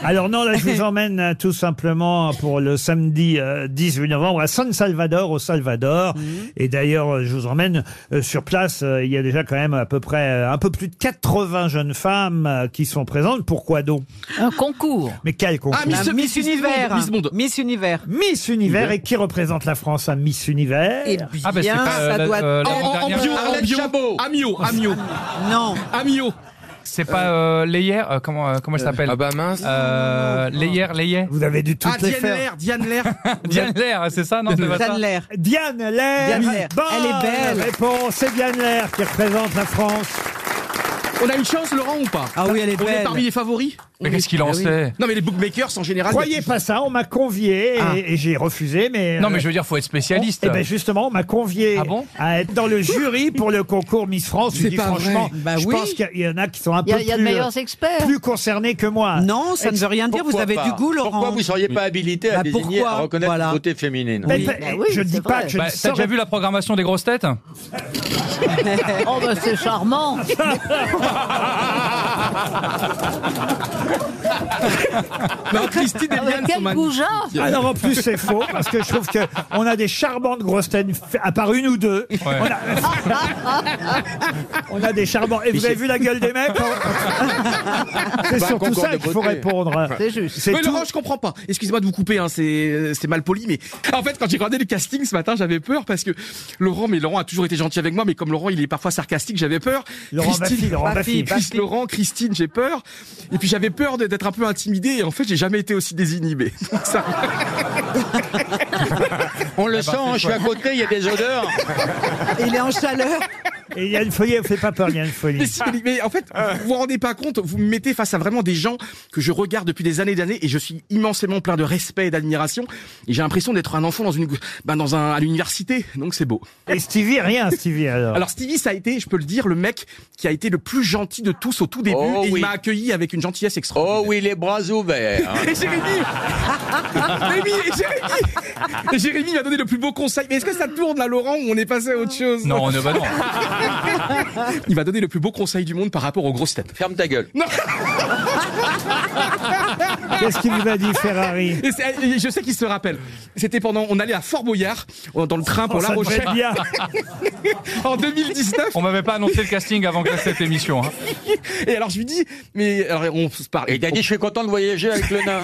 S2: Alors non, là, je vous emmène euh, tout simplement pour le samedi euh, 18 novembre à San Salvador, au Salvador. Et d'ailleurs, euh, je vous emmène euh, sur place. euh, Il y a déjà quand même à peu près euh, un peu plus de 80 jeunes femmes euh, qui sont présentes. Pourquoi donc
S8: Un concours.
S2: Mais quel concours
S3: Ah, Miss, Univers. Miss, Univers.
S2: Miss Univers. Et qui représente la France à Miss Univers
S3: Eh
S5: Ah, bah, c'est
S3: bien,
S5: pas, euh,
S3: ça
S5: la-
S3: doit
S5: euh,
S3: être-
S5: la-
S17: En, en
S5: Dernière-
S17: bio, en
S7: Arlette
S17: bio.
S7: Chabot.
S5: Ah,
S17: Amio, amio,
S3: Non.
S17: amio.
S5: C'est pas euh, Layer euh, Comment euh, comment elle s'appelle
S17: Ah bah mince.
S5: euh, Layer, Layer.
S2: Vous avez dû toutes
S4: Ah,
S2: les
S4: Diane
S2: faire.
S4: Lair, Diane Lair.
S5: Diane Lair, c'est ça Non, c'est pas ça.
S3: Diane Lair.
S2: Diane Lair.
S3: Diane Lair.
S2: Bonne
S3: Elle est belle.
S2: réponse. C'est Diane Lair qui représente la France.
S4: On a une chance, Laurent, ou pas
S3: Ah oui, elle est
S4: On est
S3: belle.
S4: parmi les favoris
S5: Mais qu'est-ce qu'il en
S4: Ah oui.
S5: sait
S4: Non, mais les bookmakers en général.
S2: Croyez pas ça, on m'a convié et-
S4: Ah.
S2: et, j'ai refusé, mais.
S5: Non, mais
S2: euh,
S5: je veux dire, faut être spécialiste.
S2: Eh ben justement, on m'a convié
S5: Ah bon
S2: à être dans le jury pour le concours Miss France. Je
S3: C'est
S2: dis
S3: pas
S2: franchement,
S3: vrai. Bah
S2: je
S3: oui.
S2: pense qu'il y en a qui sont un
S8: Il y
S2: peu
S8: a, il y a de
S2: plus, euh,
S8: meilleurs experts.
S2: plus concernés que moi.
S3: Non, Oh, ça ne veut rien dire. Vous
S7: Pourquoi
S3: avez
S7: pas
S3: du goût,
S7: Pourquoi
S3: Laurent.
S7: vous ne seriez pas habilité à
S3: Bah,
S7: désigner,
S3: pourquoi
S7: à reconnaître
S3: Voilà.
S7: une beauté féminine
S2: Mais
S8: Oui,
S2: pas-
S8: bah
S4: Ben
S8: oui,
S2: Ben, eh, je ne dis
S8: c'est
S2: pas
S8: vrai.
S2: que je
S5: Bah,
S2: ne
S5: T'as déjà
S2: saurais
S5: vu la programmation des grosses têtes
S8: Oh, bah, c'est charmant.
S4: Non, Christine et
S8: Ah, mais
S4: Diane sont
S8: quel
S4: magnifiques.
S8: goujat.
S2: Alors Ah en plus c'est faux parce que je trouve que on a des charmantes grosses têtes f- à part une ou deux. On, a, on a des charmantes. Et vous avez vu la gueule des mecs hein C'est
S7: Pas un Bah,
S2: surtout
S7: concours
S2: ça
S7: de
S2: qu'il faut
S7: beauté.
S2: répondre. hein.
S8: C'est juste.
S2: C'est
S4: Mais
S2: tout.
S4: Laurent, je comprends pas. Excusez-moi de vous couper, hein, c'est c'est mal poli, mais en fait, quand j'ai regardé le casting ce matin, j'avais peur parce que Laurent, mais Laurent a toujours été gentil avec moi, mais comme Laurent, il est parfois sarcastique, j'avais peur.
S2: Laurent Baffy, Laurent
S3: Baffy, Baffy.
S2: Baffy.
S4: Christ- Laurent, Christine, j'ai peur. Et puis j'avais peur de- d'être un peu intimidé. Et en fait, j'ai jamais été aussi désinhibé. Donc, ça-
S7: On le sent, hein, je suis à côté, il y a des odeurs.
S3: Il est en chaleur.
S2: Et il y a une folie, elle fait pas peur, il y a une folie. Ah.
S4: Mais, si, mais- mais en fait, vous vous rendez pas compte, vous me mettez face à vraiment des gens que je regarde depuis des années et des années et je suis immensément plein de respect et d'admiration. Et j'ai l'impression d'être un enfant dans une, ben dans un, à l'université. Donc c'est beau.
S2: Et Stevie, rien, Stevie, alors.
S4: Alors Stevie, ça a été, je peux le dire, le mec qui a été le plus gentil de tous au tout début
S7: Oh
S4: et
S7: oui.
S4: il m'a accueilli avec une gentillesse extraordinaire.
S7: Oh oui, les bras
S5: Ah.
S7: ouverts.
S4: Et Jérémy Jérémy, Jérémy, Jérémy m'a donné le plus beau conseil. Mais est-ce que ça tourne là, Laurent, ou on est passé à autre chose
S5: Non, on est- bah non.
S4: Il m'a donné le plus beau conseil du monde par rapport aux grosses têtes.
S7: Ferme ta gueule.
S4: Non
S2: Qu'est-ce qu'il vous a dit, Ferrari
S4: Et c'est- et Je sais qu'il se rappelle. C'était pendant, on allait à Fort Boyard euh, dans le train pour
S5: Oh,
S4: La
S5: ça devait
S4: Rochelle.
S5: être bien.
S4: en 2019.
S5: On m'avait pas annoncé le casting avant que cette émission. hein.
S4: Et alors je lui dis, mais alors on se parle. Et il a dit,
S7: je suis content de voyager avec le nain.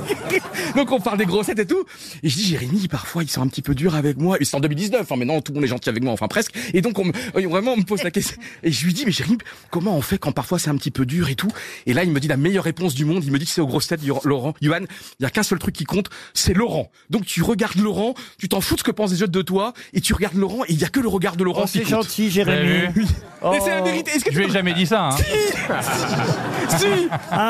S4: Donc on parle des grossettes et tout. Et je dis, Jérémy, parfois ils sont un petit peu durs avec moi. Et c'est en 2019, hein, maintenant tout le monde est gentil avec moi, enfin presque. Et donc on me- euh, vraiment on me pose la question. Et je lui dis, mais Jérémy, comment on fait quand parfois c'est un petit peu dur et tout Et là il me dit la meilleure réponse du monde. Il me dit que c'est aux grosses têtes, Yo- Laurent, Johan. Il y a qu'un seul truc qui compte, c'est Laurent. Donc tu regardes Laurent, tu t'en fous de ce que pensent les autres de toi, et tu regardes Laurent. Et il y a que le regard de Laurent.
S2: Oh,
S4: qui
S2: c'est
S4: compte.
S2: gentil, Jérémy. Oh.
S4: Oui. Mais c'est la vérité. Est-ce que
S5: Je
S4: tu
S5: lui ai
S4: peux-
S5: jamais dit ça. hein.
S4: Si, si, si.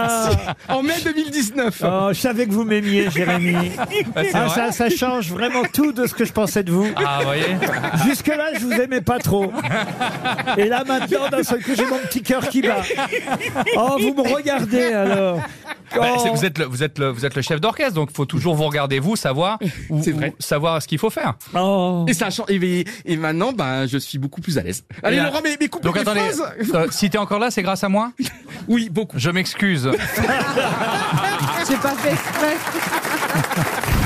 S4: En mai 2019.
S2: Oh, je savais que vous m'aimiez, Jérémy.
S5: Bah,
S4: Ouais, c'est
S2: Ah,
S4: vrai.
S2: ça, ça change vraiment tout de ce que je pensais de vous.
S5: Ah, vous voyez
S2: Jusque-là, je vous aimais pas trop. Et là, maintenant, d'un seul coup, j'ai mon petit cœur qui bat. Oh, vous me regardez alors.
S5: Bah,
S2: Oh.
S5: c'est- vous, êtes le, vous, êtes le, vous êtes le chef d'orchestre, donc il faut toujours vous regarder, vous, savoir, où- où- savoir ce qu'il faut faire.
S2: Oh.
S4: Et ça change. Et, et maintenant, ben, je suis beaucoup plus à l'aise. Allez,
S5: Et là-
S4: Laurent, mais, mais coupe
S5: Donc
S4: les
S5: attendez,
S4: phrases.
S5: euh, si t'es encore là, c'est grâce à moi
S4: Oui, beaucoup.
S5: Je m'excuse.
S3: J'ai pas fait exprès.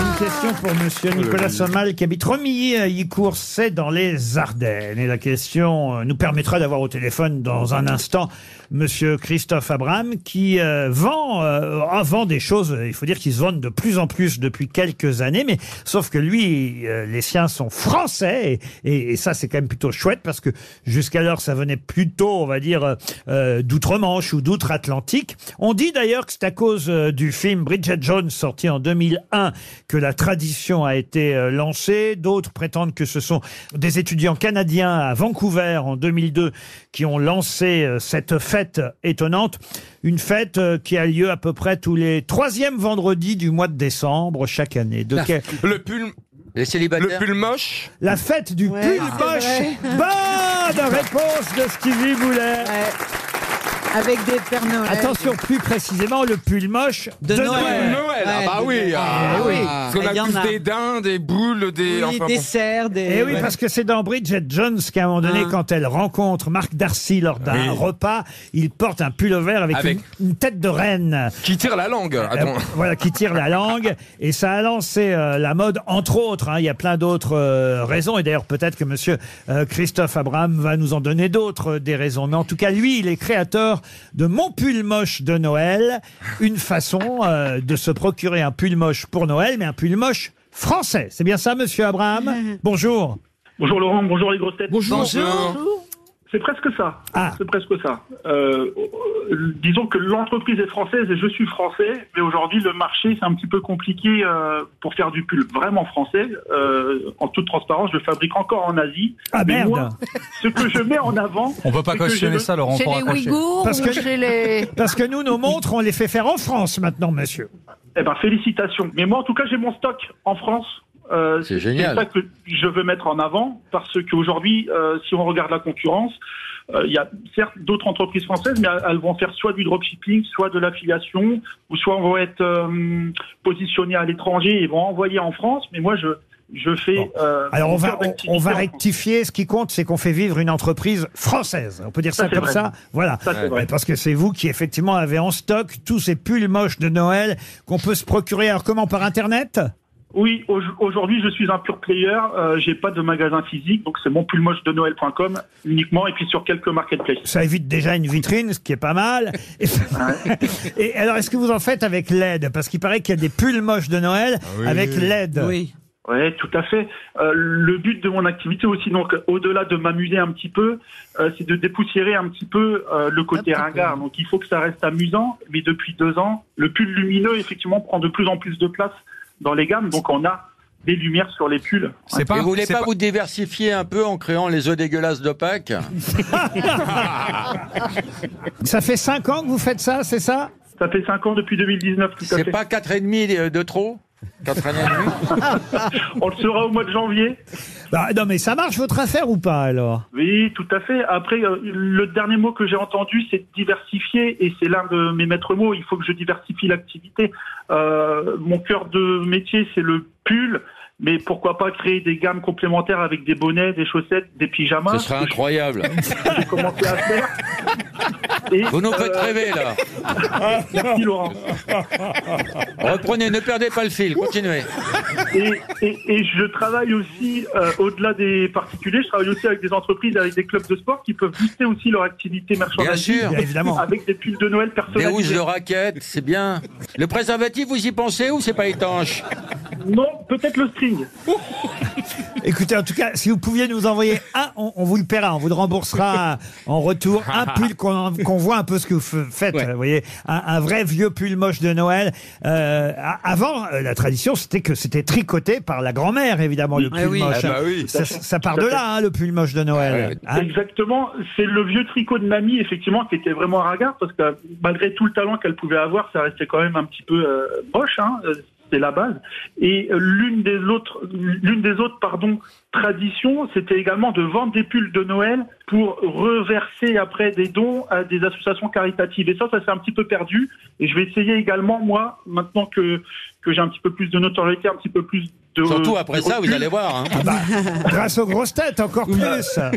S2: Une question pour monsieur Nicolas Somal qui habite Romilly à Yicourt, c'est dans les Ardennes. Et la question euh, nous permettra d'avoir au téléphone dans un instant monsieur Christophe Abraham qui euh, vend, euh, ah, vend des choses, euh, il faut dire qu'ils se vendent de plus en plus depuis quelques années, mais sauf que lui, euh, les siens sont français et, et- et ça c'est quand même plutôt chouette parce que jusqu'alors ça venait plutôt, on va dire, euh, euh, d'outre-Manche ou d'outre-Atlantique. On dit d'ailleurs que c'est à cause euh, du film Bridget Jones sorti en 2001 que la tradition a été euh, lancée. D'autres prétendent que ce sont des étudiants canadiens à Vancouver en 2002 qui ont lancé euh, cette fête étonnante. Une fête euh, qui a lieu à peu près tous les troisièmes vendredis du mois de décembre chaque année. De quel-
S17: Le pull. Le pull moche.
S2: La fête du pull
S17: c'est
S2: moche. Bonne réponse de Stevie Boulet.
S3: Avec des Pères Noël.
S2: Attention, plus précisément, le pull moche de, Noël.
S17: Noël, ah
S3: Ouais,
S17: bah
S3: de
S17: oui.
S3: Noël.
S17: ah,
S3: Eh oui.
S17: Parce qu'on
S3: Il y en
S17: a tous
S3: a.
S17: des dindes, des boules, des. enfin, bon.
S2: Eh oui, parce que c'est dans Bridget Jones qu'à un moment donné,
S17: Ah.
S2: quand elle rencontre Marc Darcy lors d'un
S17: Oui.
S2: repas, il porte un pull vert avec,
S17: Avec-
S2: Une, une tête de reine.
S17: Qui tire la langue. Attends.
S2: Euh, voilà, qui tire la langue. Et ça a lancé euh, la mode, entre autres. hein. Il y a plein d'autres euh, raisons. Et d'ailleurs, peut-être que monsieur euh, Christophe Abraham va nous en donner d'autres, euh, des raisons. Mais en tout cas, lui, il est créateur de Mon pull moche de Noël. Une façon euh, de se procurer un pull moche pour Noël, mais un pull moche français. C'est bien ça, monsieur Abraham Bonjour.
S23: Bonjour Laurent, bonjour les grosses têtes.
S2: Bonjour. Bonjour. Ah.
S23: C'est presque ça. C'est presque ça. Euh, euh, disons que l'entreprise est française et je suis français, mais aujourd'hui le marché c'est un petit peu compliqué euh, pour faire du pull vraiment français. Euh, en toute transparence, je fabrique encore en Asie.
S2: Ah,
S23: mais
S2: merde.
S23: moi, ce que je mets en avant.
S5: On peut pas
S23: c'est que
S5: cautionner
S23: je-
S5: ça, Laurent, Chez pour les raccrocher. Ouïghours
S2: Parce que,
S5: ou chez
S2: parce que nous, nos montres, on les fait faire en France maintenant, monsieur.
S23: Eh ben félicitations. Mais moi en tout cas j'ai mon stock en France. Euh,
S7: C'est génial.
S23: ça que je veux mettre en avant parce qu'aujourd'hui, euh, si on regarde la concurrence, euh, il y a certes d'autres entreprises françaises, mais elles vont faire soit du dropshipping, soit de l'affiliation, ou soit on va être euh, positionné à l'étranger et vont envoyer en France. Mais moi je je fais. euh,
S2: Alors on
S23: mon
S2: va,
S23: cœur
S2: on,
S23: d'activité
S2: on va
S23: en France.
S2: rectifier. Ce qui compte, c'est qu'on fait vivre une entreprise française. On peut dire ça,
S23: Ça, c'est
S2: comme
S23: vrai.
S2: ça. Voilà.
S23: Ça, c'est
S2: Mais
S23: vrai.
S2: Parce que c'est vous qui effectivement avez en stock tous ces pulls moches de Noël qu'on peut se procurer. Alors comment par internet
S23: Oui, au- aujourd'hui, je suis un pur player. Euh, j'ai pas de magasin physique, donc c'est mon pull moche de Noël.com uniquement, et puis sur quelques marketplaces.
S2: Ça évite déjà une vitrine, ce qui est pas mal. Et, Et alors, est-ce que vous en faites avec LED Parce qu'il paraît qu'il y a des pulls moches de
S7: Ah
S5: Ah
S2: Noël avec LED.
S23: Oui, tout à fait. Euh, le but de mon activité aussi, donc au-delà de m'amuser un petit peu, euh, c'est de dépoussiérer un petit peu euh, le côté ringard. Donc il faut que ça reste amusant, mais depuis deux ans, le pull lumineux, effectivement, prend de plus en plus de place dans les gammes. Donc on a des lumières sur les pulls.
S7: Et vous voulez pas, vous diversifier un peu en créant les œufs dégueulasses de Pâques
S2: Ça fait 5 ans que vous faites ça, c'est ça
S23: Ça fait 5 ans depuis 2019, tout à
S7: C'est pas 4,5 de trop
S23: 4,5 On le saura au mois de janvier.
S2: Bah, non, mais ça marche votre affaire ou pas alors
S23: Oui, tout à fait. Après, euh, le dernier mot que j'ai entendu, c'est diversifier, et c'est l'un de mes maîtres mots. Il faut que je diversifie l'activité. Euh, mon cœur de métier, c'est le pull, mais pourquoi pas créer des gammes complémentaires avec des bonnets, des chaussettes, des pyjamas.
S7: Ce serait incroyable.
S23: J'ai commencé à faire. Et,
S7: Vous nous faites
S23: euh,
S7: rêver là.
S23: Merci Laurent.
S7: Reprenez, ne perdez pas le fil, continuez.
S23: et, et- et je travaille aussi, euh, au-delà des particuliers, je travaille aussi avec des entreprises, avec des clubs de sport qui peuvent booster aussi leur activité merchandising.
S7: Bien sûr. Bien évidemment.
S23: Avec des pulls de Noël
S7: Des
S23: personnalisés.
S7: housses de raquettes, c'est bien. Le préservatif, vous y pensez ou c'est pas étanche
S23: Non, peut-être le string.
S2: Écoutez, en tout cas, si vous pouviez nous envoyer un, on, on vous le paiera, on vous le remboursera en retour, un pull qu'on qu'on voit un peu ce que vous f- faites, vous voyez, un, un vrai vieux pull moche de Noël. Euh, a- avant, euh, la tradition, c'était que c'était tricoté par la grand-mère, évidemment, le
S23: Ah
S2: pull
S23: oui.
S2: moche.
S23: Ah bah oui.
S2: ça, ça part
S23: Tout à
S2: de
S23: fait.
S2: là, hein, le pull moche de Noël.
S7: Ah.
S2: Hein
S23: Exactement, c'est le vieux tricot de mamie, effectivement, qui était vraiment un regard, parce que malgré tout le talent qu'elle pouvait avoir, ça restait quand même un petit peu euh, moche, hein, euh, c'est la base. Et euh, l'une des autres, l'une des autres, pardon, traditions, c'était également de vendre des pulls de Noël pour reverser après des dons à des associations caritatives. Et ça, ça s'est un petit peu perdu. Et je vais essayer également, moi, maintenant que, que j'ai un petit peu plus de notoriété, un petit peu plus de...
S7: Surtout après
S23: de
S7: ça, vous
S23: recul,
S7: allez voir. hein.
S2: Grâce aux grosses têtes, encore plus.
S23: Bah,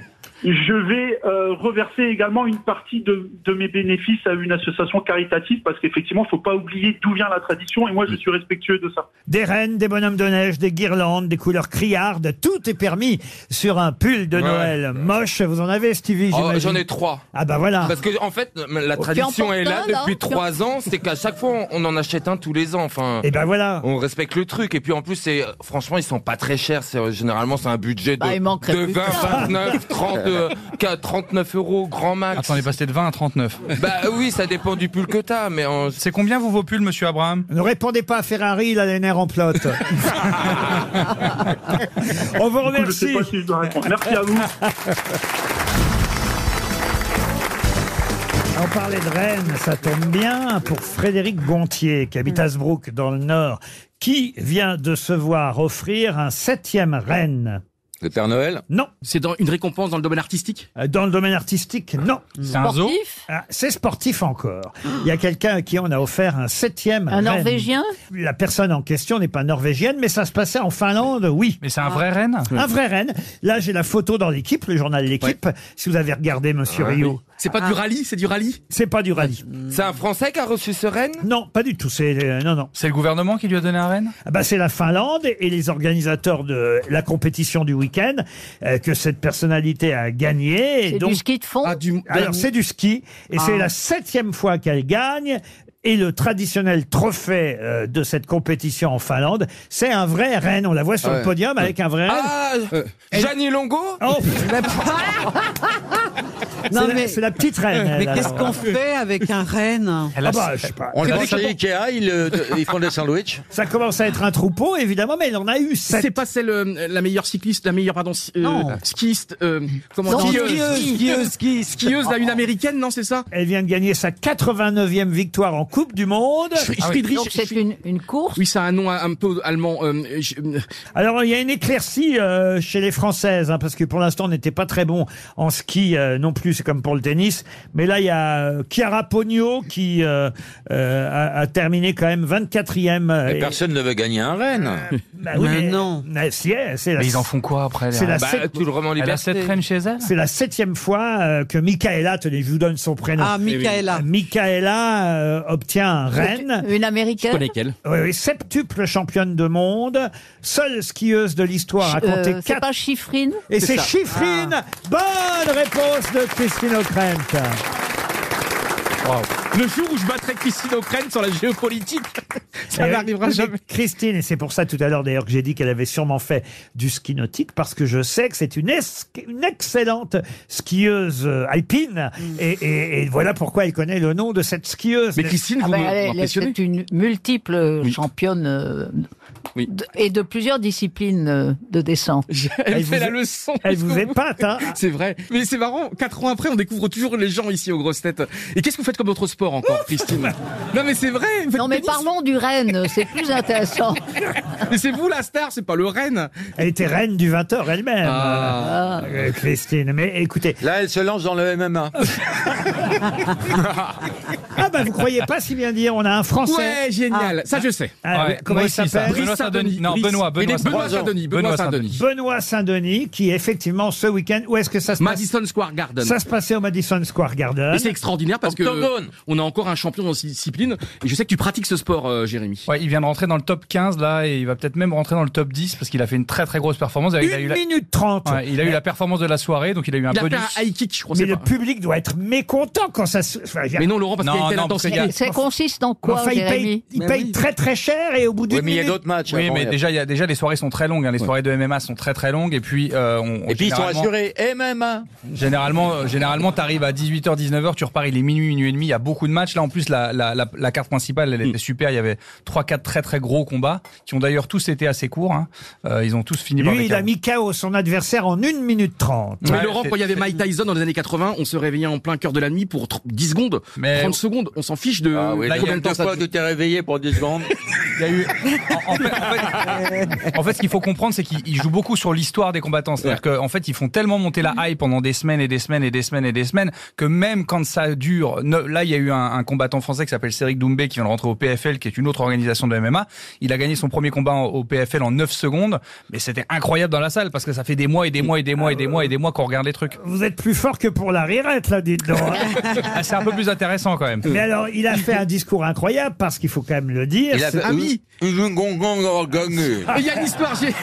S23: je vais euh, reverser également une partie de, de mes bénéfices à une association caritative parce qu'effectivement, faut pas oublier d'où vient la tradition et moi, je suis respectueux de ça.
S2: Des rennes, des bonhommes de neige, des guirlandes, des couleurs criardes, tout est permis sur un pull de
S17: Ouais.
S2: Noël moche. Vous en avez, Stevie
S17: Oh,
S2: j'imagine
S17: J'en ai trois.
S2: Ah bah voilà.
S17: Parce que en fait, la
S2: Tu
S17: tradition
S2: en
S17: est là
S2: portes un, là
S17: depuis
S2: Tu en-
S17: trois ans. C'est qu'à chaque fois, on on en achète un tous les ans. Enfin.
S2: Et ben voilà.
S17: On respecte le truc. Et puis en plus, c'est franchement, ils sont pas très chers. C'est- Généralement, c'est un budget de,
S8: Bah, il manquerait
S17: de
S8: plus
S17: 20,
S8: que ça.
S17: 29, 30, euh, qu'à 39 euros grand max.
S5: Attends, on est passé de 20 à 39.
S17: Bah oui, ça dépend du pull que t'as, mais on...
S5: C'est combien vous vos pulls, monsieur Abraham
S2: Ne répondez pas à Ferrari, il a les nerfs en pelote. On vous
S23: Du coup, je
S2: remercie.
S23: sais pas si je dois répondre. Merci à vous.
S2: On parlait de Rennes, ça tombe bien, pour Frédéric Gontier, qui
S17: Mm.
S2: habite Asbrook, dans le Nord, qui vient de se voir offrir un septième Rennes.
S7: Le Père Noël
S2: Non.
S4: C'est dans une récompense dans le domaine artistique
S2: Euh, Dans le domaine artistique, non.
S5: C'est un zoo
S2: Ah, C'est sportif encore. Il y a quelqu'un à qui on a offert un septième
S8: Un
S2: Rennes.
S8: Norvégien
S2: La personne en question n'est pas norvégienne, mais ça se passait en Finlande, oui.
S5: Mais c'est un
S8: Ah.
S5: vrai renne
S2: Un vrai Rennes. Là, j'ai la photo dans l'équipe, le journal L'équipe. Si vous avez regardé,
S5: Ah
S2: monsieur Rio.
S4: C'est pas
S8: Ah.
S4: du rallye, c'est du rallye
S2: C'est pas du rallye.
S17: C'est un Français qui a reçu ce renne
S2: Non, pas du tout. C'est euh, non, non.
S5: C'est le gouvernement qui lui a donné un renne
S2: Ah bah, c'est la Finlande et les organisateurs de la compétition du week-end euh, que cette personnalité a gagné.
S8: C'est du ski de fond
S4: Ah,
S2: Alors c'est du ski et c'est
S8: Ah.
S2: la septième fois qu'elle gagne. Et le traditionnel trophée euh, de cette compétition en Finlande, c'est un vrai renne. On la voit sur
S17: Ah Ouais.
S2: le podium avec un vrai renne.
S17: Ah, Gianni Longo
S2: Oh.
S3: Non,
S2: c'est,
S3: mais-
S2: la, c'est la petite reine.
S3: Mais
S2: elle,
S3: qu'est-ce qu'on
S2: alors.
S3: fait avec un renne
S2: Ah bah, je sais pas.
S7: On le
S2: C'est
S7: vend
S2: vrai
S7: chez
S2: que-
S7: Ikea, ils, euh, ils font des sandwichs.
S2: Ça commence à être un troupeau, évidemment, mais il en a eu sept.
S4: C'est pas celle euh, la meilleure cycliste, la meilleure pardon, euh,
S2: Non.
S4: skiste, euh, comment
S2: Non,
S3: skieuse, skieuse, skieuse.
S4: skieuse, là, une américaine, non, c'est ça
S2: Elle vient de gagner sa 89e victoire en Coupe du Monde.
S4: Friedrich-
S8: Ah Donc c'est une, une course
S4: Oui, ça a un nom un peu allemand. euh, je- euh,
S2: Alors, il y a une éclaircie euh, chez les Françaises, hein, parce que pour l'instant, on n'était pas très bon en ski euh, non plus, c'est comme pour le tennis. Mais là, il y a euh, Chiara Pogno qui euh, euh, a, a terminé quand même 24e. euh,
S7: Mais
S2: et-
S7: personne ne veut gagner un Rennes. Hein
S2: bah oui,
S3: Mais
S2: mais-
S3: non.
S2: mais si, eh, c'est la-
S5: Mais ils en font quoi après les
S2: C'est la
S5: rennes
S4: Bah,
S2: sept-
S17: tout le roman
S5: Elle a
S17: liberté.
S5: cette reine chez elle
S2: C'est la septième fois euh, que Michaela, tenez, je vous donne son prénom. Eh
S3: Ah, Michaela.
S2: Michaela euh, obtient un Rennes.
S8: Une américaine
S4: quelle
S2: Oui, oui, septuple championne de monde, seule skieuse de l'histoire à compter
S8: Euh, C'est
S2: quatre.
S8: pas Chiffrine
S2: Et c'est
S4: ça.
S2: Chiffrine Bonne réponse de Christine O'Krent.
S4: Le jour où je battrai Christine O'Krent sur la géopolitique, ça
S2: Eh oui,
S4: n'arrivera
S2: mais
S4: jamais.
S2: Christine, et c'est pour ça tout à l'heure d'ailleurs que j'ai dit qu'elle avait sûrement fait du ski nautique, parce que je sais que c'est une, es- une excellente skieuse euh, alpine.
S8: Mm.
S2: Et, et- et voilà pourquoi elle connaît le nom de cette skieuse.
S4: Mais Christine,
S8: Ah
S4: vous
S8: ben,
S4: me-
S8: elle est-
S4: m'impressionnez.
S8: C'est une multiple championne euh, de- et de plusieurs disciplines euh, de descente.
S4: Elle, fait la leçon.
S2: épate, hein.
S4: C'est vrai. Mais c'est marrant. Quatre ans après, on découvre toujours les gens ici aux grosses têtes. Et qu'est-ce que vous faites comme autre sport encore, Christine Non, mais c'est vrai. vous faites
S8: Non, mais
S4: tennis.
S8: parlons du Rennes, c'est plus intéressant.
S4: Mais c'est vous la star, c'est pas le reine.
S2: Elle était reine du 20h elle-même,
S7: Ah.
S2: euh, Christine. Mais écoutez.
S7: Là, elle se lance dans le MMA.
S2: Ah bah vous croyez pas si bien dire, on a un Français.
S4: Ouais, génial. Ça, je sais.
S2: Ah,
S5: Ouais,
S2: Comment
S5: moi
S2: il
S5: aussi, ça.
S2: s'appelle
S5: Benoît Saint-Denis. Non,
S2: Brice-
S5: Benoît, Benoît
S2: Il est
S5: Saint-Denis.
S2: trois ans.
S5: Saint-Denis, Benoît Benoît Saint-Denis.
S2: Benoît Saint-Denis, qui effectivement ce week-end, où est-ce que ça se passe
S4: Madison Square Garden.
S2: Ça se passait au Madison Square Garden.
S4: Et c'est extraordinaire parce que
S2: Octogone.
S4: on a encore un champion dans cette discipline. Et je sais que tu pratiques ce sport, euh, Jérémy.
S5: Ouais, il vient de rentrer dans le top 15 là et il va peut-être même rentrer dans le top 10 parce qu'il a fait une très très grosse performance. Il a eu la-
S2: minute 30.
S5: Ouais, il a eu la performance de la soirée donc il a eu un
S4: Il a fait
S5: bonus.
S4: un high kick, je crois.
S2: Mais
S4: c'est
S2: le
S4: pas.
S2: public doit être mécontent quand ça se... enfin, je veux dire-
S4: Mais non, Laurent, parce qu'il y a une telle intensité.
S8: Ça consiste en quoi,
S2: Enfin, il paye,
S8: Jérémy
S2: il paye très très cher et au bout d'une minute-
S5: Oui, mais déjà, il y a, déjà les soirées sont très longues. hein. Les soirées de MMA sont très très longues et puis euh, on,
S7: Et puis ils sont
S5: généralement-
S7: assurés. MMA.
S2: Bah,
S5: Généralement, euh, généralement, t'arrives à 18h, 19h, tu repars, il est minuit, minuit et demi, il y a beaucoup de matchs. Là, en plus, la, la, la, la carte principale, elle était super. Il y avait trois, quatre très, très gros combats qui ont d'ailleurs tous été assez courts. hein. Euh, ils ont tous fini par
S2: Lui,
S5: des
S2: il a
S5: KO.
S2: mis KO son adversaire en 1 minute 30.
S4: Mais Laurent, quand il y avait Mike Tyson dans les années 80, on se réveillait en plein cœur de la nuit pour tr- 10 secondes, 30 secondes. On s'en fiche de
S7: Ah oui,
S4: de
S7: là, il y a
S4: combien de temps
S7: deux
S4: ça
S7: fois de t'es réveillé pour 10 secondes.
S5: Il y a eu. En, en fait, en fait- en fait, ce qu'il faut comprendre, c'est qu'ils ils jouent beaucoup sur l'histoire des combattants. C'est-à-dire qu'en fait, ils font tellement monter la hype pendant des semaines et des semaines et des semaines et des semaines que même quand ça dure. ne- Là, il y a eu un, un combattant français qui s'appelle Cédric Doumbé qui vient de rentrer au PFL, qui est une autre organisation de MMA. Il a gagné son premier combat en- au PFL en 9 secondes, mais c'était incroyable dans la salle parce que ça fait des mois et des mois et des mois et des mois et des mois qu'on regarde les trucs.
S2: Vous êtes plus fort que pour la rirette, là, dites donc. hein.
S5: Ah, C'est un peu plus intéressant quand même.
S2: Mais alors, il a fait un discours incroyable parce qu'il faut quand même le dire.
S4: Il a fait- Ah oui. Et Il y a l'histoire. gé-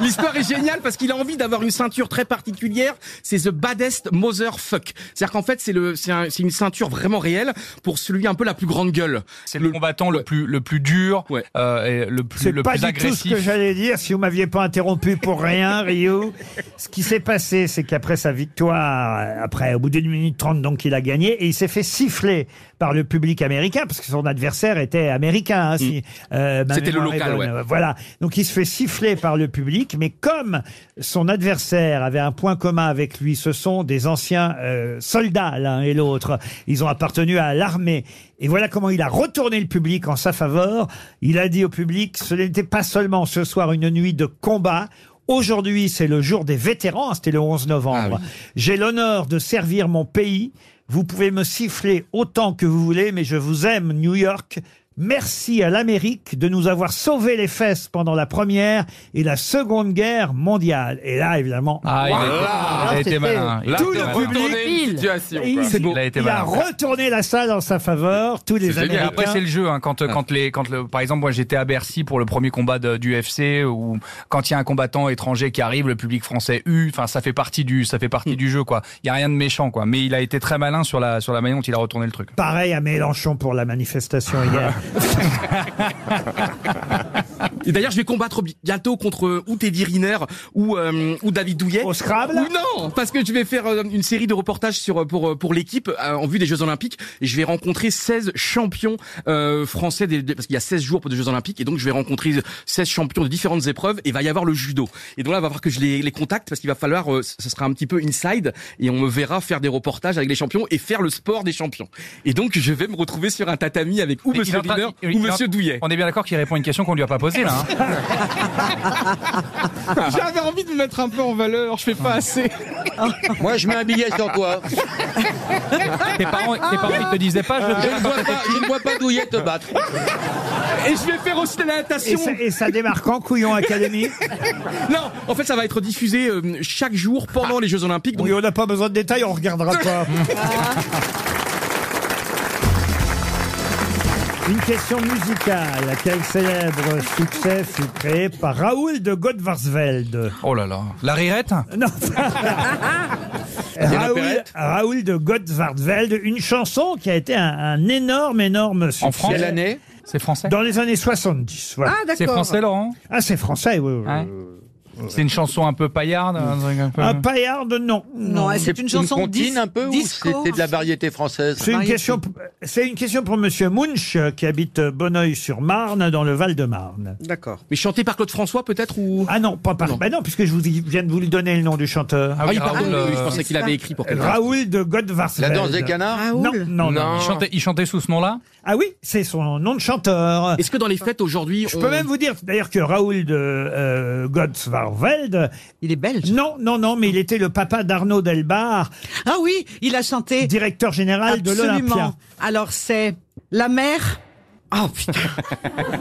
S4: L'histoire est géniale parce qu'il a envie d'avoir une ceinture très particulière. C'est the baddest motherfuck. C'est-à-dire qu'en fait, c'est le, c'est un- c'est une ceinture vraiment réelle pour celui un peu la plus grande gueule.
S5: C'est le, combattant le plus, le plus dur, euh, et le plus,
S2: C'est
S5: le
S2: pas
S5: plus
S2: du
S5: agressif.
S2: tout ce que j'allais dire si vous m'aviez pas interrompu pour rien, Rio. Ce qui s'est passé, c'est qu'après sa victoire, euh, après au bout d'une minute trente, donc il a gagné et il s'est fait siffler par le public américain parce que son adversaire était américain. hein, si, euh, ma
S4: C'était le
S2: mémoire est
S4: local,
S2: bonne.
S4: ouais.
S2: Voilà. Donc il se fait siffler par le public, mais comme son adversaire avait un point commun avec lui, ce sont des anciens euh, soldats l'un et l'autre. Ils ont appartenu à l'armée. Et voilà comment il a retourné le public en sa faveur. Il a dit au public, ce n'était pas seulement ce soir une nuit de combat. Aujourd'hui, c'est le jour des vétérans, c'était le 11 novembre.
S4: Ah
S2: J'ai l'honneur de servir mon pays. Vous pouvez me siffler autant que vous voulez, mais je vous aime, New York. Merci à l'Amérique de nous avoir sauvé les fesses pendant la première et la seconde guerre mondiale. Et là, évidemment,
S5: Ah, il a été- il a
S2: Voilà.
S5: été C'était- malin. Il a
S2: tout
S5: été
S2: le
S5: malin. Retourner une
S2: public,
S5: situation, quoi.
S2: il,
S5: C'est beau. Il a été
S2: il
S5: malin.
S2: a retourné la salle en sa faveur. Tous les
S5: C'est génial.
S2: Américains.
S5: Après, c'est le jeu. hein. Quand, euh, quand les, quand le, par exemple, moi, j'étais à Bercy pour le premier combat de- du UFC, ou quand il y a un combattant étranger qui arrive, le public français hue. Enfin, ça fait partie du, ça fait partie du jeu, quoi. Il y a rien de méchant, quoi. Mais il a été très malin sur la, sur la manière dont il a retourné le truc.
S2: Pareil à Mélenchon pour la manifestation hier.
S4: Et d'ailleurs, je vais combattre bi- bientôt contre euh, ou Teddy Riner ou euh, ou David Douillet. Au
S2: Scrabble
S4: Non, parce que je vais faire euh, une série de reportages sur euh, pour euh, pour l'équipe euh, en vue des Jeux Olympiques. Et je vais rencontrer 16 champions euh, français des- des- parce qu'il y a 16 jours pour les Jeux Olympiques et donc je vais rencontrer 16 champions de différentes épreuves et il va y avoir le judo. Et donc là, il va falloir que je les, les contacte parce qu'il va falloir euh, ce sera un petit peu inside et on me verra faire des reportages avec les champions et faire le sport des champions. Et donc je vais me retrouver sur un tatami avec ou
S5: Mais il est
S4: Monsieur
S5: en train-
S4: Riner
S5: il- il-
S4: ou
S5: il est en-
S4: Monsieur Douillet.
S5: On est bien d'accord qu'il répond à une question qu'on lui a pas posée, là. hein.
S4: J'avais envie de me mettre un peu en valeur, je fais pas assez.
S7: Moi, je mets un billet sur toi.
S5: tes, parents, tes parents, ils te disaient pas, je veux
S7: ne vois pas, je ne vois pas Douillet te battre.
S4: Et je vais faire aussi de la
S2: Et
S4: natation.
S2: ça, et ça démarque en couillon académie.
S4: Non, en fait, ça va être diffusé euh, chaque jour pendant les Jeux Olympiques. Donc,
S2: Oui, on n'a pas besoin de détails, on regardera pas. Une question musicale. Quel célèbre succès fut créé par Raoul de Godvarsveld
S5: Oh là là. La rirette?
S2: Non.
S5: Diana
S2: Raoul,
S5: Perrette
S2: Raoul de Godvarsveld, une chanson qui a été un, un énorme, énorme succès.
S5: En France? C'est français?
S2: Dans les années 70. voilà.
S3: Ah,
S5: C'est français, Laurent?
S2: Ah, c'est français, oui. oui, oui.
S5: C'est une chanson un peu paillarde un truc un peu-
S2: Un paillard de non.
S3: Non, c'est une chanson
S7: comptine
S3: dis-
S7: un peu
S3: disco.
S7: ou c'était de la variété française
S2: C'est une, question, c'est une question pour Monsieur Munch, euh, qui habite Bonneuil-sur-Marne, dans le Val-de-Marne.
S3: D'accord.
S2: Mais chanté par Claude François, peut-être ou... Ah non, pas par. Non. non, puisque je vous dis- viens de vous lui donner le nom du chanteur.
S4: Ah oui, Ah, pardon, Raoul, oui, je pensais euh, qu'il avait écrit pour quelqu'un.
S2: Raoul de Godvarsveld.
S4: La danse des canards
S2: Non, non, non.
S5: Il chantait, il chantait sous ce nom-là
S2: Ah oui, c'est son nom de chanteur.
S4: Est-ce que dans les fêtes aujourd'hui.
S2: Je
S4: on-
S2: peux même vous dire d'ailleurs que Raoul de euh, Gottsvarveld-
S3: Il est belge
S2: Non, non, non, mais il était le papa d'Arnaud Delbar.
S3: Ah oui, il a chanté.
S2: Directeur général de l'Olympia.
S3: Absolument. Alors c'est la mer. Oh putain.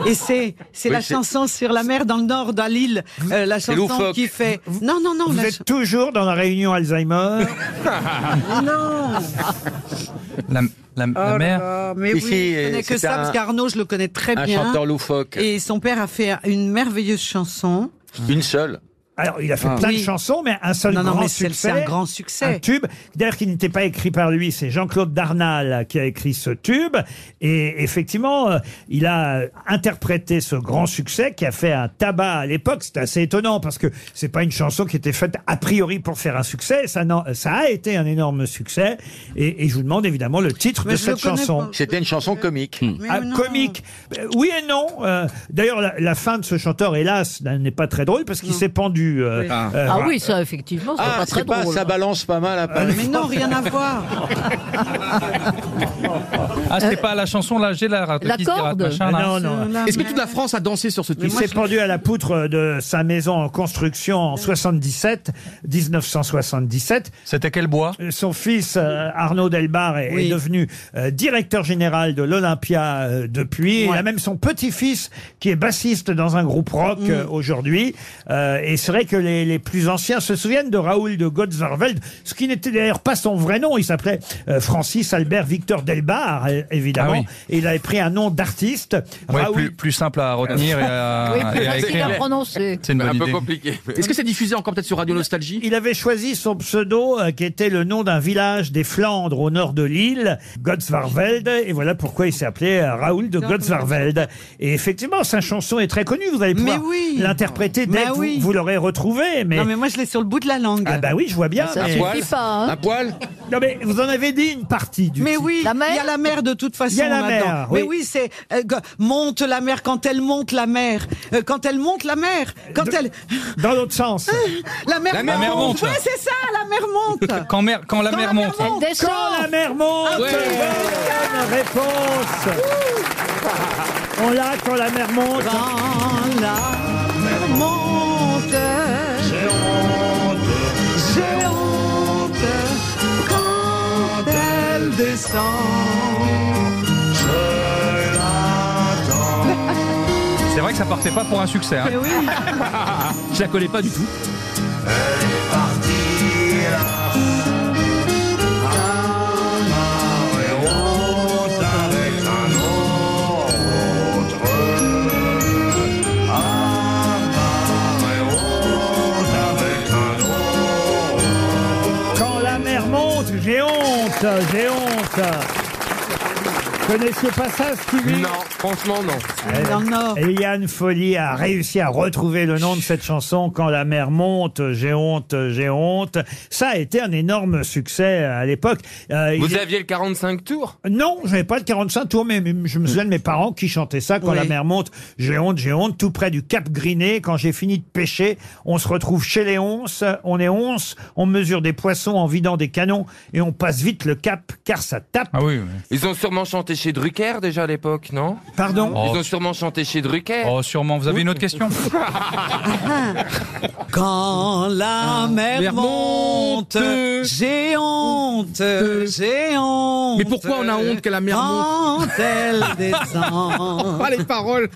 S3: Et c'est c'est
S2: Oui,
S3: la
S2: c'est-
S3: chanson sur la mer dans le nord, dans l'île, euh, la chanson
S2: loufoque.
S3: qui fait. Non non non.
S2: Vous
S3: la
S2: êtes toujours dans la réunion Alzheimer. Ah
S3: cha- Non.
S5: La, la,
S3: Oh là là, mais oui, je connais que ça parce qu'Arnaud, je le connais très
S7: un
S3: bien.
S7: chanteur loufoque.
S3: Et son père a fait une merveilleuse chanson.
S7: Une seule. Ah.
S2: Alors, il a fait plein de
S3: Ah. Oui.
S2: chansons, mais un seul
S3: Non, non,
S2: grand
S3: mais c'est-
S2: succès.
S3: c'est un grand succès.
S2: Un tube. D'ailleurs, qui n'était pas écrit par lui, c'est Jean-Claude Darnal qui a écrit ce tube. Et effectivement, euh, il a interprété ce grand succès qui a fait un tabac à l'époque. C'est assez étonnant parce que c'est pas une chanson qui était faite a priori pour faire un succès. Ça, n'en- ça a été un énorme succès. Et, et je vous demande évidemment le titre de cette chanson.
S7: C'était une chanson comique.
S2: Ah, comique. Euh, Oui et non. Euh, D'ailleurs, la, la fin de ce chanteur, hélas, n'est pas très drôle parce qu'il s'est pendu. euh, euh,
S8: ah oui, ça, effectivement, c'est
S7: Ah,
S8: pas très
S7: c'est pas,
S8: drôle.
S7: ça balance pas mal à Paris.
S3: Ah, Mais non, rien à voir.
S5: Ah, c'était pas la chanson, là, j'ai la rate.
S2: Euh, La
S5: qui se rate,
S2: corde.
S5: machin, là.
S2: Ah, Non, non.
S4: Est-ce que toute la France a dansé sur ce
S2: Il
S4: tube
S2: s'est pendu à la poutre euh, de sa maison en construction en 77, 1977.
S5: C'était quel bois
S2: Son fils euh, Arnaud Delbar est, est
S5: Oui.
S2: devenu euh, directeur général de l'Olympia euh, depuis. Il
S5: Ouais.
S2: a même son petit-fils qui est bassiste dans un groupe rock euh, aujourd'hui. Euh, et c'est vrai que les, les plus anciens se souviennent de Raoul de Gottsvarveld, ce qui n'était d'ailleurs pas son vrai nom. Il s'appelait euh, Francis Albert Victor Delbar, euh, évidemment.
S5: Ah oui.
S2: Et il avait pris un nom d'artiste.
S5: Ouais,
S2: Raoul
S5: plus, plus simple à retenir et à,
S2: Oui,
S5: et
S2: plus
S5: à
S2: facile
S5: écrire.
S2: à prononcer.
S5: C'est une bonne idée.
S4: Est-ce que c'est diffusé encore peut-être sur Radio Nostalgie
S2: Il avait choisi son pseudo euh, qui était le nom d'un village des Flandres au nord de l'île, Godsvarveld, et voilà pourquoi il s'est appelé euh, Raoul de Godsvarveld. Et effectivement, sa chanson est très connue, vous allez pouvoir l'interpréter dès
S3: Mais
S2: que vous-
S3: oui.
S2: vous, l'aurez retrouvée. Mais...
S3: Non mais moi je l'ai sur le bout de la langue.
S2: Ah bah oui, je vois bien.
S3: Ça
S2: mais-
S3: suffit pas, hein. Un
S7: poil
S2: Non mais vous en avez dit une partie du
S3: Mais
S2: titre.
S3: oui, il y a la mer de toute façon.
S2: Il y a la
S3: là-dedans.
S2: mer,
S3: Mais
S2: oui.
S3: oui, c'est euh, go- monte la mer quand elle monte la mer, Euh, quand elle monte la mer, quand elle.
S2: Dans l'autre sens.
S3: La mer,
S5: La mer monte.
S3: Ouais, c'est ça, la mer monte.
S5: Quand, mer- quand la mer monte.
S2: Oh, Quand la mer monte
S5: Ah ouais.
S2: Bonne réponse On l'a quand la mer monte
S3: Quand la mer monte, j'ai honte, j'ai honte. Quand elle descend, je
S5: C'est vrai que ça partait pas pour un succès. hein.
S4: Je la connais pas du tout.
S2: Quand la mer monte, j'ai honte, j'ai honte. Connaissiez pas ça, Stevie
S17: Non, franchement, non.
S2: Et Yann Folly a réussi à retrouver le nom de cette chanson Quand la mer monte, j'ai honte, j'ai honte. Ça a été un énorme succès à l'époque. Euh,
S17: Vous
S2: il-
S17: aviez le 45 tours
S2: Non, j'avais pas le 45 tours, mais mais je me souviens de mes parents qui chantaient ça quand
S17: Oui.
S2: la mer monte. J'ai honte, j'ai honte, tout près du Cap Griné. Quand j'ai fini de pêcher, on se retrouve chez les onces. On est onces, on mesure des poissons en vidant des canons et on passe vite le cap car ça tape. Ah
S5: oui.
S17: Ils ont sûrement chanté chez Drucker déjà à l'époque, non
S2: Pardon
S17: Ils ont sûrement chanté chez Drucker.
S5: Oh, sûrement. Vous avez une autre question
S3: Quand
S4: Ah,
S3: la mer,
S17: mer
S3: monte,
S17: monte,
S3: j'ai honte, j'ai honte.
S4: Euh. Mais pourquoi on a honte que la mer
S3: quand
S4: monte
S3: elle descend.
S4: Ah, les paroles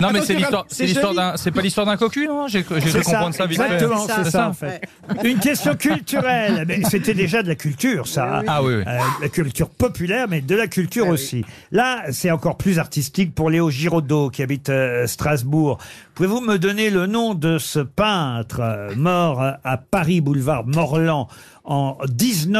S5: Non, mais
S4: Attends,
S5: c'est
S4: tu
S5: l'histoire,
S4: regardes,
S5: c'est l'histoire d'un, c'est pas l'histoire d'un cocu, non J'ai cru j'ai cru
S2: C'est ça,
S5: comprendre ça Ah. vite fait.
S2: Exactement, c'est ça, en fait. Une question culturelle. Mais c'était déjà de la culture, ça.
S5: Ah oui, Ah oui.
S2: Euh, la culture populaire, mais de la culture aussi. Là, c'est encore plus artistique pour Léo Giraudot, qui habite euh, Strasbourg. Pouvez-vous me donner le nom de ce peintre euh, mort à Paris, euh, boulevard Morland, en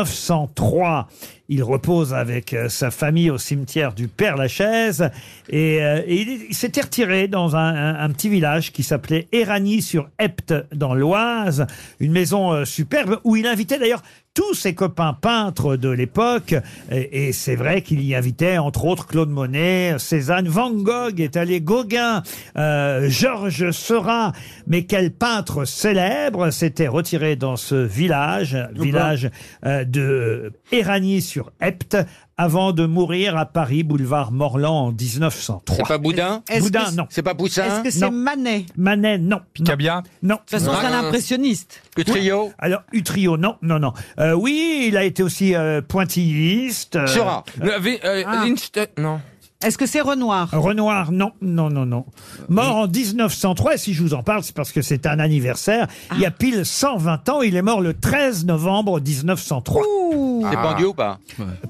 S2: 1903. Il repose avec euh, sa famille au cimetière du Père Lachaise et, euh, et il, est- il s'était retiré dans un, un- un petit village qui s'appelait Éragny sur Epte dans l'Oise, une maison euh, superbe où il invitait d'ailleurs tous ses copains peintres de l'époque. Et, et c'est vrai qu'il y invitait, entre autres, Claude Monet, Cézanne, Van Gogh est allé, Gauguin, euh, Georges Seurat. Mais quel peintre célèbre s'était retiré dans ce village, village euh, de Éragny sur Epte, avant de mourir à Paris, boulevard Morland, en 1903.
S7: C'est pas Boudin
S2: Est-ce Boudin,
S7: que-
S2: non.
S7: C'est pas Poussin hein
S3: Est-ce que c'est
S2: Non.
S3: Manet
S2: Manet, non. Picabia Non. De toute
S3: façon, c'est un Marin. impressionniste.
S7: Utrio
S2: Alors, Utrio, non, non, non. Euh, oui, il a été aussi euh, pointilliste. euh,
S17: Seurat.
S2: euh,
S3: Ah.
S17: Non.
S3: Est-ce que c'est Renoir
S2: Renoir, non, non, non, non. Mort en 1903, et si je vous en parle, c'est parce que c'est un anniversaire. Il
S3: Ah.
S2: y a pile 120 ans, il est mort le 13 novembre 1903.
S7: Il s'est pendu ou pas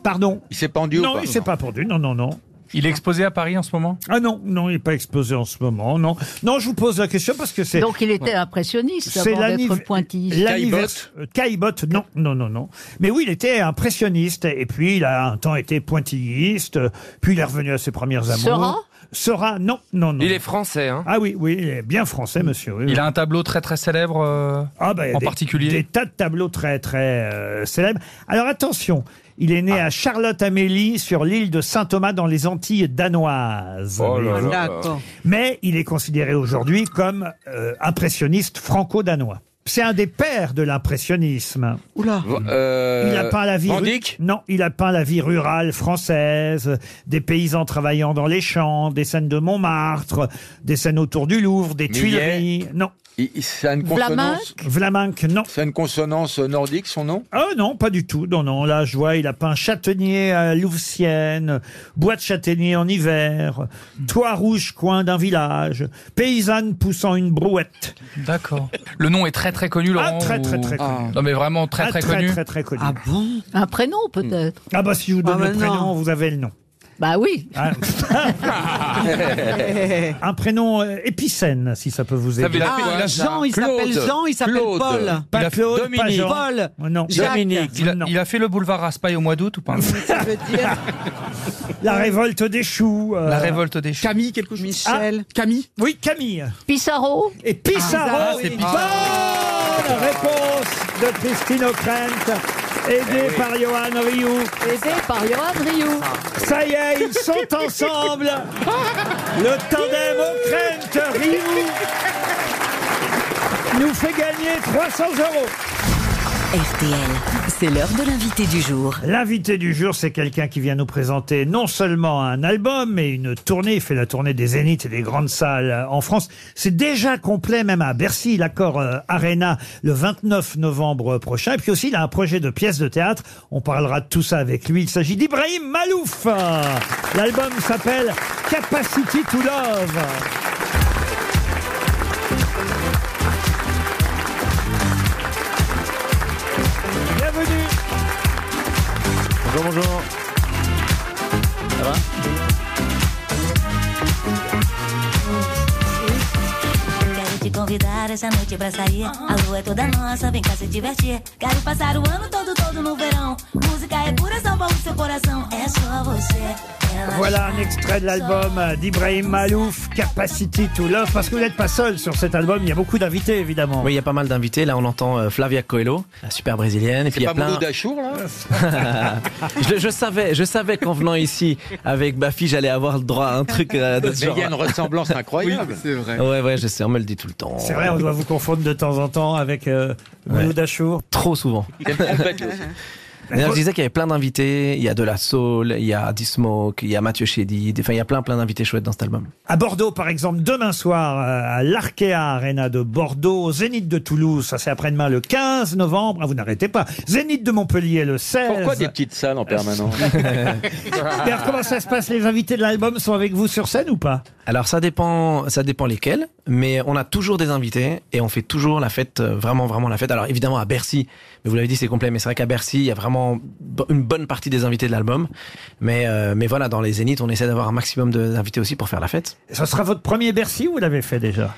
S2: Pardon
S7: Il s'est pendu ou
S2: Non,
S7: pas
S2: il s'est pas pendu, non, non, non.
S5: Il est exposé à Paris en ce moment
S2: Ah non, non, il n'est pas exposé en ce moment, non. Non, je vous pose la question parce que c'est...
S8: Donc il était impressionniste avant d'être
S2: l'anniv-
S8: pointilliste.
S2: l'anniversaire- euh, Caillebotte, non, non, non, non. Mais oui, il était impressionniste. Et puis, il a un temps été pointilliste. euh, Puis, il est revenu à ses premières amours.
S5: Seurat
S2: Seurat, non, non, non.
S17: Il est français, hein.
S2: Ah oui, oui, il est bien français, monsieur. oui, oui.
S5: Il a un tableau très très célèbre euh,
S2: Ah bah, il y a
S5: en
S2: des-
S5: particulier.
S2: Des tas de tableaux très, très euh, célèbres. Alors, attention, il est né à Charlotte-Amélie, sur l'île de Saint-Thomas, dans les Antilles danoises.
S17: Oh là
S2: Voyez-vous.
S17: là. D'accord.
S2: Mais il est considéré aujourd'hui comme euh, impressionniste franco-danois. C'est un des pères de l'impressionnisme. Oula.
S7: Euh,
S2: Il a peint la vie. ru-
S7: Vandyck
S2: Non, il a peint la vie rurale française, des paysans travaillant dans les champs, des scènes de Montmartre, des scènes autour du Louvre, des
S7: Millet
S2: Tuileries. Non.
S7: Il- il- Ça a une consonance
S2: Vlaminck, non.
S7: Ça a une consonance euh, nordique, son nom
S2: Ah non, pas du tout. Non, non. Là, je vois, il a peint châtaignier à Louveciennes, bois de châtaignier en hiver, toit rouge coin d'un village, paysanne poussant une brouette.
S5: D'accord. Le nom est très très connu, Laurent.
S2: Ah, très, très, très
S5: ou-
S2: connu.
S5: Non, mais vraiment très
S2: Ah,
S5: très,
S2: très,
S5: connu.
S2: très, très connu. Ah
S5: bon
S8: Un prénom peut-être.
S2: Ah bah si je vous donne
S8: Ah,
S2: le
S8: bah, non.
S2: prénom, vous avez le nom.
S8: Bah oui.
S2: Ah. Un prénom euh, épicène, si ça peut vous
S3: Ça
S2: aider.
S3: veut dire Ah, quoi, ça Jean, il Claude, s'appelle Jean, il s'appelle Claude. Paul.
S2: Pas
S5: Il a-
S2: Claude, pas
S5: Dominique.
S2: Jean. Oh,
S3: Paul.
S2: Non.
S5: Il a, il a fait le boulevard Raspail au mois d'août ou pas
S2: La révolte des choux. euh,
S5: La révolte des chats.
S17: Camille, quelque chose.
S2: ah,
S17: Camille
S2: Oui, Camille.
S8: Pissarro
S2: Et Pissarro,
S17: Ah, c'est
S2: bonne
S17: Pissarro.
S2: réponse de Christine O'Krent, aidée par Johan Rioux.
S8: Aidé par Johan Rioux.
S2: Ça y est, ils sont ensemble. Le tandem O'Krent Rioux nous fait gagner 300 euros.
S15: RTL, c'est l'heure de l'invité du jour.
S2: L'invité du jour, c'est quelqu'un qui vient nous présenter non seulement un album, mais une tournée. Il fait la tournée des Zéniths et des grandes salles euh, en France. C'est déjà complet, même à Bercy, l'accord euh, Arena, le 29 novembre prochain. Et puis aussi, il a un projet de pièce de théâtre. On parlera de tout ça avec lui. Il s'agit d'Ibrahim Malouf. Euh, L'album s'appelle Capacity to Love. Bienvenue
S24: Bonjour, bonjour. Ça va
S25: Quero te convidar essa noite pra sair. A lua é toda nossa, vem cá se divertir. Quero passar o ano todo, todo no verão. Música é pura salva o seu coração. É só você.
S2: Voilà un extrait de l'album d'Ibrahim Malouf, Capacity to Love, parce que vous n'êtes pas seul sur cet album, il y a beaucoup d'invités évidemment.
S24: Oui, il y a pas mal d'invités. Là, on entend euh, Flavia Coelho, la super brésilienne. Et puis, il y a
S7: Pas
S24: plein...
S7: Mouloud Achour, là
S24: je, je savais, je savais qu'en venant ici avec Bafi, j'allais avoir le droit à un truc euh, de
S7: Mais
S24: ce genre.
S7: il y a une ressemblance incroyable.
S24: Ouais, ouais, je sais, on me le dit tout le temps.
S2: C'est vrai, on doit vous confondre de temps en temps avec euh, Mouloud Achour.
S24: Trop souvent. D'ailleurs, je disais qu'il y avait plein d'invités. Il y a De La Soul, il y a D-Smoke, il y a Mathieu Chédid. Enfin, il y a plein, plein d'invités chouettes dans cet album.
S2: À Bordeaux, par exemple, demain soir, euh, à l'Arkea Arena de Bordeaux, au Zénith de Toulouse, ça c'est après-demain le 15 novembre, Ah, vous n'arrêtez pas. Zénith de Montpellier le 16.
S7: Pourquoi des petites salles en permanence
S2: D'ailleurs, comment ça se passe Les invités de l'album sont avec vous sur scène ou pas
S24: Alors ça dépend, ça dépend lesquels, mais on a toujours des invités et on fait toujours la fête, euh, vraiment vraiment la fête. Alors évidemment à Bercy, mais vous l'avez dit c'est complet, mais c'est vrai qu'à Bercy il y a vraiment bo- une bonne partie des invités de l'album, mais euh, mais voilà dans les Zéniths on essaie d'avoir un maximum de- d'invités aussi pour faire la fête.
S2: Ce sera votre premier Bercy ou vous l'avez fait déjà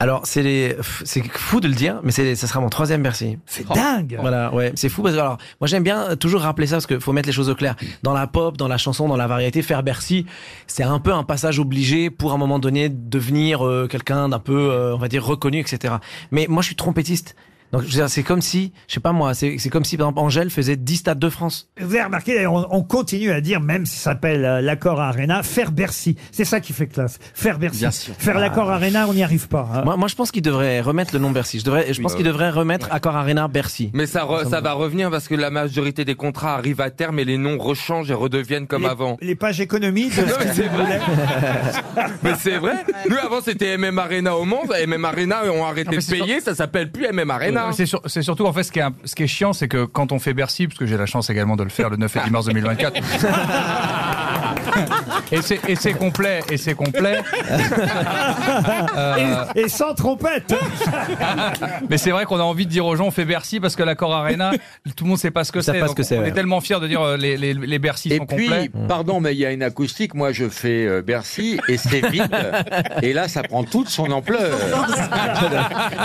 S24: Alors, c'est les- pff, c'est fou de le dire, mais c'est- ça sera mon troisième Bercy.
S2: C'est dingue
S24: Voilà, ouais, c'est fou parce que alors, moi j'aime bien euh, toujours rappeler ça parce qu'il faut mettre les choses au clair. Dans la pop, dans la chanson, dans la variété, faire Bercy, c'est un peu un passage obligé pour à un moment donné devenir euh, quelqu'un d'un peu, euh, on va dire, reconnu, etc. Mais moi je suis trompettiste. Donc, je veux dire, c'est comme si, je sais pas moi, c'est c'est comme si, par exemple, Angèle faisait 10 stades de France.
S2: Vous avez remarqué, d'ailleurs, on, on continue à dire, même si ça s'appelle euh, l'accord Arena, faire Bercy. C'est ça qui fait classe. Faire Bercy. Faire l'accord Arena, on n'y arrive pas. hein.
S24: Moi, moi, je pense qu'il devrait remettre le nom Bercy. Je, devrais, je pense qu'il devrait remettre Accor Arena Bercy.
S17: Mais ça, re- ça va revenir parce que la majorité des contrats arrivent à terme et les noms rechangent et redeviennent comme avant.
S2: Les pages économies de ce que
S17: c'est
S2: vous
S17: vrai.
S2: voulez.
S17: Mais c'est vrai. Nous avant c'était MM Arena au monde, MM Arena ont arrêté de payer, ça s'appelle plus MM Arena.
S5: Ouais, C'est sur- c'est surtout en fait ce qui est, un- ce qui est chiant, c'est que quand on fait Bercy, parce que j'ai la chance également de le faire le 9 et 10 mars 2024. et c'est- et c'est complet, et c'est complet. Euh,
S2: Et, et sans trompette.
S5: mais c'est vrai qu'on a envie de dire aux gens on fait Bercy parce que l'accord Arena, tout le monde sait pas ce que
S7: savent
S5: c'est.
S7: pas
S5: donc
S7: ce que c'est,
S5: on
S7: ouais.
S5: est tellement fiers de dire euh, les, les, les Bercy
S7: Et
S5: sont
S7: puis,
S5: complets.
S24: Mm.
S7: pardon, mais il y a une acoustique. Moi, je fais euh, Bercy et c'est vide. et là, ça prend toute son ampleur.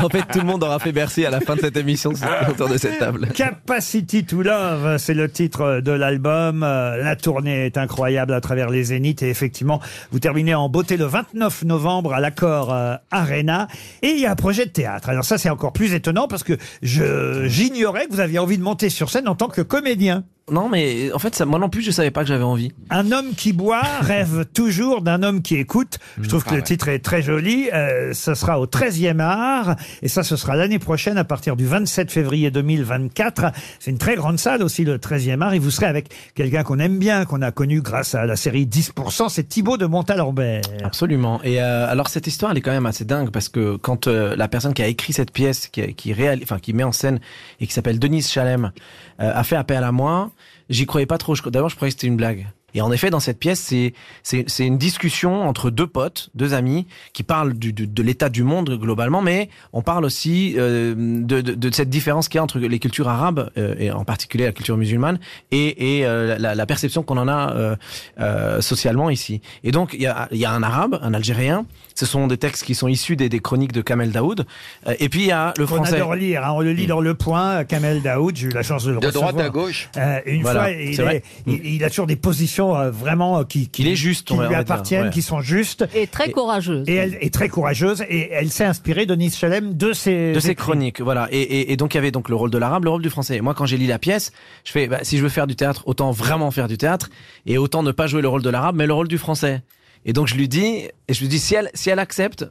S24: en fait, tout le monde aura fait Bercy à la fin de cette émission c'est autour de cette table.
S2: Capacity to Love, c'est le titre de l'album. Euh, La tournée est incroyable à travers les zéniths et effectivement, vous terminez en beauté le 29 novembre à l'accord euh, Arena et il y a un projet de théâtre. Alors ça, c'est encore plus étonnant parce que je j'ignorais que vous aviez envie de monter sur scène en tant que comédien.
S24: Non, mais en fait, ça, moi non plus, je savais pas que j'avais envie.
S2: Un homme qui boit rêve toujours d'un homme qui écoute. Je trouve que
S24: Ah
S2: le
S24: ouais.
S2: titre est très joli. Euh, ça sera au 13e art. Et ça, ce sera l'année prochaine à partir du 27 février 2024. C'est une très grande salle aussi, le 13e art. Et vous serez avec quelqu'un qu'on aime bien, qu'on a connu grâce à la série 10%. C'est Thibaut de Montalembert.
S24: Absolument. Et euh, alors cette histoire, elle est quand même assez dingue parce que quand euh, la personne qui a écrit cette pièce, qui, qui réalise, enfin qui met en scène et qui s'appelle Denise Chalem, euh, a fait appel à moi, j'y croyais pas trop. Je- D'abord, je croyais que c'était une blague. Et en effet, dans cette pièce, c'est c'est c'est une discussion entre deux potes, deux amis, qui parlent du, du- de l'état du monde globalement, mais on parle aussi euh, de, de, de cette différence qu'il y a entre les cultures arabes euh, et en particulier la culture musulmane et, et euh, la, la perception qu'on en a euh, euh, socialement ici. Et donc il y a, il y a un arabe, un algérien. Ce sont des textes qui sont issus des, des chroniques de Kamel Daoud. Euh, et puis il y a le
S2: On
S24: français. Mm.
S2: adore lire, hein. on le lit dans le point, Kamel Daoud, j'ai eu la chance de le
S24: De droite
S2: recevoir.
S24: à gauche.
S2: Euh, une
S24: Voilà,
S2: fois, il,
S24: c'est vrai.
S2: est- il- il a toujours des positions euh, vraiment euh, qui, qui,
S24: Il est juste,
S2: qui
S24: on va- on
S2: lui
S24: va dire,
S2: appartiennent,
S24: ouais.
S2: qui sont justes.
S8: Et très courageuse.
S2: Et elle est très courageuse et elle s'est inspirée de Nice Chalem de ses
S24: de ses
S2: écrits.
S24: chroniques, voilà. Et, et- et donc il y avait donc le rôle de l'arabe, le rôle du français. Et moi, quand j'ai lu la pièce, je fais, bah, si je veux faire du théâtre, autant vraiment faire du théâtre et autant ne pas jouer le rôle de l'arabe, mais le rôle du français. Et donc je lui dis, et je lui dis, si elle, si elle accepte,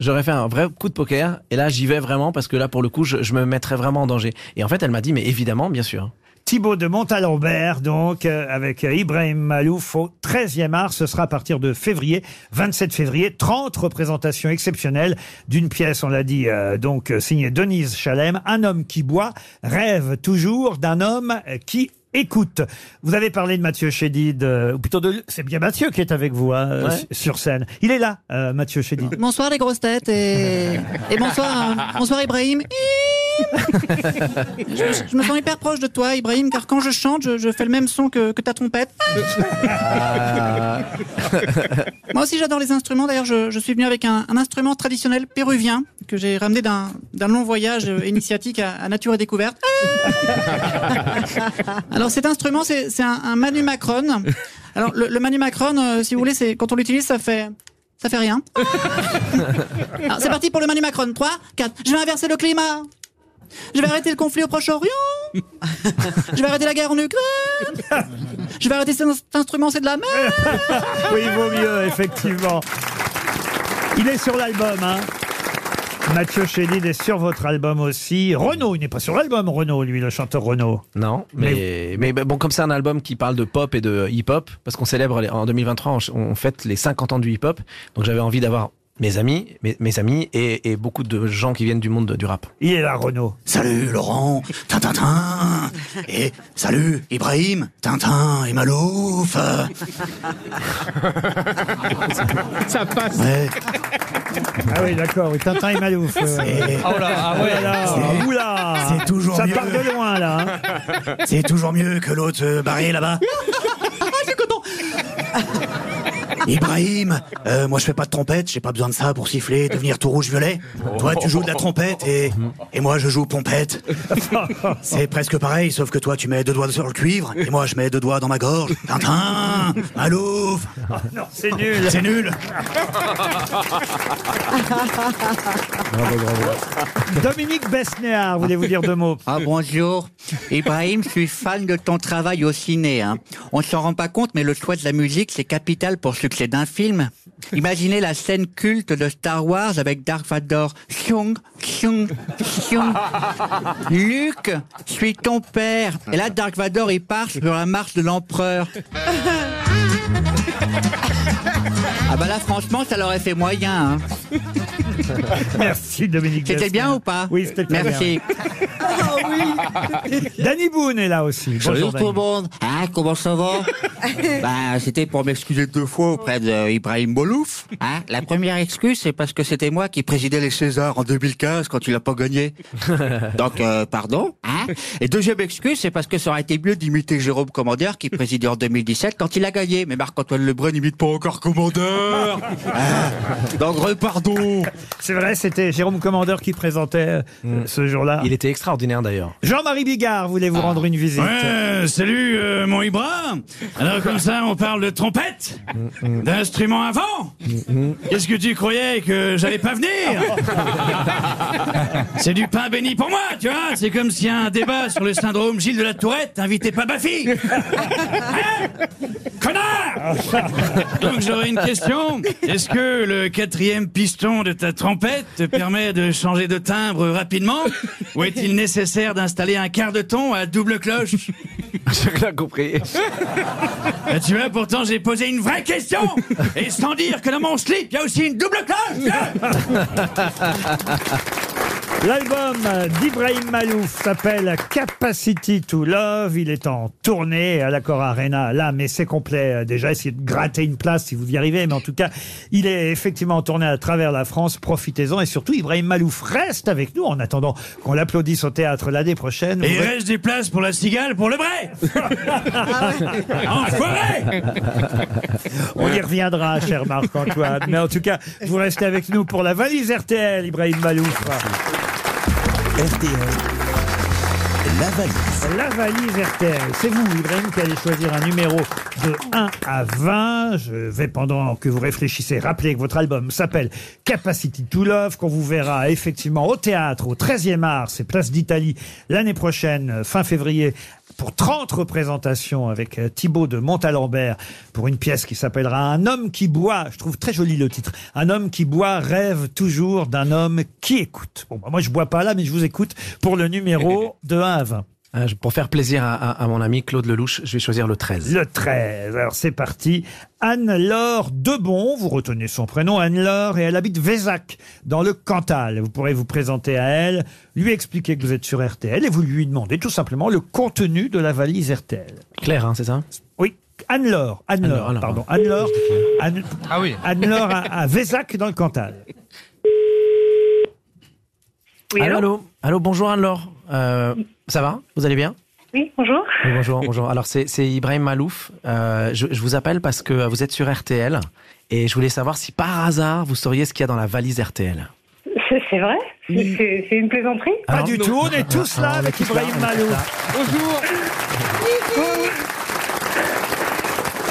S24: j'aurais fait un vrai coup de poker. Et là, j'y vais vraiment parce que là, pour le coup, je, je me mettrais vraiment en danger. Et en fait, elle m'a dit, mais évidemment, bien sûr.
S2: Thibaut de Montalembert, donc, euh, avec euh, Ibrahim Malouf au 13e art. Ce sera à partir de février, 27 février, 30 représentations exceptionnelles d'une pièce, on l'a dit, euh, donc, euh, signée Denise Chalem. Un homme qui boit rêve toujours d'un homme euh, qui écoute. Vous avez parlé de Mathieu Chédid, euh, ou plutôt de, c'est bien Mathieu qui est avec vous, hein, euh,
S6: Ouais.
S2: su- sur scène. Il est là, euh, Mathieu Chédid.
S6: Bonsoir les grosses têtes et, et bonsoir, euh, bonsoir Ibrahim. Je, me- je me sens hyper proche de toi Ibrahim car quand je chante je, je fais le même son que, que ta trompette.
S9: Euh.
S6: Moi aussi j'adore les instruments d'ailleurs je, je suis venu avec un, un instrument traditionnel péruvien que j'ai ramené d'un d'un long voyage euh, initiatique à, à Nature et Découverte. Alors cet instrument c'est c'est un, un Manu Macron. Alors le, le Manu Macron euh, si vous voulez c'est quand on l'utilise ça fait... Ça fait rien. Alors, c'est parti pour le Manu Macron. 3, 4. Je vais inverser le climat. Je vais arrêter le conflit au Proche-Orient. Je vais arrêter la guerre en Ukraine. Je vais arrêter cet in- cet instrument, c'est de la merde.
S2: oui, il vaut mieux, effectivement. Il est sur l'album, hein Mathieu Chédid est sur votre album aussi. Renaud, il n'est pas sur l'album, Renaud, lui, le chanteur Renaud.
S24: Non, mais, mais, bah, bon, comme c'est un album qui parle de pop et de hip-hop, parce qu'on célèbre les- en 2023, on ch- on fête les 50 ans du hip-hop, donc j'avais envie d'avoir mes amis, mes, mes amis et, et beaucoup de gens qui viennent du monde de- du rap.
S2: Il est là, Renaud.
S6: Salut Laurent, Tintintin. Et salut Ibrahim, Tintin et Malouf. euh.
S2: Ah
S16: Ça passe.
S6: Ouais.
S2: Ah oui, d'accord, oui, Tintin et Malouf. euh.
S16: C'est- Oh là, ah ouais.
S2: Oh là là,
S6: C'est-
S2: oula.
S6: c'est toujours
S2: Ça
S6: mieux.
S2: part de loin, là. hein.
S6: C'est toujours mieux que l'autre euh, barré là-bas.
S9: Ibrahim, euh, moi je fais pas de trompette, j'ai pas besoin de ça pour siffler, devenir tout rouge violet. Toi tu joues de la trompette et, et moi je joue pompette. C'est presque pareil, sauf que toi tu mets deux doigts sur le cuivre et moi je mets deux doigts dans ma gorge. Tintin, Malouf.
S2: non, c'est nul.
S9: C'est nul.
S2: Dominique Besnéard, voulez-vous dire deux mots
S13: Ah bonjour. Ibrahim, je suis fan de ton travail au ciné. hein. On s'en rend pas compte, mais le choix de la musique, c'est capital pour le succès d'un film. Imaginez la scène culte de Star Wars avec Dark Vador. Xiong, xiong, xiong. Luc, suis ton père. Et là, Dark Vador, il part sur la marche de l'empereur. Ah bah là, franchement, ça l'aurait fait moyen. hein.
S2: Merci Dominique
S13: C'était bien ou pas
S2: Oui, c'était très
S13: Merci.
S9: Ah
S2: bien. Danny Boone est là aussi.
S13: Salut
S2: Bonjour
S13: tout le
S2: Danny.
S13: monde. Hein, comment ça va Bah, c'était pour m'excuser deux fois auprès de Ibrahim Bolouf. Hein, la première excuse, c'est parce que c'était moi qui présidais les Césars en 2015 quand il a pas gagné. Donc, euh, pardon. Hein Et deuxième excuse, c'est parce que ça aurait été mieux d'imiter Jérôme Commandeur qui présidait en 2017 quand il a gagné. Mais Marc-Antoine Lebrun n'imite pas encore Commandeur. Hein Donc, repardon.
S2: C'est vrai, c'était Jérôme Commandeur qui présentait euh,
S24: Hmm.
S2: ce jour-là. Il
S24: était extraordinaire Hein, d'ailleurs.
S2: Jean-Marie Bigard voulait vous rendre une visite.
S14: Ouais, salut euh, mon Ibra. Alors comme ça, on parle de trompette, d'instrument à vent.
S9: Mm-hmm.
S14: Qu'est-ce que tu croyais que j'allais pas venir C'est du pain béni pour moi, tu vois. C'est comme s'il y a un débat sur le syndrome Gilles de la Tourette. Invitez pas ma fille. Donc j'aurais une question. Est-ce que le quatrième piston de ta trompette te permet de changer de timbre rapidement Ou est-il nécessaire d'installer un quart de ton à double cloche J'ai rien compris. tu vois, pourtant j'ai posé une vraie question Et sans dire que dans mon slip, il y a aussi une double cloche
S2: L'album d'Ibrahim Malouf s'appelle Capacity to Love. Il est en tournée à l'Accor Arena. Là, mais c'est complet. euh, Déjà, essayez de gratter une place si vous y arrivez. Mais en tout cas, il est effectivement en tournée à travers la France. Profitez-en. Et surtout, Ibrahim Malouf reste avec nous en attendant qu'on l'applaudisse au théâtre l'année prochaine.
S14: Et il
S2: Vous-
S14: reste des places pour la cigale pour le vrai Enfoiré
S2: On y reviendra, cher Marc-Antoine. Mais en tout cas, vous restez avec nous pour la valise RTL, Ibrahim Malouf. RTL. La valise. La valise RTL. C'est vous, Ibrahim, qui allez choisir un numéro de 1 à 20. Je vais, pendant que vous réfléchissez, rappeler que votre album s'appelle Capacity to Love, qu'on vous verra effectivement au théâtre, au 13e art, c'est Place d'Italie, l'année prochaine, fin février, pour 30 représentations avec euh, Thibaut de Montalembert pour une pièce qui s'appellera Un homme qui boit. Je trouve très joli le titre. Un homme qui boit rêve toujours d'un homme qui écoute. Bon, bah, moi je bois pas là, mais je vous écoute pour le numéro de 1 à 20.
S24: Ah, je- Pour faire plaisir à, à- à mon ami Claude Lelouch, je vais choisir le 13.
S2: Le 13. Alors c'est parti. Anne-Laure Debon, vous retenez son prénom, Anne-Laure, et elle habite Vézac, dans le Cantal. Vous pourrez vous présenter à elle, lui expliquer que vous êtes sur RTL et vous lui demandez tout simplement le contenu de la valise RTL.
S24: Claire, hein, c'est ça
S2: Oui, Anne-Laure, Anne-Laure,
S24: Anne-Laure,
S2: pardon, Anne-Laure, Anne-
S5: Ah oui.
S2: Anne-Laure à, à Vézac dans le Cantal.
S24: allô, allô, Allô, bonjour Anne-Laure. Euh, ça va Vous allez bien
S20: Oui, bonjour.
S24: Oui, bonjour, bonjour. Alors, c'est c'est Ibrahim Malouf. Euh, je, je vous appelle parce que vous êtes sur RTL et je voulais savoir si par hasard vous sauriez ce qu'il y a dans la valise RTL.
S20: C'est c'est vrai C'est- C'est c'est une plaisanterie
S24: Pas Alors, du non. tout,
S2: on est tous là avec Ibrahim Malou.
S20: Bonjour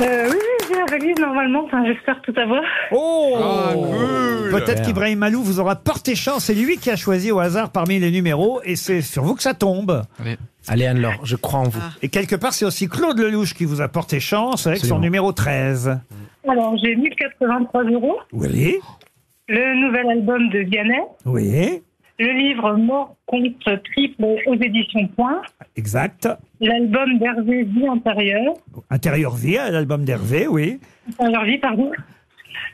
S20: euh, Oui, oui, j'ai la valise normalement, enfin, j'espère tout avoir.
S2: Oh Peut-être
S20: Super.
S2: qu'Ibrahim Malou vous aura porté chance. C'est lui qui a choisi au hasard parmi les numéros et c'est sur vous que ça tombe. Ah.
S24: Allez, Anne-Laure, je crois en vous.
S2: Et quelque part, c'est aussi Claude Lelouch qui vous a porté chance avec son numéro 13.
S20: Alors, j'ai 1083 euros,
S2: Oui.
S20: le nouvel album de Vianney,
S2: Oui.
S20: le livre Mort contre triple aux éditions Point,
S2: Exact.
S20: l'album d'Hervé Vie intérieure,
S2: Intérieur Vie, l'album d'Hervé, oui.
S20: Intérieure Vie, pardon,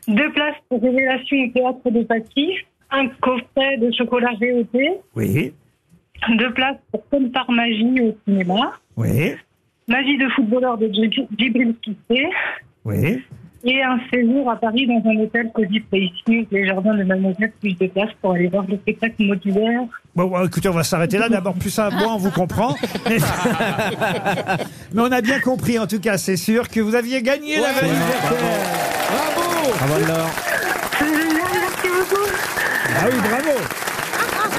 S20: deux places pour Révélation au théâtre de Paty, un coffret de chocolat VOT,
S2: Oui.
S20: deux places pour Comme par magie au cinéma,
S2: Oui.
S20: Magie de footballeur de Djib- Djibril Kissé
S2: Oui.
S20: et un séjour à Paris dans un hôtel Cosy avec les jardins de Mademoiselle plus de place pour aller voir le spectacle modulaire.
S2: Bon, bon, écoutez, on va s'arrêter là. D'abord, plus à moi, on vous comprend. Mais... Mais on a bien compris, en tout cas, c'est sûr, que vous aviez gagné la valise RTL.
S24: Bravo Laure.
S16: C'est génial, merci beaucoup.
S2: Ah oui, bravo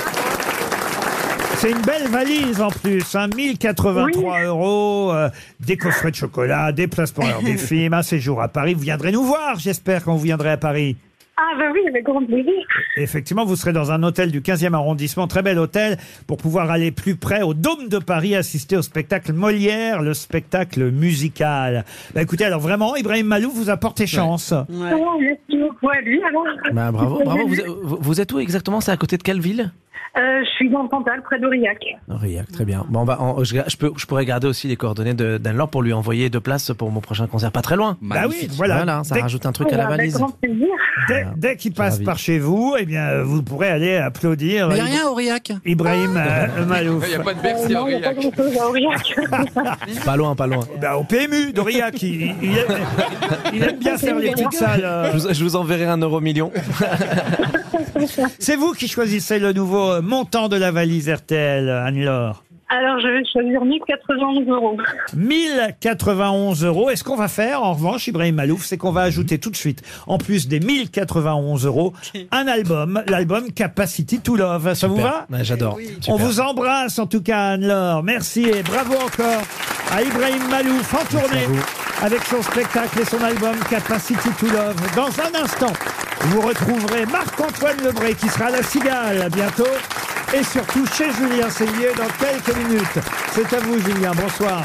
S2: C'est une belle valise en plus, hein, 1083 euros, euh, des coffrets de chocolat, des places pour l'heure des films, un séjour à Paris. Vous viendrez nous voir, j'espère, quand vous viendrez à Paris.
S20: Ah ben oui, avec grand plaisir.
S2: Et effectivement, vous serez dans un hôtel du 15e arrondissement, très bel hôtel, pour pouvoir aller plus près au Dôme de Paris, assister au spectacle Molière, le spectacle musical. Bah, écoutez, alors vraiment, Ibrahim Malou vous a porté chance.
S20: Oh, merci beaucoup à lui alors.
S24: Bah, bravo, bravo. Vous, vous- vous êtes où exactement C'est à côté de quelle ville
S20: Euh, je suis dans le Cantal, près d'Aurillac.
S24: Aurillac, très bien. Bon, bah, en- je, je peux, je pourrais garder aussi les coordonnées de- d'Anne-Laure pour lui envoyer deux places pour mon prochain concert, pas très loin.
S2: Bah oui, voilà.
S24: ça
S2: Dès-
S24: rajoute un truc à la valise. Ah,
S2: Dès, dès qu'il passe par chez vous, eh bien, euh, vous pourrez aller applaudir.
S6: Il n'y a
S2: Ibra-
S6: rien, Aurillac.
S2: Ibrahim euh, Malouf.
S6: Il y a pas de Bercy à
S20: Oh, Non, il n'y a pas
S6: Aurillac.
S20: grand-chose à Aurillac.
S24: Pas loin, pas loin.
S2: Bah, au PMU d'Aurillac, il, il- il aime, il aime bien faire les petites salles. euh.
S24: Je vous, je vous enverrai un euro million.
S2: C'est vous qui choisissez le nouveau montant de la valise RTL, Anne-Laure.
S20: Alors, je vais choisir 1091 euros.
S2: 1091 euros. Et ce qu'on va faire, en revanche, Ibrahim Malouf, c'est qu'on va ajouter tout de suite, en plus des 1091 euros, un album, l'album Capacity to Love. Ça vous va
S24: Ouais, J'adore. Super.
S2: On vous embrasse en tout cas, Anne-Laure. Merci et bravo encore à Ibrahim Malouf en tournée avec son spectacle et son album Capacity to Love. Dans un instant, vous retrouverez Marc-Antoine Lebré qui sera à la cigale à bientôt et surtout chez Julien Séguier dans quelques minutes. C'est à vous, Julien. Bonsoir.